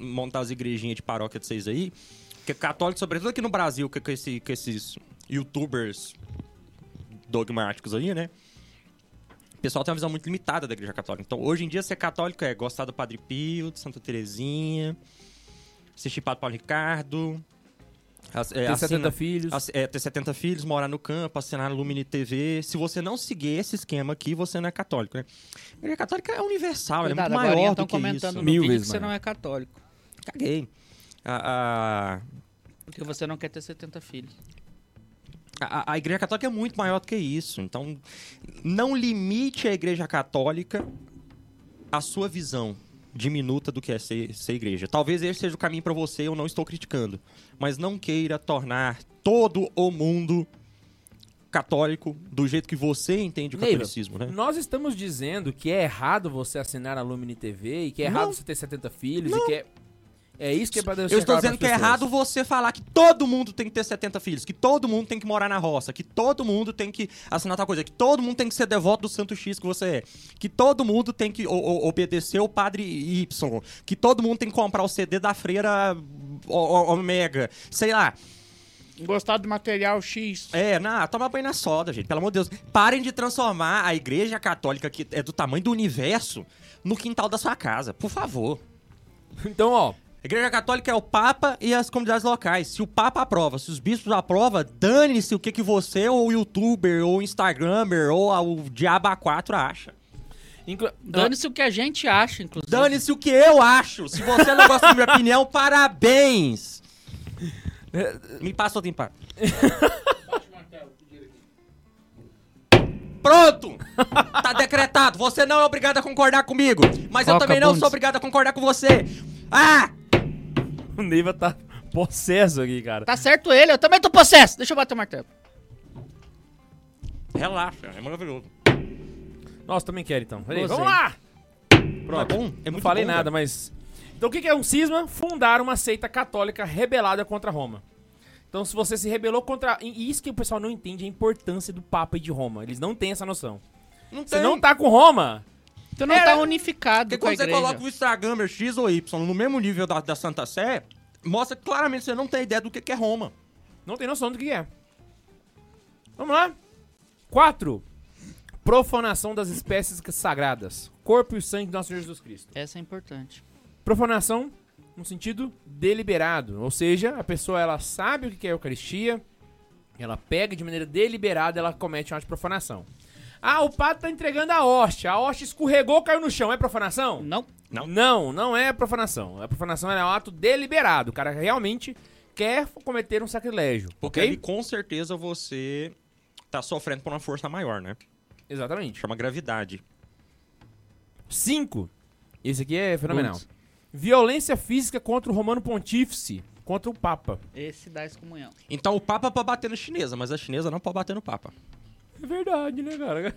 Speaker 2: montar as igrejinhas de paróquia de vocês aí. Porque católico, sobretudo aqui no Brasil, que- com, esse- com esses youtubers dogmáticos aí, né? O pessoal tem uma visão muito limitada da igreja católica. Então, hoje em dia, ser católico é gostar do Padre Pio, de Santa Terezinha, assistir Padre Paulo Ricardo, as- é,
Speaker 1: Tem 70
Speaker 2: assina-
Speaker 1: filhos.
Speaker 2: Ass- é, ter 70 filhos, morar no campo, assinar a Lumini TV. Se você não seguir esse esquema aqui, você não é católico, né? A igreja católica é universal, ela
Speaker 3: Cuidado,
Speaker 2: é muito
Speaker 3: agora
Speaker 2: maior
Speaker 3: estão
Speaker 2: do que
Speaker 3: comentando
Speaker 2: isso.
Speaker 3: no
Speaker 1: Mil
Speaker 3: vídeo
Speaker 1: vezes
Speaker 3: que você
Speaker 1: maior.
Speaker 3: não é católico.
Speaker 2: Caguei. A,
Speaker 3: Porque você não quer ter 70 filhos.
Speaker 2: a, a, a igreja católica é muito maior do que isso. Então, não limite a igreja católica a sua visão diminuta do que é ser, ser igreja. Talvez esse seja o caminho pra você, eu não estou criticando. Mas não queira tornar todo o mundo católico do jeito que você entende o
Speaker 1: Neiva,
Speaker 2: catolicismo, né?
Speaker 1: Nós estamos dizendo que é errado você assinar a Lumini TV e que é
Speaker 2: Não.
Speaker 1: errado você ter 70 filhos e que é. É isso que é pra Deus
Speaker 2: Eu estou dizendo que é errado você falar que todo mundo tem que ter 70 filhos, que todo mundo tem que morar na roça, que todo mundo tem que assinar tal coisa, que todo mundo tem que ser devoto do santo X que você é, que todo mundo tem que o- o- obedecer o padre Y, que todo mundo tem que comprar o CD da freira o- o- Omega, sei lá.
Speaker 4: Gostar do material X.
Speaker 2: É, na, toma banho na soda, gente, pelo amor de Deus. Parem de transformar a igreja católica, que é do tamanho do universo, no quintal da sua casa, por favor.
Speaker 1: Então, ó,
Speaker 2: A Igreja Católica é o Papa e as comunidades locais. Se o Papa aprova, se os bispos aprovam, dane-se o que, que você, ou o youtuber, ou o instagramer, ou a- o Diaba 4 acha.
Speaker 1: inclu-
Speaker 3: Dane-se o que a gente acha, inclusive.
Speaker 2: Dane-se o que eu acho. Se você não gosta da minha opinião, parabéns. Me passa outro impacto. Pronto! Tá decretado. Você não é obrigado a concordar comigo. Mas eu
Speaker 3: Roca
Speaker 2: também não
Speaker 3: Bundes.
Speaker 2: sou obrigado a concordar com você. Ah!
Speaker 1: o Neiva tá possesso aqui, cara.
Speaker 3: Tá certo ele, eu também tô possesso. Deixa eu bater o martelo.
Speaker 2: Relaxa, é maravilhoso.
Speaker 1: Nós também quer então. Peraí,
Speaker 3: Gozei.
Speaker 1: vamos lá!
Speaker 2: Pronto. É bom, é
Speaker 1: Não
Speaker 2: muito
Speaker 1: falei
Speaker 2: bom,
Speaker 1: nada,
Speaker 2: velho.
Speaker 1: mas. Então, o que que é um cisma? Fundar uma seita católica rebelada contra Roma. Então, se você se rebelou contra. E isso que o pessoal não entende a importância do Papa e de Roma. Eles não têm essa noção.
Speaker 2: Não tem.
Speaker 1: Você não tá com Roma,
Speaker 3: Tu não
Speaker 2: Era-
Speaker 3: tá unificado
Speaker 2: Porque
Speaker 3: com a
Speaker 2: quando você
Speaker 3: igreja.
Speaker 2: coloca o Instagram X ou Y no mesmo nível da, da Santa Sé, mostra que claramente você não tem ideia do que que é Roma.
Speaker 1: não tem noção do que é. Vamos lá. 4. Profanação das espécies sagradas. Corpo e sangue de nosso Senhor Jesus Cristo.
Speaker 3: Essa é importante.
Speaker 1: Profanação no sentido deliberado, ou seja, a pessoa ela sabe o que é a Eucaristia, ela pega de maneira deliberada, ela comete uma ato de profanação. Ah, o padre tá entregando a hóstia, a hóstia escorregou, caiu no chão, é profanação?
Speaker 3: Não.
Speaker 2: Não.
Speaker 1: Não, não é profanação. A profanação é um ato deliberado, o cara realmente quer cometer um sacrilégio,
Speaker 2: Porque
Speaker 1: ok?
Speaker 2: aí, com certeza você tá sofrendo por uma força maior, né?
Speaker 1: Exatamente.
Speaker 2: Chama gravidade.
Speaker 1: 5. Esse aqui é fenomenal. Violência física contra o Romano Pontífice, contra o Papa.
Speaker 3: Esse dá excomunhão.
Speaker 2: Então o Papa pode bater na chinesa, mas a chinesa não pode bater no Papa.
Speaker 1: É verdade, né, cara?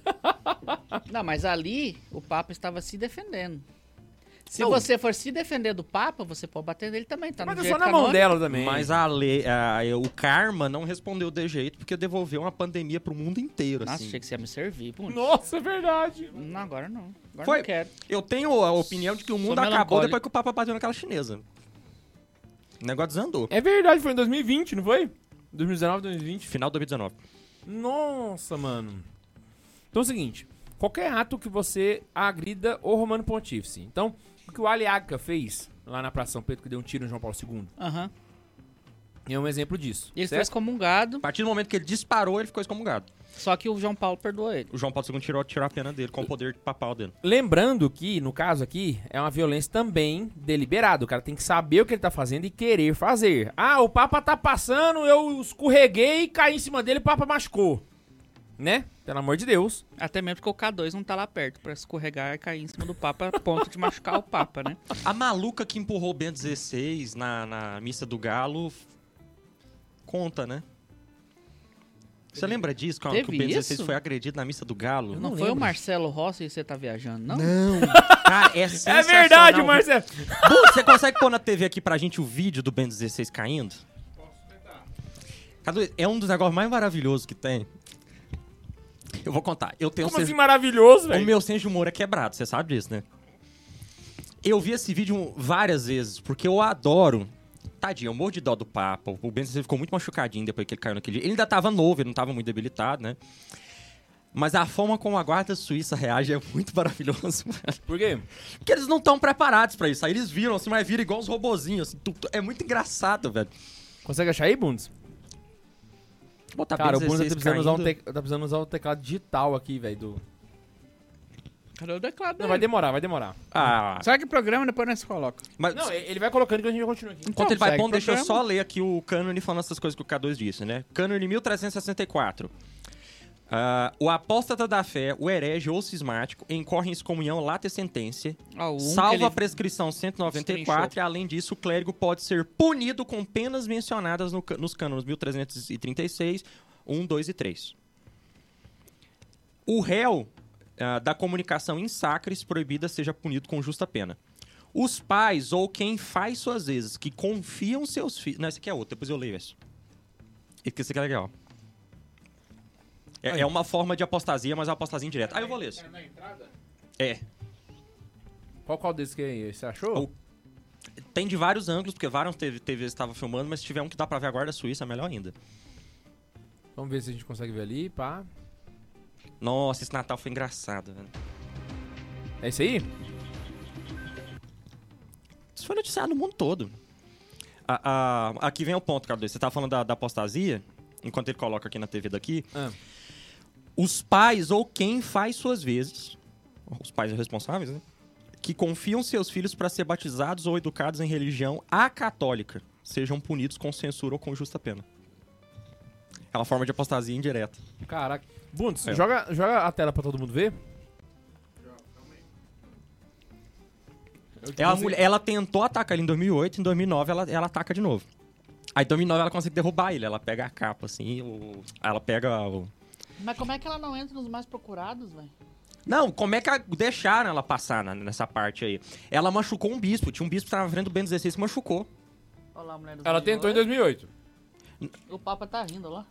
Speaker 3: Não, mas ali o Papa estava se defendendo. Se
Speaker 2: Não.
Speaker 3: você for se defender do Papa, você pode bater nele também, tá?
Speaker 1: Mas é
Speaker 3: no direito
Speaker 1: só na mão
Speaker 3: canônico.
Speaker 1: dela também.
Speaker 2: Mas a lei, a- o karma não respondeu de jeito porque devolveu uma pandemia pro mundo inteiro,
Speaker 3: Nossa,
Speaker 2: assim.
Speaker 3: achei que você ia me servir. Bundes.
Speaker 1: Nossa, é verdade.
Speaker 3: Não, agora não. Agora
Speaker 2: Foi.
Speaker 3: não quero.
Speaker 2: Eu tenho a opinião de que o mundo acabou
Speaker 3: melancólico.
Speaker 2: depois que o Papa bateu naquela chinesa. O negócio desandou.
Speaker 1: É verdade, foi em 2020, não foi? 2019, 2020.
Speaker 2: Final de 2019.
Speaker 1: Nossa, mano. Então é o seguinte, qualquer ato que você agrida o Romano Pontífice. Então, o que o Aliaga fez lá na Praça São Pedro, que deu um tiro no João Paulo II,
Speaker 3: Aham.
Speaker 1: é um exemplo disso.
Speaker 3: Ele foi
Speaker 1: certo?
Speaker 2: A
Speaker 3: excomungado,
Speaker 2: partir do momento que ele disparou, ele ficou excomungado.
Speaker 3: só que o João Paulo perdoou ele.
Speaker 2: O João Paulo II tirou, tirou a pena dele, com o poder papal dele.
Speaker 1: Lembrando que, no caso aqui, é uma violência também deliberada. O cara tem que saber o que ele tá fazendo e querer fazer. Ah, o Papa tá passando, eu escorreguei, caí em cima dele, o Papa machucou. Né? Pelo amor de Deus.
Speaker 3: Até mesmo porque o K2 não tá lá perto pra escorregar e cair em cima do Papa a ponto de machucar o Papa, né?
Speaker 2: A maluca que empurrou o Bento XVI na, na missa do Galo. f- Conta, né? Você lembra disso? Calma, que o
Speaker 3: Teve
Speaker 2: Bento 16
Speaker 3: isso?
Speaker 2: foi agredido na missa do Galo?
Speaker 3: Não, foi o Marcelo Rossi que você tá viajando, não?
Speaker 2: Cara, é
Speaker 1: É
Speaker 2: sensacional.
Speaker 1: verdade,
Speaker 2: viu?
Speaker 1: Marcelo.
Speaker 2: Bu, você consegue pôr na TV aqui pra gente o vídeo do Ben 16 caindo? Cadu, é um dos negócios mais maravilhosos que tem. Eu vou contar. Eu tenho um
Speaker 1: Como
Speaker 2: senso-
Speaker 1: assim maravilhoso,
Speaker 2: O
Speaker 1: velho?
Speaker 2: meu senso de humor é quebrado, você sabe disso, né? Eu vi esse vídeo várias vezes, porque eu adoro. Tadinho, eu morro de dó do Papa. O Ben ficou muito machucadinho depois que ele caiu naquele dia. Ele ainda tava novo, ele não tava muito debilitado, né? Mas a forma como a guarda suíça reage é muito maravilhoso, mano.
Speaker 1: Por quê?
Speaker 2: Porque eles não estão preparados pra isso. Aí eles viram, assim, mas viram igual os robozinhos. assim, tu- tu- é muito engraçado, velho.
Speaker 1: Consegue achar aí, Bundes?
Speaker 2: Vou Botar
Speaker 1: Cara, o
Speaker 2: Ben
Speaker 1: Bundes tá
Speaker 2: 16
Speaker 1: precisando, usar um
Speaker 2: caindo.
Speaker 1: tec- tá precisando usar o teclado digital aqui, velho. do-
Speaker 3: Cadê o teclado
Speaker 1: Não,
Speaker 3: dele?
Speaker 1: vai demorar, vai demorar.
Speaker 2: Ah,
Speaker 3: Será que programa depois nós coloca?
Speaker 2: mas
Speaker 1: Não, ele vai colocando que a gente continua aqui.
Speaker 2: Enquanto
Speaker 3: Então,
Speaker 2: ele vai
Speaker 3: segue
Speaker 2: pondo,
Speaker 3: o
Speaker 2: deixa eu
Speaker 3: programa.
Speaker 2: só ler aqui o Cânone falando essas coisas que o K2 disse, né? Cânone 1364. Ah, o apóstata da fé, o herege ou cismático, incorre em excomunhão, lata e sentença,
Speaker 3: Ó, o um que
Speaker 2: salva a
Speaker 3: ele-
Speaker 2: prescrição 194 e, além disso, o clérigo pode ser punido com penas mencionadas no, cân- nos cânones 1336, 1, 2 um, e 3. O réu ah, da comunicação em sacres proibida seja punido com justa pena. Os pais ou quem faz suas vezes que confiam seus filhos. Não, esse aqui é outro, depois eu leio esse. Esse aqui é legal. É, é uma forma de apostasia, mas é uma apostasia indireta. Ah, eu vou ler esse. É.
Speaker 1: Qual qual desse que é? Você achou?
Speaker 2: O- Tem de vários ângulos, porque várias TV TVs estavam filmando, mas se tiver um que dá pra ver a guarda suíça, é melhor ainda.
Speaker 1: Vamos ver se a gente consegue ver ali, pá.
Speaker 2: Nossa, esse Natal foi engraçado, velho.
Speaker 1: É isso aí?
Speaker 2: Isso foi noticiado no mundo todo. A- a- aqui vem o ponto, Cadu. Você tá falando da, da apostasia, enquanto ele coloca aqui na TV daqui.
Speaker 1: Ah.
Speaker 2: Os pais ou quem faz suas vezes, os pais responsáveis, né? Que confiam seus filhos para ser batizados ou educados em religião acatólica, sejam punidos com censura ou com justa pena. É uma forma de apostasia indireta.
Speaker 1: Caraca. Bundes,
Speaker 2: É.
Speaker 1: joga, joga a tela pra todo mundo ver.
Speaker 2: É uma mulher- ela tentou atacar ele em 2008, em 2009 ela, ela ataca de novo. Aí em 2009 ela consegue derrubar ele, ela pega a capa assim, o- ela pega o...
Speaker 3: Mas como é que ela não entra nos mais procurados, velho?
Speaker 2: Não, como é que a- deixaram ela passar na- nessa parte aí? Ela machucou um bispo, tinha um bispo que tava na frente do Ben 16 que machucou.
Speaker 3: Olha lá, a mulher dos
Speaker 1: Ela
Speaker 3: milhões.
Speaker 1: tentou em 2008.
Speaker 3: O Papa tá rindo, olha lá.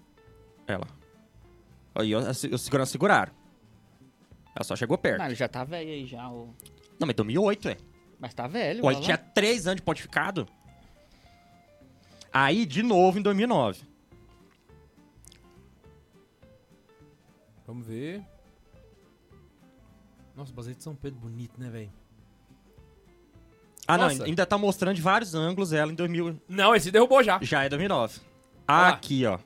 Speaker 2: Ela. Aí eu- as- os seguranças seguraram. Ela só chegou perto.
Speaker 3: Não, ele já tá velho aí já, o...
Speaker 2: Não, mas 2008, é.
Speaker 3: mas tá velho.
Speaker 2: Pô,
Speaker 3: olha
Speaker 2: ele
Speaker 3: lá.
Speaker 2: tinha 3 anos de pontificado. Aí, de novo, em 2009.
Speaker 1: Vamos ver. Nossa, o Basílio de São Pedro bonito, né, velho?
Speaker 2: Ah,
Speaker 1: Nossa.
Speaker 2: não, ainda tá mostrando de vários ângulos ela em 2000.
Speaker 1: Não, esse derrubou já.
Speaker 2: Já é 2009.
Speaker 1: Ah.
Speaker 2: Aqui, ó.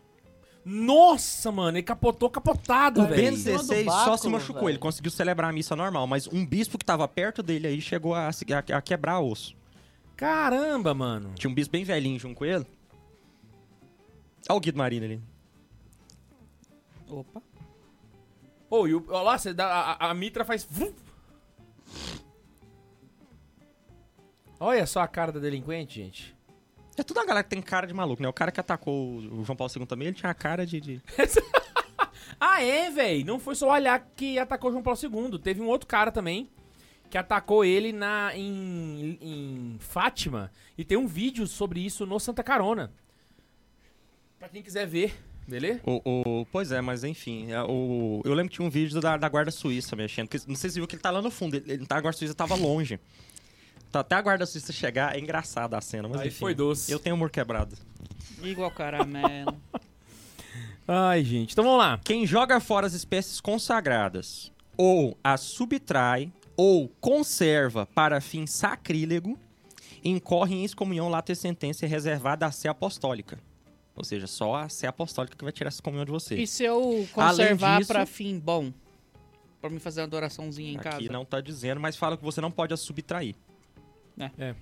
Speaker 1: Nossa, mano, ele capotou capotado,
Speaker 2: O Ben
Speaker 1: velho.
Speaker 2: 16
Speaker 3: Todo
Speaker 2: só
Speaker 3: báculo,
Speaker 2: se machucou,
Speaker 3: velho.
Speaker 2: ele conseguiu celebrar a missa normal, mas um bispo que tava perto dele aí chegou a, se- a- a quebrar osso.
Speaker 1: Caramba, mano.
Speaker 2: Tinha um bispo bem velhinho junto com ele. Olha o Guido Marino ali.
Speaker 3: Opa.
Speaker 1: Ô, e o, ó lá, você dá, a, a- a mitra faz... vrum. Olha só a cara da delinquente, gente.
Speaker 2: É tudo uma galera que tem cara de maluco, né? O cara que atacou o João Paulo II também, ele tinha a cara de. de-
Speaker 1: Ah, é, velho. Não foi só o Alhac que atacou João Paulo II. Teve um outro cara também que atacou ele na em, em Fátima. E tem um vídeo sobre isso no Santa Carona. Pra quem quiser ver, beleza?
Speaker 2: O, o- Pois é, mas enfim. é, o- Eu lembro que tinha um vídeo da, da Guarda Suíça mexendo. Porque, não sei se viu que ele tá lá no fundo. Ele, ele tá, a Guarda Suíça tava longe. Então, até a Guarda Suíça chegar, é engraçada a cena, mas
Speaker 1: Aí
Speaker 2: enfim.
Speaker 1: foi doce.
Speaker 2: Eu tenho humor quebrado.
Speaker 3: Igual caramelo.
Speaker 1: Ai, gente. Então vamos lá.
Speaker 2: Quem joga fora as espécies consagradas ou as subtrai ou conserva para fim sacrílego incorre em excomunhão lata e sentença reservada à sé apostólica. Ou seja, só a sé apostólica que vai tirar essa comunhão de você.
Speaker 3: e se eu conservar
Speaker 2: disso-
Speaker 3: pra fim bom? Pra me fazer uma adoraçãozinha em
Speaker 2: Aqui
Speaker 3: casa?
Speaker 2: não tá dizendo, mas fala que você não pode a subtrair.
Speaker 3: É.
Speaker 1: É.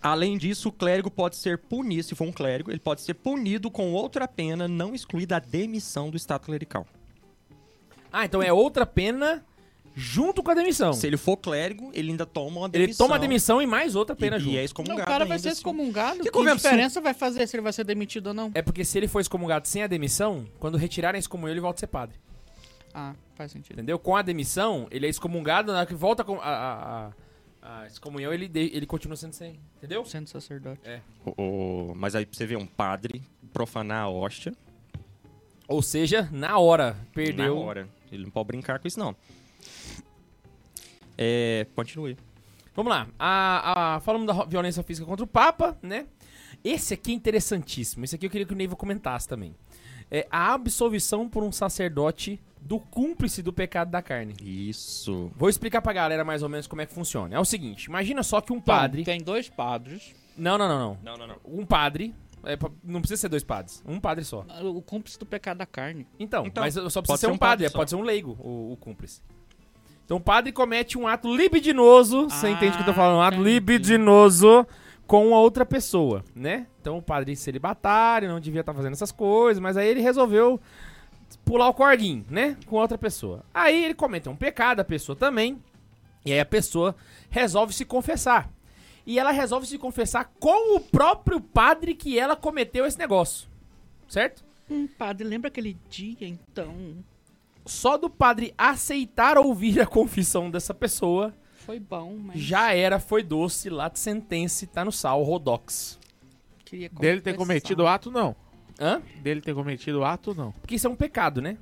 Speaker 2: Além disso, o clérigo pode ser punido, se for um clérigo, ele pode ser punido com outra pena não excluída a demissão do estado clerical.
Speaker 1: Ah, então é outra pena junto com a demissão.
Speaker 2: Se ele for clérigo, ele ainda toma uma
Speaker 1: Ele
Speaker 2: demissão.
Speaker 1: toma a demissão e mais outra pena
Speaker 2: e,
Speaker 1: junto.
Speaker 2: e é
Speaker 3: Não,
Speaker 2: excomungado.
Speaker 3: o cara vai
Speaker 2: ainda,
Speaker 3: ser
Speaker 2: assim.
Speaker 3: excomungado.
Speaker 2: Que
Speaker 3: Que,
Speaker 2: conversa-
Speaker 3: diferença vai fazer se ele vai ser demitido ou não?
Speaker 1: É porque se ele for excomungado sem a demissão, quando retirarem a excomunhão, ele volta a ser padre.
Speaker 3: Ah, faz sentido.
Speaker 1: Entendeu? Com a demissão, ele é excomungado, na hora que volta com a, a, a- a excomunhão, ele, de- ele continua sendo sem. Entendeu?
Speaker 3: Sendo sacerdote.
Speaker 2: O- o- mas aí pra você ver um padre profanar a hóstia
Speaker 1: Ou seja, na hora, perdeu.
Speaker 2: na hora. Ele não pode brincar com isso, não. É, continue.
Speaker 1: Vamos lá. A, a- falamos da ro- violência física contra o Papa, né? Esse aqui é interessantíssimo. Esse aqui eu queria que o Neiva comentasse também. É a absolvição por um sacerdote do cúmplice do pecado da carne.
Speaker 2: Isso.
Speaker 1: Vou explicar pra galera mais ou menos como é que funciona. É o seguinte, imagina só que um
Speaker 3: Então,
Speaker 1: padre...
Speaker 3: tem dois padres.
Speaker 1: Não, não, não, não.
Speaker 2: Não, não, não.
Speaker 1: Um padre... é pra- não precisa ser dois padres. Um padre só.
Speaker 3: O cúmplice do pecado da carne.
Speaker 1: Então,
Speaker 2: Então,
Speaker 1: mas só precisa
Speaker 2: pode
Speaker 1: ser
Speaker 2: ser
Speaker 1: um
Speaker 2: um
Speaker 1: padre,
Speaker 2: padre só.
Speaker 1: pode ser um leigo, o, o cúmplice. Então o padre comete um ato libidinoso, você
Speaker 3: Ah,
Speaker 1: entende o que eu tô falando? Um ato
Speaker 3: entendi.
Speaker 1: libidinoso com uma outra pessoa, né? Então o padre celibatário, não devia estar fazendo essas coisas, mas aí ele resolveu pular o corguinho, né? Com outra pessoa. Aí ele comete um pecado, a pessoa também, e aí a pessoa resolve se confessar. E ela resolve se confessar com o próprio padre que ela cometeu esse negócio, certo?
Speaker 3: Hum, padre, lembra aquele dia então?
Speaker 1: só do padre aceitar ouvir a confissão dessa pessoa
Speaker 3: Foi bom, mas.
Speaker 1: já era, foi doce, lá de sentença, tá no sal, Rodox.
Speaker 3: Queria
Speaker 4: Dele ter
Speaker 3: confessar.
Speaker 4: cometido o ato, não.
Speaker 1: Hã?
Speaker 4: Dele ter cometido o ato, não.
Speaker 1: Porque isso é um pecado, né?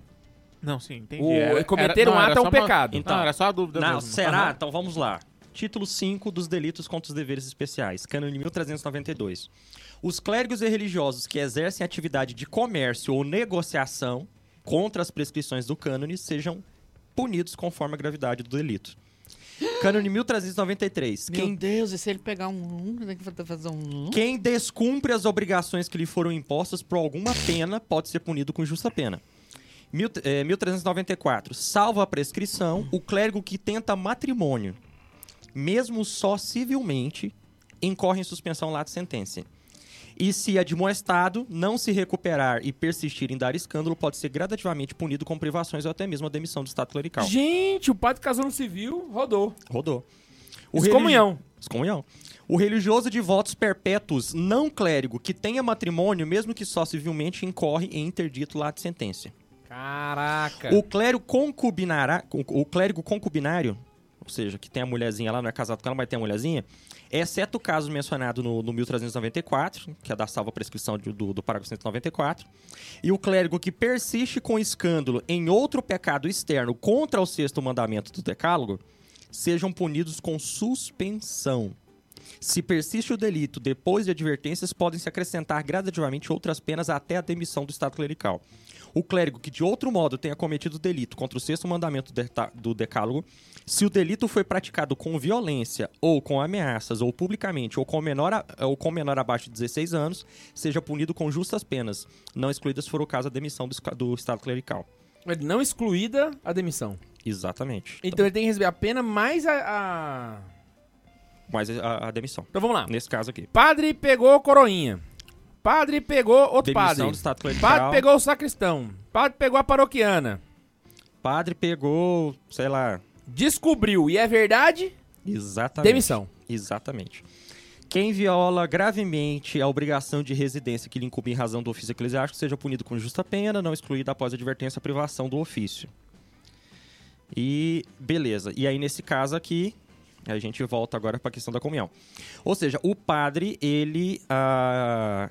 Speaker 4: Não, sim, entendi.
Speaker 1: O-
Speaker 4: Era-
Speaker 1: cometer
Speaker 4: era-
Speaker 1: um
Speaker 4: não, era
Speaker 1: ato é
Speaker 4: só
Speaker 1: um
Speaker 4: uma-
Speaker 1: pecado.
Speaker 4: Então,
Speaker 3: Tá.
Speaker 4: era só a dúvida
Speaker 2: Não,
Speaker 4: mesmo.
Speaker 2: será?
Speaker 4: Aham.
Speaker 2: Então vamos lá. Título 5 dos delitos contra os deveres especiais, cânone 1392. Os clérigos e religiosos que exercem atividade de comércio ou negociação contra as prescrições do cânone sejam punidos conforme a gravidade do delito. Cânone 1393.
Speaker 3: Meu
Speaker 2: Quem,
Speaker 3: Deus, e se ele pegar um lum, tem que fazer um lum?
Speaker 2: quem descumpre as obrigações que lhe foram impostas por alguma pena pode ser punido com justa pena. Mil- eh, 1394. Salvo a prescrição, o clérigo que tenta matrimônio, mesmo só civilmente, incorre em suspensão lá de sentença. E se admoestado, não se recuperar e persistir em dar escândalo, pode ser gradativamente punido com privações ou até mesmo a demissão do estado clerical.
Speaker 1: Gente, o padre casou no civil, rodou.
Speaker 2: Rodou. O religi-
Speaker 1: Excomunhão.
Speaker 2: Excomunhão. O religioso de votos perpétuos não clérigo que tenha matrimônio, mesmo que só civilmente, incorre em interdito lá de sentença.
Speaker 1: Caraca.
Speaker 2: O clérigo concubinará, o clérigo concubinário, ou seja, que tem a mulherzinha lá, não é casado com ela, mas tem a mulherzinha, exceto o caso mencionado no, no 1394, que é da salva prescrição de- do, do parágrafo 194, e o clérigo que persiste com escândalo em outro pecado externo contra o sexto mandamento do decálogo, sejam punidos com suspensão. Se persiste o delito depois de advertências, podem se acrescentar gradativamente outras penas até a demissão do Estado clerical. O clérigo que de outro modo tenha cometido delito contra o sexto mandamento do deta- do Decálogo, se o delito foi praticado com violência ou com ameaças ou publicamente ou com menor, a- ou com menor abaixo de 16 anos, seja punido com justas penas, não excluídas se for o caso a demissão do, esca- do Estado clerical.
Speaker 1: É Não excluída a demissão.
Speaker 2: Tá Exatamente.
Speaker 1: Então ele tem que receber a pena mais a. a-
Speaker 2: Mas ah, a, a demissão.
Speaker 1: Então vamos lá.
Speaker 2: Nesse caso aqui.
Speaker 1: Padre pegou coroinha. Padre pegou outro
Speaker 2: Demissão
Speaker 1: padre.
Speaker 2: do Estado clerical.
Speaker 1: Padre pegou o sacristão. Padre pegou a paroquiana.
Speaker 2: Padre pegou, sei lá.
Speaker 1: Descobriu, e é verdade,
Speaker 2: Exatamente.
Speaker 1: demissão.
Speaker 2: Exatamente. Quem viola gravemente a obrigação de residência que lhe incumbe em razão do ofício eclesiástico seja punido com justa pena, não excluída após advertência a privação do ofício. E beleza. E aí nesse caso aqui, a gente volta agora para a questão da comunhão. Ou seja, o padre, ele ah,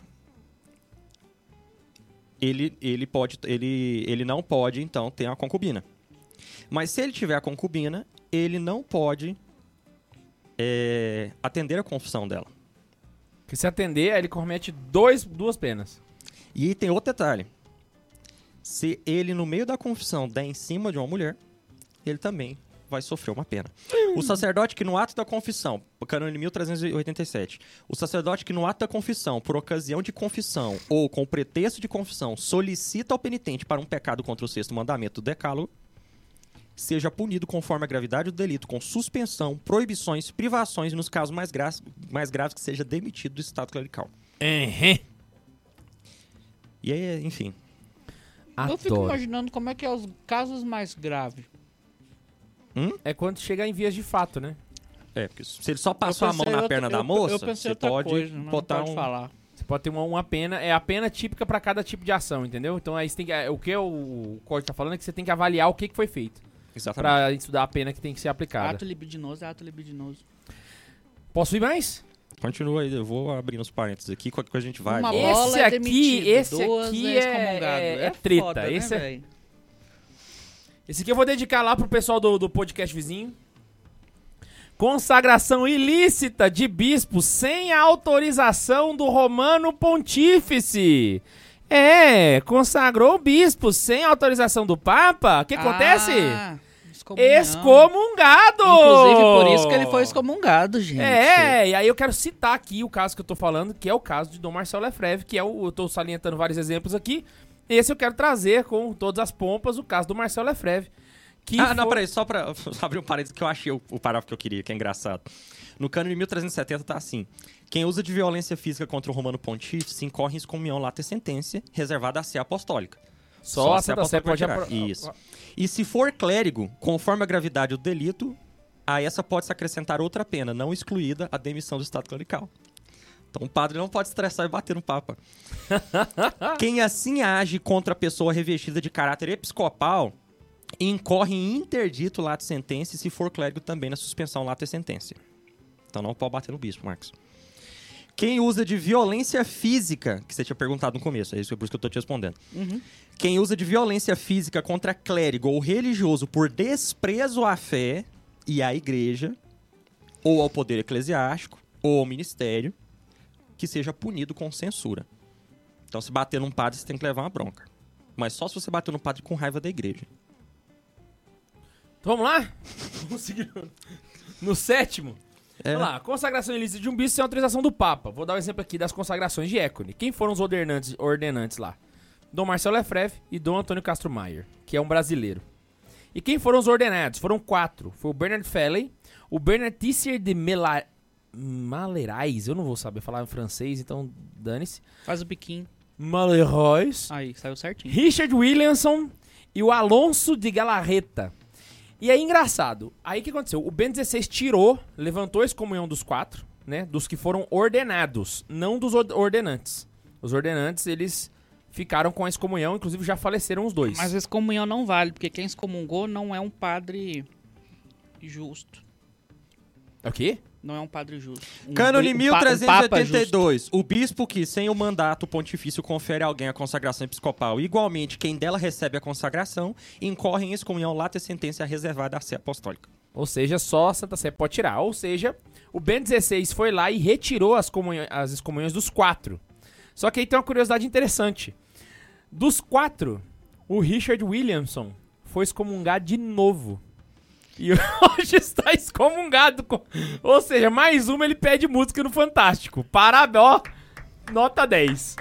Speaker 2: ele ele pode ele ele não pode então ter a concubina. Mas se ele tiver a concubina, ele não pode é, atender a confissão dela.
Speaker 1: Que se atender, aí ele comete dois, duas penas.
Speaker 2: E aí tem outro detalhe. Se ele, no meio da confissão, der em cima de uma mulher, ele também vai sofrer uma pena. O sacerdote que no ato da confissão, cânone 1387, o sacerdote que no ato da confissão, por ocasião de confissão ou com pretexto de confissão, solicita ao penitente para um pecado contra o sexto mandamento do decálogo, seja punido conforme a gravidade do delito, com suspensão, proibições, privações e, nos casos mais, gra mais graves, que seja demitido do estado clerical. E aí, enfim,
Speaker 3: Eu fico
Speaker 1: Adoro.
Speaker 3: imaginando como é que é os casos mais graves.
Speaker 2: Hum?
Speaker 1: É quando chega em vias de fato, né?
Speaker 2: É, porque se ele só passou a mão na perna da moça, você pode botar um.
Speaker 3: né? falar.
Speaker 1: Você pode ter uma, uma pena, é a pena típica pra cada tipo de ação, entendeu? Então aí você tem que, é, o que o código tá falando é que você tem que avaliar o que, que foi feito
Speaker 2: Exatamente.
Speaker 1: Pra estudar a pena que tem que ser aplicada.
Speaker 3: Ato libidinoso é ato libidinoso.
Speaker 1: Posso ir mais?
Speaker 2: Continua aí, eu vou abrir uns parênteses aqui, qualquer coisa a gente vai.
Speaker 3: Uma
Speaker 2: né?
Speaker 1: bola.
Speaker 3: bola
Speaker 1: Esse
Speaker 3: é
Speaker 1: aqui-
Speaker 3: demitido,
Speaker 1: esse
Speaker 3: duas
Speaker 1: aqui
Speaker 3: é
Speaker 1: é-
Speaker 3: excomungado.
Speaker 1: é-
Speaker 3: É,
Speaker 1: é treta,
Speaker 3: foda,
Speaker 1: esse
Speaker 3: né,
Speaker 1: é-
Speaker 3: véi?
Speaker 1: Esse aqui eu vou dedicar lá pro pessoal do, do podcast vizinho. Consagração ilícita de bispo sem a autorização do romano pontífice. É, consagrou o bispo sem autorização do papa. O que acontece?
Speaker 3: Ah, excomunhão.
Speaker 1: Excomungado!
Speaker 3: Inclusive, por isso que ele foi excomungado, gente.
Speaker 1: É, e aí eu quero citar aqui o caso que eu tô falando, que é o caso de Dom Marcelo Lefreve, que é o. Eu tô salientando vários exemplos aqui. Esse eu quero trazer com todas as pompas o caso do Marcelo Lefreve. Que
Speaker 2: ah, não,
Speaker 1: foi-
Speaker 2: peraí, só pra só abrir um parênteses que eu achei o, o parágrafo que eu queria, que é engraçado. No cano de 1370 tá assim: quem usa de violência física contra o romano pontífice incorre em excomunhão lata e sentença, reservada à sé apostólica.
Speaker 1: Só a Santa Sé pode
Speaker 2: tirar.
Speaker 1: apro-
Speaker 2: Isso. E se for clérigo, conforme a gravidade do delito, a essa pode-se acrescentar outra pena, não excluída a demissão do estado clerical. Então o padre não pode estressar e bater no papa. Quem assim age contra a pessoa revestida de caráter episcopal incorre em interdito lato sentença e se for clérigo também na suspensão lato sentença. Então não pode bater no bispo, Marcos. Quem usa de violência física, que você tinha perguntado no começo, é isso é por isso que eu tô te respondendo. Quem usa de violência física contra clérigo ou religioso por desprezo à fé e à igreja, ou ao poder eclesiástico, ou ao ministério, que seja punido com censura. Então, se bater num padre, você tem que levar uma bronca. Mas só se você bater num padre com raiva da igreja.
Speaker 1: Então, Vamos lá? Vamos seguir. No sétimo. Vamos lá, consagração ilícita de um bispo sem autorização do Papa. Vou dar o exemplo aqui das consagrações de Écone. Quem foram os ordenantes, ordenantes lá? Dom Marcelo Lefreve e Dom Antônio Castro Maier, que é um brasileiro. E quem foram os ordenados? Foram quatro. Foi o Bernard Felley, o Bernard Tissier de Mela... Malerais, eu não vou saber falar em francês, então dane-se.
Speaker 3: Faz o biquinho.
Speaker 1: Malerais.
Speaker 3: Aí, saiu certinho.
Speaker 1: Richard Williamson e o Alonso de Galarreta. E é engraçado. Aí o que aconteceu? O Ben 16 tirou, levantou a excomunhão dos quatro, né? Dos que foram ordenados, não dos or- ordenantes. Os ordenantes, eles ficaram com a excomunhão, inclusive já faleceram os dois.
Speaker 3: Mas a excomunhão não vale, porque quem excomungou não é um padre justo.
Speaker 1: É O quê?
Speaker 3: Não é um padre justo. Um,
Speaker 2: Cânone
Speaker 3: um pa- um papa justo.
Speaker 2: 1382. o bispo que, sem o mandato pontifício, confere a alguém a consagração episcopal, igualmente quem dela recebe a consagração, incorre em excomunhão lata e sentença reservada à sé apostólica.
Speaker 1: Ou seja, só a Santa Sé pode tirar. Ou seja, o Ben 16 foi lá e retirou as, comunhã- as excomunhões dos quatro. Só que aí tem uma curiosidade interessante. Dos quatro, o Richard Williamson foi excomungado de novo. E hoje está excomungado. com- Ou seja, mais uma ele pede música no Fantástico. Parabéns, ó. Nota 10.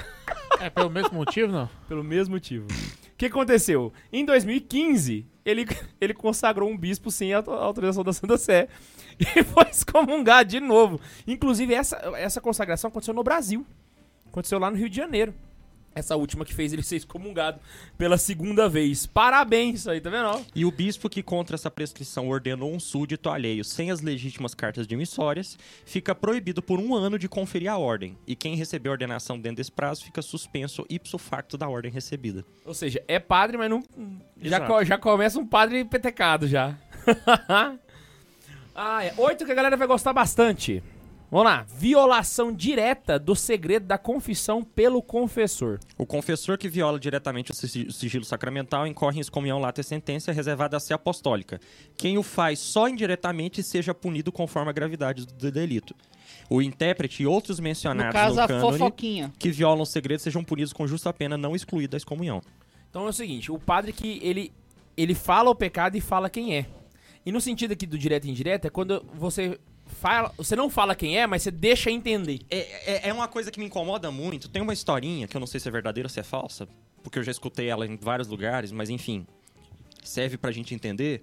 Speaker 4: É pelo mesmo motivo, não?
Speaker 1: Pelo mesmo motivo. O que aconteceu? Em 2015, ele, ele consagrou um bispo sem a auto- autorização da Santa Sé. E foi excomungado de novo. Inclusive, essa, essa consagração aconteceu no Brasil. Aconteceu lá no Rio de Janeiro. Essa última que fez ele ser excomungado pela segunda vez. Parabéns aí, tá vendo? ó?
Speaker 2: E o bispo que contra essa prescrição ordenou um súdito alheio sem as legítimas cartas dimissórias fica proibido por um ano de conferir a ordem. E quem receber a ordenação dentro desse prazo fica suspenso ipso facto da ordem recebida.
Speaker 1: Ou seja, é padre, mas não. Já,
Speaker 2: Exato.
Speaker 1: co- já começa um padre petecado já. ah, é. Oito que a galera vai gostar bastante. Vamos lá. Violação direta do segredo da confissão pelo confessor.
Speaker 2: O confessor que viola diretamente o sigi- o sigilo sacramental incorre em excomunhão lata e sentença reservada a ser apostólica. Quem o faz só indiretamente seja punido conforme a gravidade do delito. O intérprete e outros mencionados
Speaker 3: No
Speaker 2: no,
Speaker 3: caso, a
Speaker 2: cânone
Speaker 3: fofoquinha.
Speaker 2: que violam o segredo sejam punidos com justa pena não excluída a excomunhão.
Speaker 1: Então é o seguinte: o padre que ele, ele fala o pecado e fala quem é. E no sentido aqui do direto e indireto é quando você fala. Você não fala quem é, mas você deixa entender.
Speaker 2: É, é- é uma coisa que me incomoda muito. Tem uma historinha que eu não sei se é verdadeira ou se é falsa, porque eu já escutei ela em vários lugares, mas enfim, serve pra gente entender.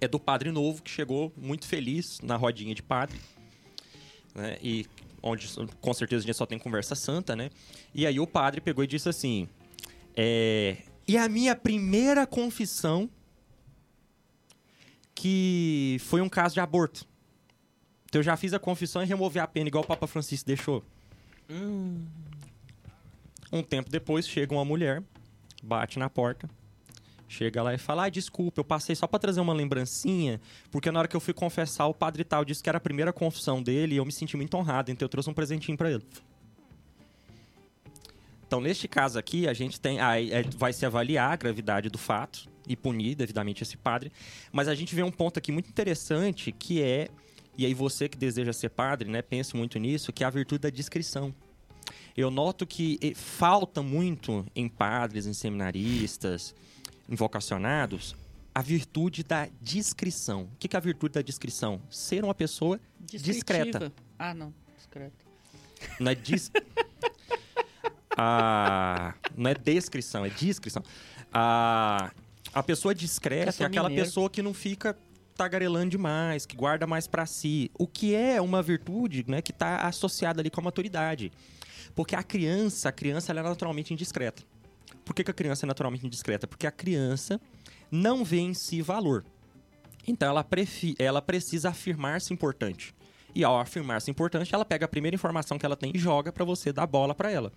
Speaker 2: É do padre novo que chegou muito feliz na rodinha de padre, né? E onde com certeza a gente só tem conversa santa, né? E aí o padre pegou e disse assim: é, E a minha primeira confissão que foi um caso de aborto. Então eu já fiz a confissão e removi a pena, igual o Papa Francisco deixou. Um tempo depois, chega uma mulher, bate na porta, chega lá e fala: ah, desculpa, eu passei só pra trazer uma lembrancinha, porque na hora que eu fui confessar, o padre tal disse que era a primeira confissão dele e eu me senti muito honrado, então eu trouxe um presentinho pra ele. Então, neste caso aqui, a gente tem. aí, é, vai se avaliar a gravidade do fato e punir devidamente esse padre. Mas a gente vê um ponto aqui muito interessante que é. E aí, você que deseja ser padre, né, pense muito nisso, que é a virtude da discrição. Eu noto que eh, falta muito em padres, em seminaristas, em vocacionados, a virtude da discrição. O que que é a virtude da discrição? Ser uma pessoa Discreta.
Speaker 3: Descritiva. Ah, não. Discreta.
Speaker 2: Não é dis... Ah, não é descrição, é descrição. Ah, a pessoa
Speaker 3: Eu
Speaker 2: discreta
Speaker 3: sou
Speaker 2: é aquela
Speaker 3: mineiro.
Speaker 2: pessoa que não fica tagarelando demais, que guarda mais pra si. O que é uma virtude né, que tá associada ali com a maturidade. Porque a criança, a criança ela é naturalmente indiscreta. Por que, que a criança é naturalmente indiscreta? Porque a criança não vê em si valor. Então ela, prefi- ela precisa afirmar-se importante. E ao afirmar-se importante, ela pega a primeira informação que ela tem e joga pra você dar bola pra ela.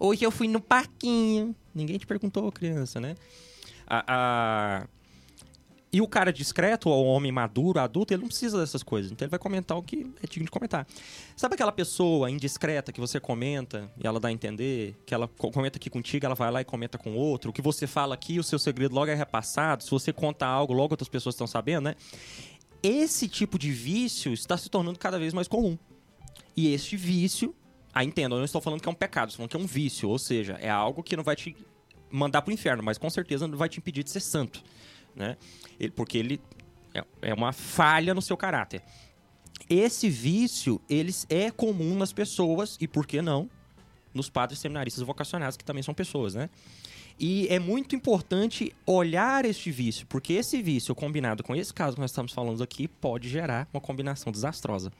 Speaker 2: Hoje eu fui no parquinho. Ninguém te perguntou, criança, né? A, a- E o cara discreto, ou o homem maduro, adulto, ele não precisa dessas coisas. Então ele vai comentar o que é digno de comentar. Sabe aquela pessoa indiscreta que você comenta e ela dá a entender? Que ela co- comenta aqui contigo, ela vai lá e comenta com outro. O que você fala aqui, o seu segredo logo é repassado. Se você conta algo, logo outras pessoas estão sabendo, né? Esse tipo de vício está se tornando cada vez mais comum. E este vício, ah, entendo, eu não estou falando que é um pecado, estou falando que é um vício, ou seja, é algo que não vai te mandar pro inferno, mas com certeza não vai te impedir de ser santo, né? Ele- porque ele é, é uma falha no seu caráter. Esse vício, ele é comum nas pessoas e por que não nos padres seminaristas vocacionados que também são pessoas, né? E é muito importante olhar este vício, porque esse vício combinado com esse caso que nós estamos falando aqui pode gerar uma combinação desastrosa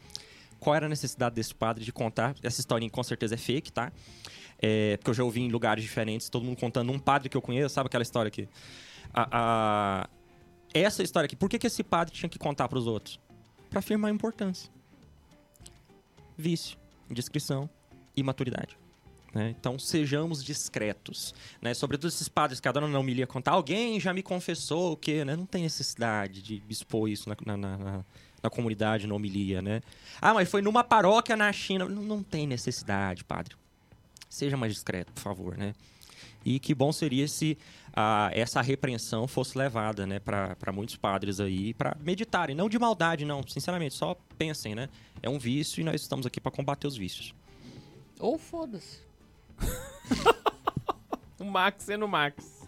Speaker 2: qual era a necessidade desse padre de contar. Essa historinha com certeza é fake, tá? É, porque eu já ouvi em lugares diferentes, todo mundo contando um padre que eu conheço, sabe aquela história aqui? A- a- essa história aqui, por que, que esse padre tinha que contar pros outros? Pra afirmar a importância. Vício, indiscrição, imaturidade. né? Então sejamos discretos. né? Sobretudo esses padres que adoram na homilia contar, alguém já me confessou o quê? né? Não tem necessidade de expor isso na, na- na- na- na comunidade, na homilia, né? Ah, mas foi numa paróquia na China. Não, não tem necessidade, padre. Seja mais discreto, por favor, né? E que bom seria se ah, essa repreensão fosse levada, né, para muitos padres aí, para meditarem. Não de maldade, não. Sinceramente, só pensem, né? É um vício e nós estamos aqui para combater os vícios.
Speaker 3: Ou foda-se.
Speaker 1: O Max sendo o Max.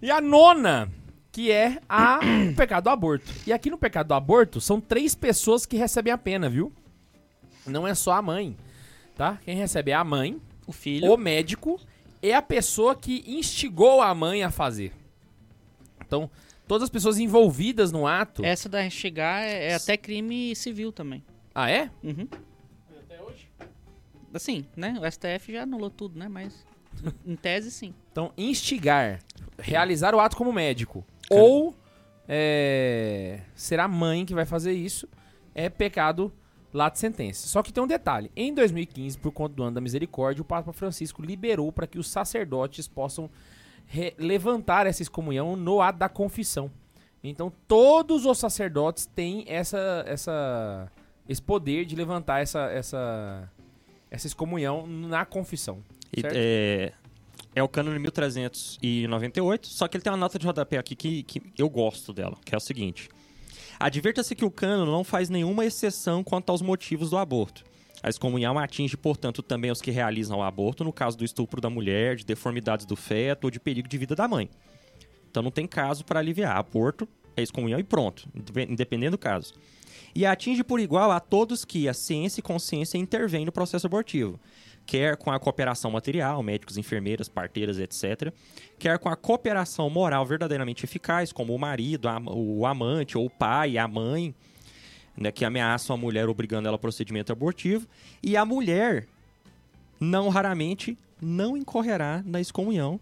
Speaker 1: E a nona, que é a o pecado do aborto. E aqui no pecado do aborto, são três pessoas que recebem a pena, viu? Não é só a mãe, tá? Quem recebe é a mãe,
Speaker 3: O filho.
Speaker 1: o médico e a pessoa que instigou a mãe a fazer. Então, todas as pessoas envolvidas no ato.
Speaker 3: Essa da chegar é, é até crime civil também.
Speaker 1: Ah, é?
Speaker 3: Uhum. Até hoje? Assim, né? O STF já anulou tudo, né? Mas em tese, sim.
Speaker 1: Então, instigar, realizar o ato como médico. Ou é, ser a mãe que vai fazer isso é pecado lá de sentença. Só que tem um detalhe. Em 2015, por conta do ano da misericórdia, o Papa Francisco liberou para que os sacerdotes possam re- levantar essa excomunhão no ato da confissão. Então, todos os sacerdotes têm essa, essa, esse poder de levantar essa, essa, essa excomunhão na confissão.
Speaker 2: E,
Speaker 1: Certo.
Speaker 2: é, é o cânone 1398, só que ele tem uma nota de rodapé aqui que, que eu gosto dela, que é o seguinte. Advirta-se que o cânone não faz nenhuma exceção quanto aos motivos do aborto. A excomunhão atinge, portanto, também os que realizam o aborto no caso do estupro da mulher, de deformidades do feto ou de perigo de vida da mãe. Então não tem caso para aliviar. Aborto é excomunhão e pronto, indepe- independente do caso. E atinge por igual a todos que a ciência e consciência intervêm no processo abortivo, quer com a cooperação material, médicos, enfermeiras, parteiras, etc., quer com a cooperação moral verdadeiramente eficaz, como o marido, a- o amante, ou o pai, a mãe, né, que ameaçam a mulher obrigando ela ao procedimento abortivo, e a mulher, não raramente, não incorrerá na excomunhão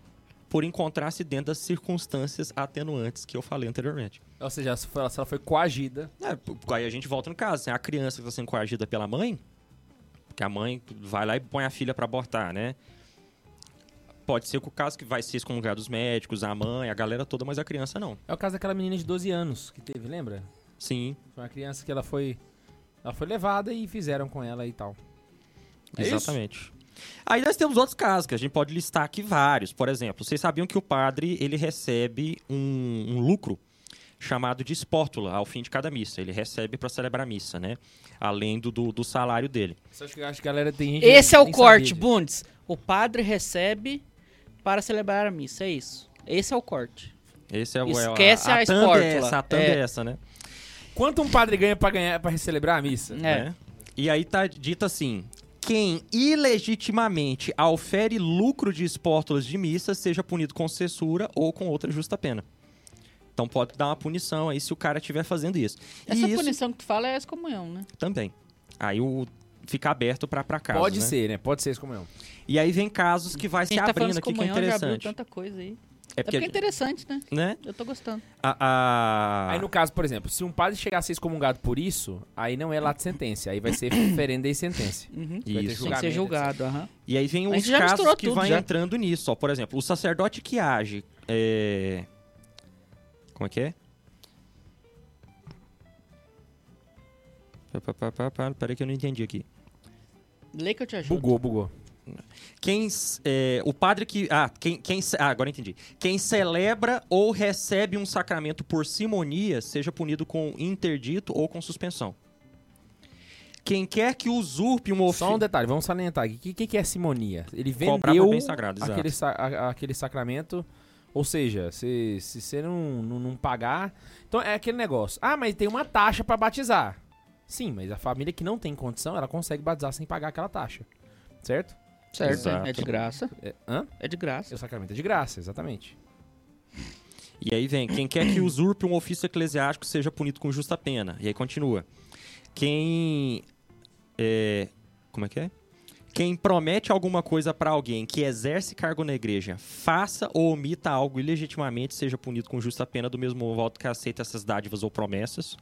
Speaker 2: por encontrar-se dentro das circunstâncias atenuantes que eu falei anteriormente.
Speaker 1: Ou seja, se ela se ela foi coagida.
Speaker 2: É, p- aí a gente volta no caso, assim, a criança que está sendo coagida pela mãe, que a mãe vai lá e põe a filha para abortar, né? Pode ser que o caso que vai ser excomungado dos médicos, a mãe, a galera toda, mas a criança não.
Speaker 1: É o caso daquela menina de 12 anos que teve, lembra?
Speaker 2: Sim.
Speaker 1: Foi uma criança que ela foi. Ela foi levada e fizeram com ela e tal. É isso?
Speaker 2: Exatamente. Aí nós temos outros casos que a gente pode listar aqui vários. Por exemplo, vocês sabiam que o padre ele recebe um, um lucro chamado de espórtula ao fim de cada missa. Ele recebe para celebrar a missa, né? Além do, do, do salário dele.
Speaker 1: Você acha que, acho que a galera tem gente que
Speaker 3: Esse é o
Speaker 1: nem
Speaker 3: corte,
Speaker 1: sabia disso.
Speaker 3: Bundes. O padre recebe para celebrar a missa, é isso. Esse é o corte.
Speaker 2: Esse é o
Speaker 3: Esquece
Speaker 2: é
Speaker 3: a
Speaker 2: tanda é
Speaker 3: espórtula.
Speaker 2: Essa, a tanda é
Speaker 3: É.
Speaker 2: essa, né?
Speaker 1: Quanto um padre ganha pra, ganhar, pra celebrar a missa?
Speaker 3: É.
Speaker 2: né? E aí tá dito assim: quem ilegitimamente aufere lucro de espórtulas de missa seja punido com censura ou com outra justa pena. Então pode dar uma punição aí se o cara estiver fazendo isso.
Speaker 3: Essa
Speaker 2: e isso
Speaker 3: punição que tu fala é a excomunhão, né?
Speaker 2: também. Aí o fica aberto pra pra casa.
Speaker 1: Pode
Speaker 2: né?
Speaker 1: ser, né? Pode ser isso como é.
Speaker 3: Tá.
Speaker 2: E aí vem casos que vai
Speaker 3: A
Speaker 2: se
Speaker 3: gente tá falando
Speaker 2: abrindo
Speaker 3: de
Speaker 2: aqui que é
Speaker 3: excomunhão, já abriu
Speaker 2: interessante.
Speaker 3: tanta coisa aí.
Speaker 2: É
Speaker 3: É porque
Speaker 2: porque,
Speaker 3: é interessante, né?
Speaker 2: né?
Speaker 3: Eu tô gostando.
Speaker 2: A, a-
Speaker 1: Aí no caso, por exemplo, se um padre chegar a ser excomungado por isso, aí não é lá de sentença. Aí vai ser referenda e sentença.
Speaker 3: Uhum.
Speaker 1: vai ter
Speaker 2: Isso.
Speaker 3: Tem que ser julgado, aham.
Speaker 2: E aí vem
Speaker 3: Mas
Speaker 2: os
Speaker 3: já
Speaker 2: casos
Speaker 3: misturou
Speaker 2: que
Speaker 3: tudo,
Speaker 2: vai
Speaker 3: já.
Speaker 2: entrando nisso. Ó. Por exemplo, o sacerdote que age. É... Como é que é? Pá, pá, pá, pá, pá, Peraí que eu não entendi aqui.
Speaker 3: Lê que eu te ajudo.
Speaker 1: Bugou, bugou.
Speaker 2: Quem. s- é, o padre que. Ah, quem, quem. ce- Ah, agora eu entendi. Quem celebra ou recebe um sacramento por simonia seja punido com interdito ou com suspensão. Quem quer que usurpe uma
Speaker 1: Só um
Speaker 2: ofensa.
Speaker 1: detalhe, vamos salientar aqui. O que, que, que é simonia? Ele
Speaker 2: Comprar por
Speaker 1: vendeu
Speaker 2: bem sagrado, exato.
Speaker 1: aquele, sa- a- aquele sacramento. Ou seja, se se você não, não, não pagar. Então é aquele negócio. Ah, mas tem uma taxa pra batizar. Sim, mas a família que não tem condição, ela consegue batizar sem pagar aquela taxa. Certo?
Speaker 3: Certo,
Speaker 2: Exato.
Speaker 3: é de graça.
Speaker 1: É, hã?
Speaker 3: É de graça.
Speaker 1: O sacramento é de graça, exatamente.
Speaker 2: E aí vem, quem quer que usurpe um ofício eclesiástico seja punido com justa pena. E aí continua. Quem. É, como é que é? Quem promete alguma coisa pra alguém que exerce cargo na igreja, faça ou omita algo ilegitimamente, seja punido com justa pena do mesmo voto que aceita essas dádivas ou promessas.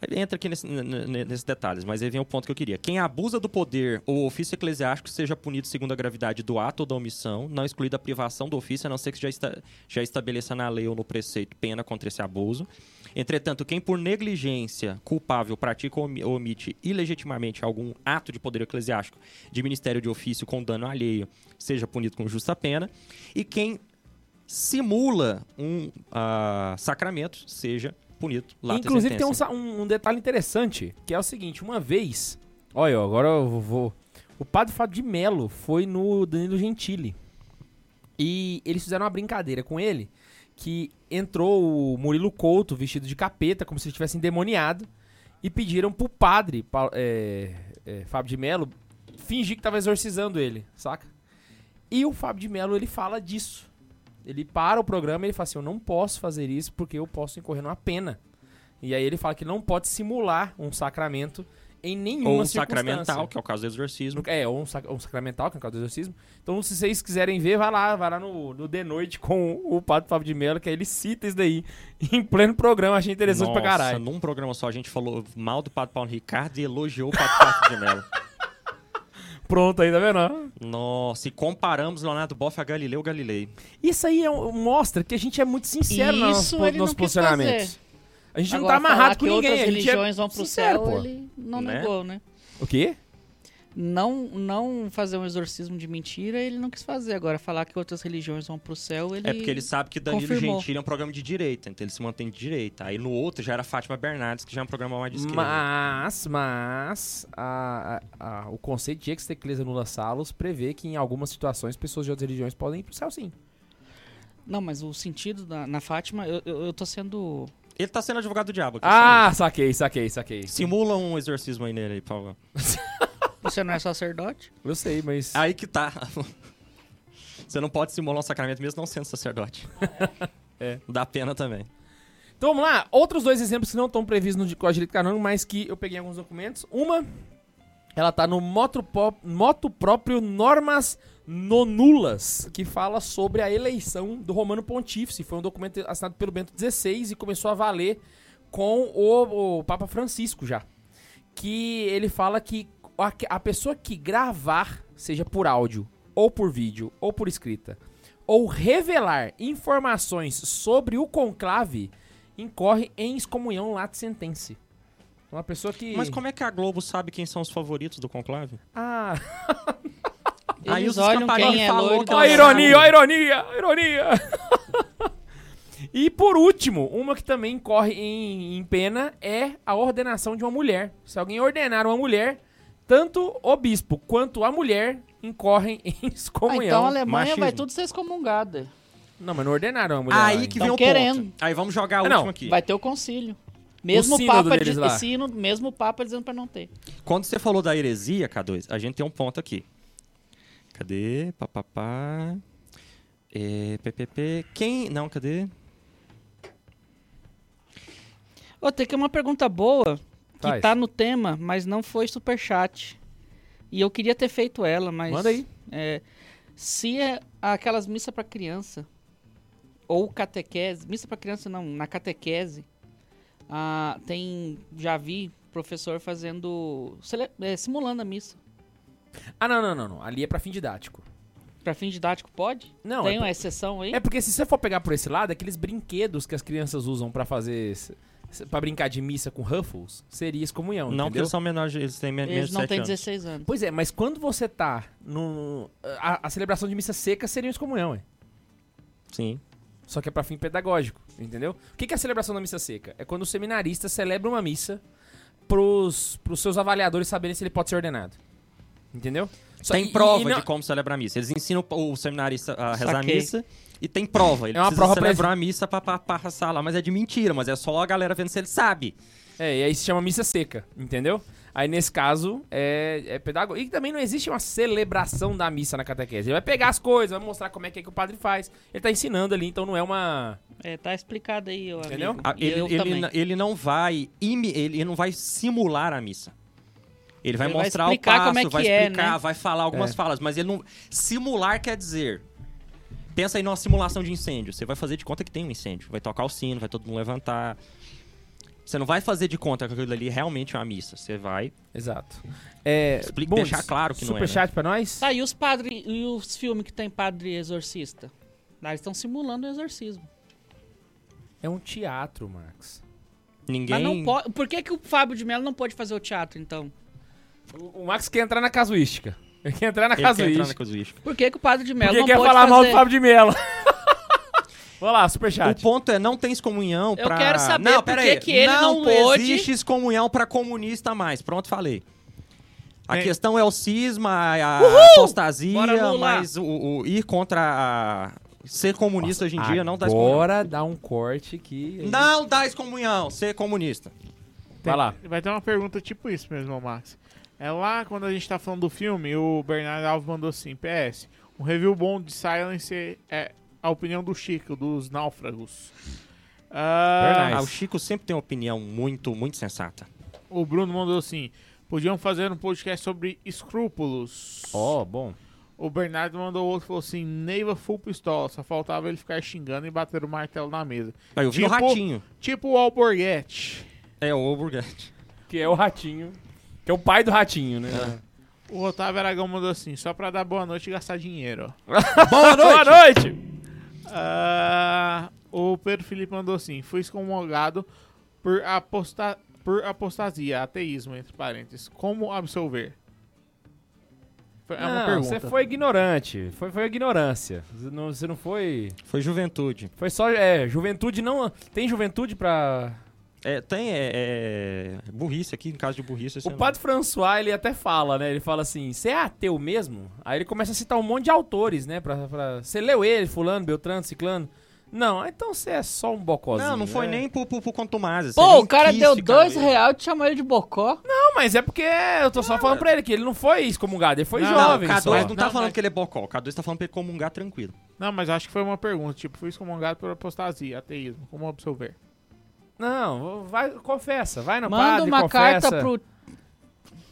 Speaker 2: Aí entra aqui nesse- n- n- nesses detalhes, mas aí vem o ponto que eu queria. Quem abusa do poder ou ofício eclesiástico seja punido segundo a gravidade do ato ou da omissão, não excluída a privação do ofício, a não ser que já, está, já estabeleça na lei ou no preceito pena contra esse abuso. Entretanto, quem por negligência culpável pratica ou omi- ou omite ilegitimamente algum ato de poder eclesiástico de ministério de ofício com dano alheio, seja punido com justa pena. E quem simula um ah, sacramento, seja punido lá
Speaker 1: Inclusive tem um, sa- um- um detalhe interessante, que é o seguinte, uma vez. Olha, ó, agora eu vou. O padre Fábio de Melo foi no Danilo Gentili. E eles fizeram uma brincadeira com ele, que entrou o Murilo Couto vestido de capeta, como se ele tivesse endemoniado, e pediram pro padre, pa- é, é, Fábio de Melo, fingir que tava exorcizando ele, saca? E o Fábio de Melo, ele fala disso. Ele para o programa e ele fala assim, eu não posso fazer isso porque eu posso incorrer numa pena. E aí ele fala que não pode simular um sacramento em nenhuma
Speaker 2: Ou um
Speaker 1: circunstância.
Speaker 2: sacramental, que é o caso do exorcismo.
Speaker 1: No- É, ou um, sac- um sacramental, que é o caso do exorcismo. Então, se vocês quiserem ver, vai lá, vai lá no, no The Noite com o Padre Fábio de Mello, que aí ele cita isso daí em pleno programa. Achei interessante pra
Speaker 2: Nossa,
Speaker 1: caralho.
Speaker 2: num programa só a gente falou mal do Padre Paulo Ricardo e elogiou o Padre Fábio de Mello.
Speaker 1: Pronto aí, tá vendo?
Speaker 2: Nossa, e comparamos Leonardo Boff a Galileu Galilei.
Speaker 1: Isso aí é um- mostra que a gente é muito sincero nos
Speaker 3: Isso
Speaker 1: po-
Speaker 3: ele
Speaker 1: nos
Speaker 3: não quis
Speaker 1: posicionamentos. A gente
Speaker 3: Agora,
Speaker 1: não tá amarrado
Speaker 3: falar
Speaker 1: com
Speaker 3: que
Speaker 1: ninguém.
Speaker 3: outras
Speaker 1: A gente é...
Speaker 3: religiões vão pro
Speaker 1: sincero,
Speaker 3: céu,
Speaker 1: pô.
Speaker 3: ele não
Speaker 2: Né?
Speaker 3: negou, né?
Speaker 1: O quê?
Speaker 3: Não, não fazer um exorcismo de mentira, ele não quis fazer. Agora, falar que outras religiões vão pro céu, ele...
Speaker 2: É porque ele sabe que Danilo
Speaker 3: confirmou.
Speaker 2: Gentili é um programa de direita, então ele se mantém de direita. Aí no outro já era Fátima Bernardes, que já é um programa mais de esquerda.
Speaker 1: Mas, mas, a- a- a- o conceito de ex teclesa nula salos prevê que em algumas situações pessoas de outras religiões podem ir pro céu, sim.
Speaker 3: Não, mas o sentido da, na Fátima, eu, eu, eu tô sendo...
Speaker 2: Ele tá sendo advogado do diabo aqui.
Speaker 1: Ah, saquei, saquei, saquei.
Speaker 2: isso aí. Simula um exorcismo aí nele, aí, por favor.
Speaker 3: Você não é sacerdote?
Speaker 1: Eu sei, mas.
Speaker 2: Aí que tá. Você não pode simular um sacramento mesmo não sendo sacerdote.
Speaker 1: É.
Speaker 2: Dá pena também.
Speaker 1: Então vamos lá. Outros dois exemplos que não estão previstos no de Código de Direito Canônico, mas que eu peguei em alguns documentos. Uma Ela tá no moto, pop, moto próprio Normas Nonulas, que fala sobre a eleição do Romano Pontífice. Foi um documento assinado pelo Bento XVI e começou a valer com o, o Papa Francisco já. Que ele fala que a, a pessoa que gravar, seja por áudio, ou por vídeo, ou por escrita, ou revelar informações sobre o conclave, incorre em excomunhão lato sentense. Uma pessoa que.
Speaker 2: Mas como é que a Globo sabe quem são os favoritos do conclave?
Speaker 1: Ah,
Speaker 2: Aí
Speaker 3: Eles
Speaker 2: os
Speaker 3: olham
Speaker 2: escampadores
Speaker 3: quem é
Speaker 2: falou
Speaker 3: loiro,
Speaker 2: que
Speaker 1: ó
Speaker 3: quem
Speaker 1: a
Speaker 3: é
Speaker 1: ironia, ó a ironia, ó a ironia. e por último, uma que também corre em, em pena é a ordenação de uma mulher. Se alguém ordenar uma mulher, tanto o bispo quanto a mulher incorrem em
Speaker 3: Ah, então
Speaker 1: excomunhão.
Speaker 3: a Alemanha vai
Speaker 2: machismo.
Speaker 3: tudo ser excomungada.
Speaker 1: Não, mas não ordenaram uma mulher. lá,
Speaker 2: Aí É,
Speaker 1: hein?
Speaker 2: que
Speaker 3: Tão
Speaker 2: vem o
Speaker 3: querendo.
Speaker 2: ponto. Aí vamos jogar a
Speaker 1: Ah, não.
Speaker 2: última aqui.
Speaker 3: Vai ter o concílio. Mesmo
Speaker 1: sínodo
Speaker 3: Papa,
Speaker 1: deles
Speaker 3: de,
Speaker 1: lá.
Speaker 3: sino- mesmo Papa dizendo pra não ter.
Speaker 2: Quando você falou da heresia, K2, a gente tem um ponto aqui. Cadê? Papapá. É, PPP. Quem. Não, cadê?
Speaker 3: Ô, tem que uma pergunta boa que
Speaker 1: Faz.
Speaker 3: tá no tema, mas não foi superchat. E eu queria ter feito ela, mas.
Speaker 1: Manda aí.
Speaker 3: é, se é aquelas missas pra criança, ou catequese, missa pra criança não, na catequese, ah, tem. Já vi professor fazendo. sele- é, simulando a missa.
Speaker 1: Ah, não, não, não, não. Ali é pra fim didático.
Speaker 3: Pra fim didático, pode?
Speaker 1: Não,
Speaker 3: tem
Speaker 1: é
Speaker 3: uma
Speaker 1: pra-
Speaker 3: exceção aí?
Speaker 1: É porque se você for pegar por esse lado, aqueles brinquedos que as crianças usam pra fazer. Pra brincar de missa com Ruffles, seria excomunhão.
Speaker 2: Não, porque
Speaker 1: entendeu?
Speaker 2: eles são menores, eles têm men- menos
Speaker 3: Eles
Speaker 2: de
Speaker 3: não
Speaker 2: 7
Speaker 3: têm
Speaker 2: anos.
Speaker 3: 16 anos.
Speaker 1: Pois é, mas quando você tá no. A, a celebração de missa seca seria uma excomunhão, hein?
Speaker 2: Sim.
Speaker 1: Só que é pra fim pedagógico, entendeu? O que que é a celebração da missa seca? É quando o seminarista celebra uma missa pros, pros seus avaliadores saberem se ele pode ser ordenado. Entendeu? Só- e-
Speaker 2: Tem
Speaker 1: e-
Speaker 2: prova
Speaker 1: e não-
Speaker 2: de como celebrar a missa. Eles ensinam o seminarista a rezar
Speaker 3: Saquei.
Speaker 2: a missa e tem prova. Ele
Speaker 1: É uma
Speaker 2: precisa
Speaker 1: prova pra
Speaker 2: celebrar a missa pra, pra, pra passar lá, mas é de mentira, mas é só a galera vendo se ele sabe.
Speaker 1: É, e aí se chama missa seca, entendeu? Aí nesse caso é, é pedagogo. E também não existe uma celebração da missa na catequese. Ele vai pegar as coisas, vai mostrar como é que, é que o padre faz. Ele tá ensinando ali, então não é uma.
Speaker 3: É, tá explicado aí, eu
Speaker 1: Entendeu?
Speaker 3: amigo.
Speaker 2: Ah,
Speaker 3: E
Speaker 2: Ele,
Speaker 3: eu
Speaker 2: ele
Speaker 3: também.
Speaker 2: n- ele não vai imi- ele, ele não vai simular a missa. Ele vai
Speaker 3: Ele vai
Speaker 2: mostrar o
Speaker 3: explicar
Speaker 2: passo,
Speaker 3: como é
Speaker 2: vai
Speaker 3: que é,
Speaker 2: explicar,
Speaker 3: né?
Speaker 2: vai falar algumas falas, mas ele não simular quer dizer. Pensa aí numa simulação de incêndio. Você vai fazer de conta que tem um incêndio, vai tocar o sino, vai todo mundo levantar. Você não vai fazer de conta que aquilo ali realmente é uma missa. Você vai
Speaker 1: Exato. É,
Speaker 2: Explica-
Speaker 1: Bundes,
Speaker 2: deixar claro que não é, né?
Speaker 1: Superchat pra nós?
Speaker 3: Tá, e os padres e os filmes que tem padre exorcista? Ah, eles estão simulando o exorcismo.
Speaker 1: É um teatro, Max.
Speaker 2: ninguém
Speaker 3: Mas não pode. Por que, que o Fábio de Mello não pode fazer o teatro, então?
Speaker 1: O, o Max quer entrar na casuística. Ele quer entrar na
Speaker 2: Ele quer entrar na
Speaker 1: casuística.
Speaker 2: casuística.
Speaker 3: Por que, que o padre de Mello
Speaker 1: Porque
Speaker 3: não
Speaker 1: quer
Speaker 3: pode
Speaker 1: falar
Speaker 3: fazer?
Speaker 1: mal do Fábio de Mello. Vamos lá,
Speaker 2: O
Speaker 1: superchat.
Speaker 2: ponto é não tem excomunhão
Speaker 3: Eu
Speaker 2: pra
Speaker 3: quero saber
Speaker 2: não,
Speaker 3: por
Speaker 2: pera
Speaker 3: que
Speaker 2: aí.
Speaker 3: que ele não pôde.
Speaker 2: existe excomunhão pra comunista mais. Pronto, falei. A
Speaker 4: Tem-
Speaker 2: questão é o cisma, a apostasia,
Speaker 3: Bora anular.
Speaker 2: mas o, o ir contra a ser comunista hoje em dia não tá dá excomunhão.
Speaker 1: Agora dá um corte que...
Speaker 2: Não dá excomunhão ser comunista.
Speaker 1: Vai lá.
Speaker 4: Vai ter uma pergunta tipo isso mesmo, Max. É lá quando a gente tá falando do filme, o Bernardo Alves mandou assim: PS, um review bom de Silence é a opinião do Chico, dos náufragos. Ah,
Speaker 1: Nice.
Speaker 2: Ah, o Chico sempre tem uma opinião muito, muito sensata.
Speaker 4: o Bruno mandou assim: podiam fazer um podcast sobre escrúpulos.
Speaker 1: Ó, bom.
Speaker 4: O Bernardo mandou outro e falou assim: Neiva full pistola, só faltava ele ficar xingando e bater o martelo na mesa.
Speaker 2: Aí eu vi o
Speaker 4: Tipo-
Speaker 2: ratinho.
Speaker 4: Tipo o Alborguete.
Speaker 2: É o Burgatti.
Speaker 1: Que é o ratinho. Que é o pai do ratinho, né?
Speaker 2: É.
Speaker 4: O Otávio Aragão mandou assim: só pra dar boa noite e gastar dinheiro. ó."
Speaker 1: Boa noite! Boa noite!
Speaker 4: Ah, o Pedro Felipe mandou assim: fui excomungado por, aposta por apostasia, ateísmo, entre parênteses. Como absolver? Foi- É uma
Speaker 1: Não,
Speaker 4: pergunta.
Speaker 1: você foi ignorante. Foi, foi ignorância. Você não, você não foi...
Speaker 2: Foi juventude.
Speaker 1: Foi só... É, juventude não... Tem juventude pra...
Speaker 2: É, tem é, é, burrice aqui, em caso de burrice.
Speaker 1: O
Speaker 2: sei lá.
Speaker 1: Padre François, ele até fala, né? Ele fala assim, você é ateu mesmo? Aí ele começa a citar um monte de autores, né? Pra, pra... Você leu ele, fulano, beltrano, ciclano? Não, ah, então você é só um bocozinho.
Speaker 2: Não, não foi
Speaker 1: né?
Speaker 2: nem pro, pro, assim, pro Contumazes.
Speaker 3: Pô, o cara deu dois reais e te chamou ele de bocó.
Speaker 1: é Não, mas é porque eu tô só falando pra ele que ele não foi excomungado, ele foi
Speaker 4: Não,
Speaker 1: jovem
Speaker 2: Não, o
Speaker 1: só.
Speaker 2: K2 não tá
Speaker 4: Não,
Speaker 2: falando
Speaker 4: mas-
Speaker 2: que ele é bocó. O K2 tá falando pra ele comungar tranquilo.
Speaker 4: Não, mas acho que foi uma pergunta: tipo, fui excomungado por apostasia, ateísmo. Como absolver?
Speaker 1: Não, vai, confessa, vai no
Speaker 3: Manda
Speaker 1: padre,
Speaker 3: uma
Speaker 1: confessa.
Speaker 3: carta pro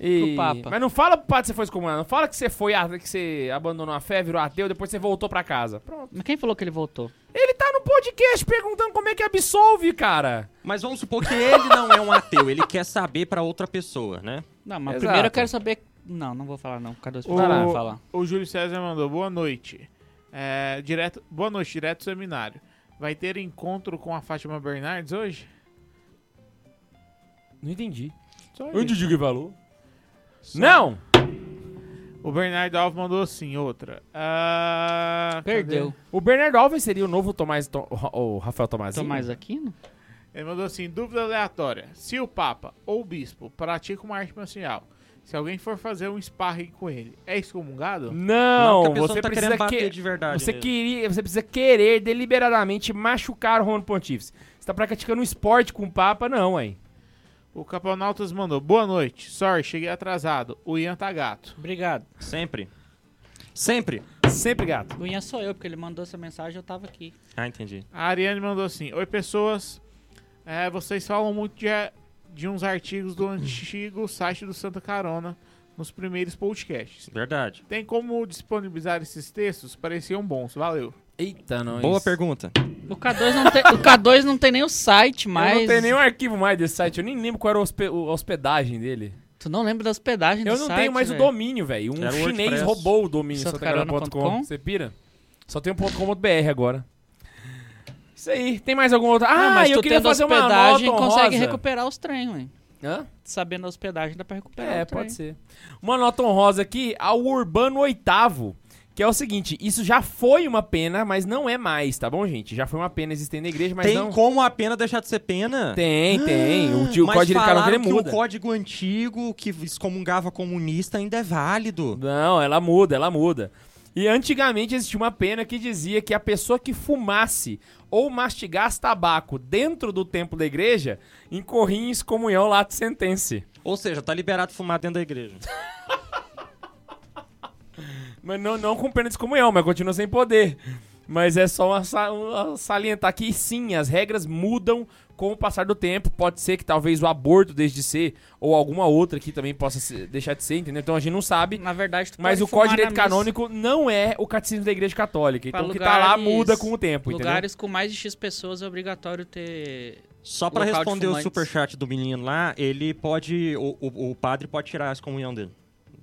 Speaker 5: E...
Speaker 3: Pro Papa.
Speaker 1: Mas não fala pro padre que você foi excomungado. Não fala que você foi, a- que você abandonou a fé, virou ateu, depois você voltou pra casa. Pronto.
Speaker 3: Mas quem falou que ele voltou?
Speaker 1: Ele tá no podcast perguntando como é que absolve, cara.
Speaker 2: Mas vamos supor que ele não é um ateu, ele quer saber pra outra pessoa, né?
Speaker 3: Não, mas
Speaker 1: Exato.
Speaker 3: primeiro eu quero saber. Não, não vou falar não. Cadê os
Speaker 4: O,
Speaker 1: Vai lá,
Speaker 3: falar?
Speaker 4: o Júlio César mandou boa noite. É, direto, boa noite, direto do seminário. Vai ter encontro com a Fátima Bernardes hoje?
Speaker 1: Não entendi.
Speaker 4: Só
Speaker 1: Eu
Speaker 4: isso.
Speaker 1: entendi o que falou.
Speaker 2: né?
Speaker 1: Não!
Speaker 4: O Bernardo Alves mandou sim, outra. Ah, cadê?
Speaker 3: Perdeu.
Speaker 1: O Bernardo Alves seria o novo Tomás... To- o Rafael Tomazinho?
Speaker 3: Tomás Aquino?
Speaker 4: Ele mandou assim: dúvida aleatória. Se o Papa ou o Bispo pratica uma arte marcial, se alguém for fazer um sparring com ele, é excomungado?
Speaker 1: Não,
Speaker 2: porque a pessoa
Speaker 1: você
Speaker 2: não tá
Speaker 1: precisa
Speaker 2: querendo bater
Speaker 1: que-
Speaker 2: de verdade. né?
Speaker 1: Você,
Speaker 2: nele.
Speaker 1: queria, você precisa querer deliberadamente machucar o Rono Pontífice. Você tá praticando um esporte com o Papa, não, hein?
Speaker 4: O Caponautas mandou: boa noite. Sorry, cheguei atrasado. O Ian tá gato.
Speaker 3: Obrigado.
Speaker 2: Sempre. Sempre.
Speaker 1: Sempre gato.
Speaker 3: O Ian sou eu, porque ele mandou essa mensagem eu tava aqui.
Speaker 2: Ah, entendi.
Speaker 4: A Ariane mandou assim: Oi, pessoas. É, vocês falam muito de, de uns artigos do antigo site do Santa Carona nos primeiros podcasts.
Speaker 2: Verdade.
Speaker 4: Tem como disponibilizar esses textos? Pareciam bons, valeu.
Speaker 1: Eita, nós.
Speaker 2: Boa pergunta.
Speaker 3: O K2 não tem, o K2 não tem nem o site mais.
Speaker 1: Eu não tenho nenhum arquivo mais desse site. Eu nem lembro qual era a hospe- o- a hospedagem dele.
Speaker 3: Tu não lembra da hospedagem
Speaker 1: Eu
Speaker 3: É do
Speaker 1: não
Speaker 3: site,
Speaker 1: tenho mais
Speaker 3: velho.
Speaker 1: o domínio, velho. Um
Speaker 2: Era o
Speaker 1: chinês
Speaker 2: WordPress.
Speaker 1: roubou o domínio
Speaker 3: santacarona.com.
Speaker 1: santacarona.com. Você pira? Só tem o .com.br agora. Isso aí. Tem mais algum outro? Ah,
Speaker 3: não, mas
Speaker 1: eu
Speaker 3: tu
Speaker 1: queria
Speaker 3: tendo
Speaker 1: fazer uma
Speaker 3: hospedagem
Speaker 1: nota honrosa.
Speaker 3: consegue recuperar os trem, ué.
Speaker 1: Hã?
Speaker 3: Sabendo a hospedagem dá pra recuperar
Speaker 1: É,
Speaker 3: o trem.
Speaker 1: pode ser. Uma nota honrosa aqui ao Urbano Oitavo, que é o seguinte, isso já foi uma pena, mas não é mais, tá bom, gente? Já foi uma pena existir na igreja, mas
Speaker 2: Tem
Speaker 1: não...
Speaker 2: como a pena deixar de ser pena? Hum,
Speaker 1: Tem, tem. O, tio, o
Speaker 2: Mas
Speaker 1: código de
Speaker 2: falaram
Speaker 1: carona
Speaker 2: que
Speaker 1: muda.
Speaker 2: o código antigo que excomungava comunista ainda é válido.
Speaker 1: Não, ela muda, ela muda. E antigamente existia uma pena que dizia que a pessoa que fumasse ou mastigasse tabaco dentro do templo da igreja incorria em excomunhão lato sentense.
Speaker 2: Ou seja, tá liberado fumar dentro da igreja.
Speaker 1: Mas não, não com pena de excomunhão, mas continua sem poder. Mas é só uma, sa- uma salientar que sim, as regras mudam com o passar do tempo. Pode ser que talvez o aborto deixe de ser, ou alguma outra que também possa se- deixar de ser, entendeu? Então a gente não sabe.
Speaker 3: Na verdade, tu
Speaker 1: Mas
Speaker 3: pode
Speaker 1: o Código de
Speaker 3: fumar
Speaker 1: Direito
Speaker 3: na missa.
Speaker 1: Canônico não é o catecismo da Igreja Católica.
Speaker 3: Pra
Speaker 1: Então o que tá lá
Speaker 3: lugares-
Speaker 1: muda com o tempo, entendeu?
Speaker 3: Lugares com mais de X pessoas é obrigatório ter
Speaker 2: Só pra
Speaker 3: Local de
Speaker 2: responder o
Speaker 3: fumantes.
Speaker 2: superchat do menino lá, ele pode. O, o- o padre pode tirar a excomunhão dele.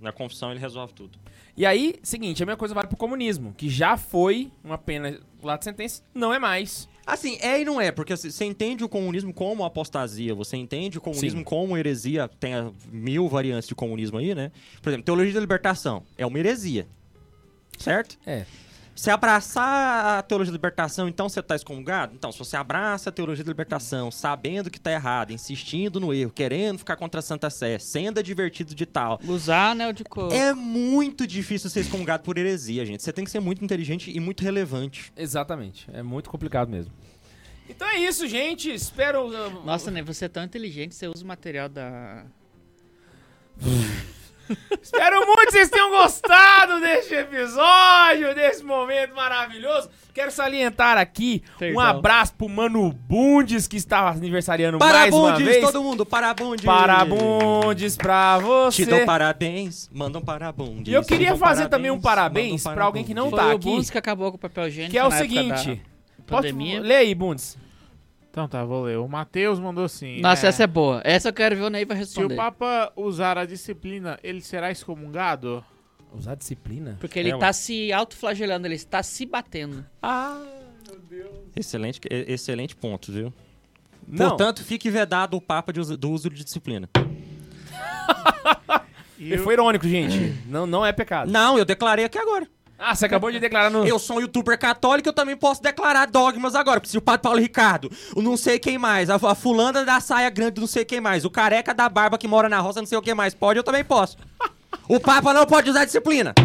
Speaker 2: Na confissão ele resolve tudo.
Speaker 1: E aí, seguinte, a mesma coisa vale pro comunismo, que já foi uma pena lá de sentença, não é mais.
Speaker 2: Assim, é e não é, porque assim, você entende o comunismo como apostasia, você entende o comunismo
Speaker 1: Sim.
Speaker 2: como heresia, tem a- mil variantes de comunismo aí, né? Por exemplo, teologia da libertação é uma heresia, certo?
Speaker 1: É.
Speaker 2: Se abraçar a teologia da libertação, então você tá excomungado? Então, se você abraça a teologia da libertação, sabendo que tá errado, insistindo no erro, querendo ficar contra a Santa Sé, sendo advertido de tal,
Speaker 3: usar anel de cor.
Speaker 2: é muito difícil ser excomungado por heresia, gente. Você tem que ser muito inteligente e muito relevante.
Speaker 1: Exatamente, é muito complicado mesmo. Então é isso, gente. Espero.
Speaker 3: Nossa, né? Você é tão inteligente, você usa o material da.
Speaker 1: Espero muito que vocês tenham gostado deste episódio, desse momento maravilhoso. Quero salientar aqui um
Speaker 3: Perdão.
Speaker 1: abraço pro Mano Bundes, que está aniversariando mais uma
Speaker 2: Parabundes,
Speaker 1: vez.
Speaker 2: todo mundo, parabundes!
Speaker 1: Parabundes pra você.
Speaker 2: Te dão parabéns, mandam parabundes.
Speaker 1: E eu queria
Speaker 2: te dão
Speaker 1: fazer também um parabéns
Speaker 2: mandam
Speaker 1: pra alguém que não
Speaker 2: parabundes.
Speaker 3: Foi
Speaker 1: tá
Speaker 3: o
Speaker 1: aqui.
Speaker 3: Bundes que acabou com o papel higiênico.
Speaker 1: que é o
Speaker 3: na época
Speaker 1: seguinte.
Speaker 3: da
Speaker 1: Pode
Speaker 3: Pandemia.
Speaker 1: lê aí, Bundes.
Speaker 4: Então tá, vou ler. O Matheus mandou assim.
Speaker 3: Nossa,
Speaker 4: é,
Speaker 3: essa é boa. Essa eu quero ver o Ney vai
Speaker 4: Se o
Speaker 3: responder.
Speaker 4: Papa usar a disciplina, ele será excomungado?
Speaker 1: Usar disciplina?
Speaker 3: Porque ele
Speaker 2: É,
Speaker 3: tá
Speaker 2: ué.
Speaker 3: se autoflagelando, ele está se batendo.
Speaker 1: Ah,
Speaker 2: Excelente, e- excelente ponto, viu?
Speaker 1: tá. não.
Speaker 2: Portanto, fique vedado o papo de uso- do uso de disciplina.
Speaker 4: E
Speaker 1: Ele
Speaker 4: o-
Speaker 1: foi irônico, gente. não, não é pecado.
Speaker 2: Não, eu declarei aqui agora.
Speaker 1: Ah, você acabou de declarar no.
Speaker 2: Eu sou um youtuber católico, eu também posso declarar dogmas agora. Preciso o padre Paulo Ricardo, o não sei quem mais, a, a fulana da saia grande, não sei quem mais, o careca da barba que mora na roça, não sei o que mais. Pode, eu também posso. O Papa não pode usar disciplina.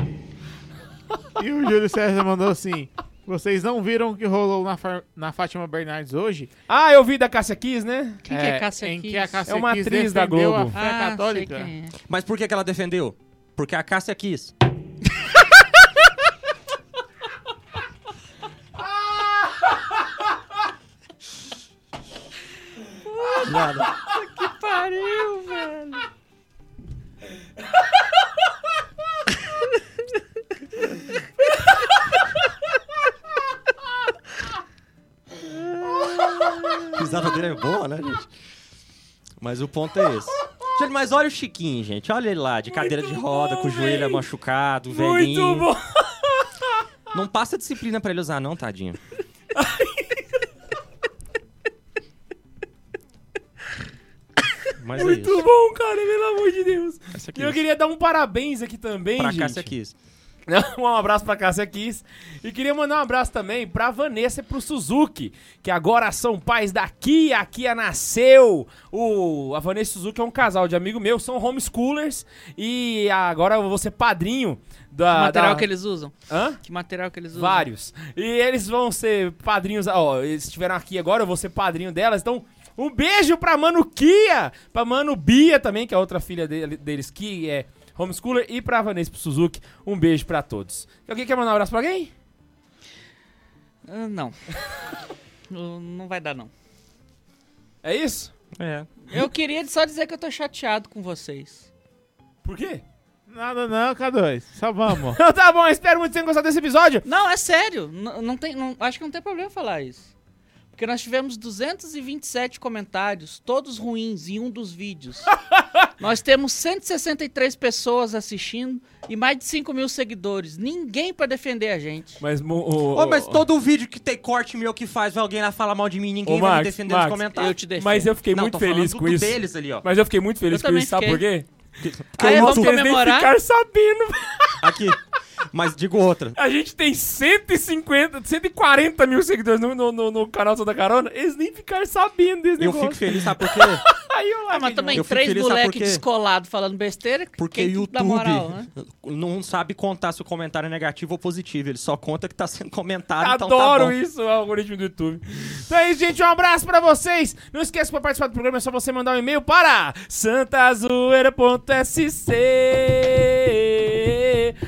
Speaker 4: E o Júlio César mandou assim: Vocês não viram o que rolou na, Fa- na Fátima Bernardes hoje?
Speaker 1: Ah, eu vi da Cássia Kiss, né?
Speaker 3: Quem que é Cássia
Speaker 4: Em que
Speaker 3: Kiss? Ah,
Speaker 4: a Cássia
Speaker 1: É uma
Speaker 4: Kiss
Speaker 1: atriz da
Speaker 4: defendeu
Speaker 1: Globo.
Speaker 4: A fé católica.
Speaker 3: sei
Speaker 1: Ah,
Speaker 3: quem é.
Speaker 2: Mas por que, que ela defendeu? Porque a Cássia quis. Nada.
Speaker 3: Pariu, velho.
Speaker 2: risada dele é boa, né, gente? Mas o ponto é esse. Gente, mas olha o Chiquinho, gente. Olha ele lá, de cadeira de roda, com
Speaker 1: bom,
Speaker 2: o joelho
Speaker 1: véi.
Speaker 2: machucado, velhinho.
Speaker 1: Muito bom.
Speaker 2: Não passa disciplina pra ele usar, não, tadinho. Mas é
Speaker 1: Muito
Speaker 2: isso.
Speaker 1: bom, cara, pelo amor de Deus.
Speaker 2: Essa aqui
Speaker 1: E eu queria dar um parabéns aqui também,
Speaker 2: pra
Speaker 1: gente.
Speaker 2: Cássia Kiss.
Speaker 1: um abraço pra Cássia Kiss. E queria mandar um abraço também pra Vanessa e pro Suzuki, que agora são pais da Kia. A Kia nasceu. O, a Vanessa e o Suzuki é um casal de amigo meu, são homeschoolers. E agora eu vou ser padrinho da.
Speaker 3: Que material
Speaker 1: da...
Speaker 3: que eles usam?
Speaker 1: Hã?
Speaker 3: Que material que eles usam?
Speaker 1: Vários. E eles vão ser padrinhos. Ó, eles estiveram aqui agora, eu vou ser padrinho delas. Então, um beijo pra Mano Kia, pra Mano Bia também, que é a outra filha dele- deles, que é homeschooler, e pra Vanessa e pro Suzuki. Um beijo pra todos. Alguém quer mandar um abraço pra alguém?
Speaker 3: Ah, não. Não não vai dar, não.
Speaker 1: É isso?
Speaker 2: É.
Speaker 3: Eu queria só dizer que eu tô chateado com vocês.
Speaker 1: Por quê?
Speaker 4: Nada não, K2. Só vamos.
Speaker 1: Então tá bom, espero muito que tenham gostado desse episódio.
Speaker 3: Não, é sério. Não, não tem, não- acho que não tem problema falar isso. Porque nós tivemos 227 comentários, todos ruins, em um dos vídeos. nós temos 163 pessoas assistindo e mais de 5 mil seguidores. Ninguém pra defender a gente.
Speaker 1: Mas, mo-
Speaker 2: Ô,
Speaker 1: o-
Speaker 2: mas
Speaker 1: o-
Speaker 2: todo vídeo que tem corte meu que faz, vai alguém lá falar mal de mim,
Speaker 1: Ô,
Speaker 2: ninguém vai me
Speaker 1: Max,
Speaker 2: defender
Speaker 1: Max,
Speaker 2: nos comentários.
Speaker 3: Eu te defendo.
Speaker 1: mas eu fiquei
Speaker 2: Não,
Speaker 1: muito
Speaker 2: tô falando
Speaker 1: feliz
Speaker 2: do-
Speaker 1: com
Speaker 2: do
Speaker 1: isso.
Speaker 2: deles ali, ó. é
Speaker 1: Mas eu fiquei muito feliz
Speaker 3: Eu
Speaker 1: com
Speaker 3: também
Speaker 1: isso, sabe por quê? Porque
Speaker 3: Aí, vamos
Speaker 1: vocês nem
Speaker 3: comemorar?
Speaker 1: ficaram sabendo.
Speaker 2: Aqui. Mas digo outra.
Speaker 1: A gente tem 150, 140 mil seguidores no, no, no, no canal Santa Carona. Eles nem ficaram sabendo desse
Speaker 2: Eu
Speaker 1: negócio.
Speaker 2: fico feliz, sabe por quê?
Speaker 1: Aí eu lá,
Speaker 3: Ah, mas
Speaker 1: gente,
Speaker 3: também
Speaker 2: Eu fico
Speaker 3: três
Speaker 2: feliz, sabe por
Speaker 3: moleques
Speaker 2: quê?
Speaker 3: descolados falando besteira.
Speaker 2: Porque o
Speaker 3: quem que
Speaker 2: YouTube
Speaker 3: dá moral, né?
Speaker 2: não sabe contar se o comentário é negativo ou positivo. Ele só conta que tá sendo comentado, então tá
Speaker 1: Adoro
Speaker 2: bom.
Speaker 1: isso, o algoritmo do YouTube. Então é isso, gente. Um abraço pra vocês. Não esqueça pra participar do programa, é só você mandar um e-mail para santazoeira.sc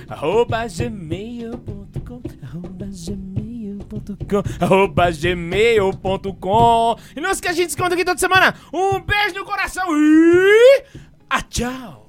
Speaker 1: arroba gmail.com arroba gmail.com arroba gmail.com E não esqueça, a gente se encontra aqui toda semana. Um beijo no coração e... Ah, tchau!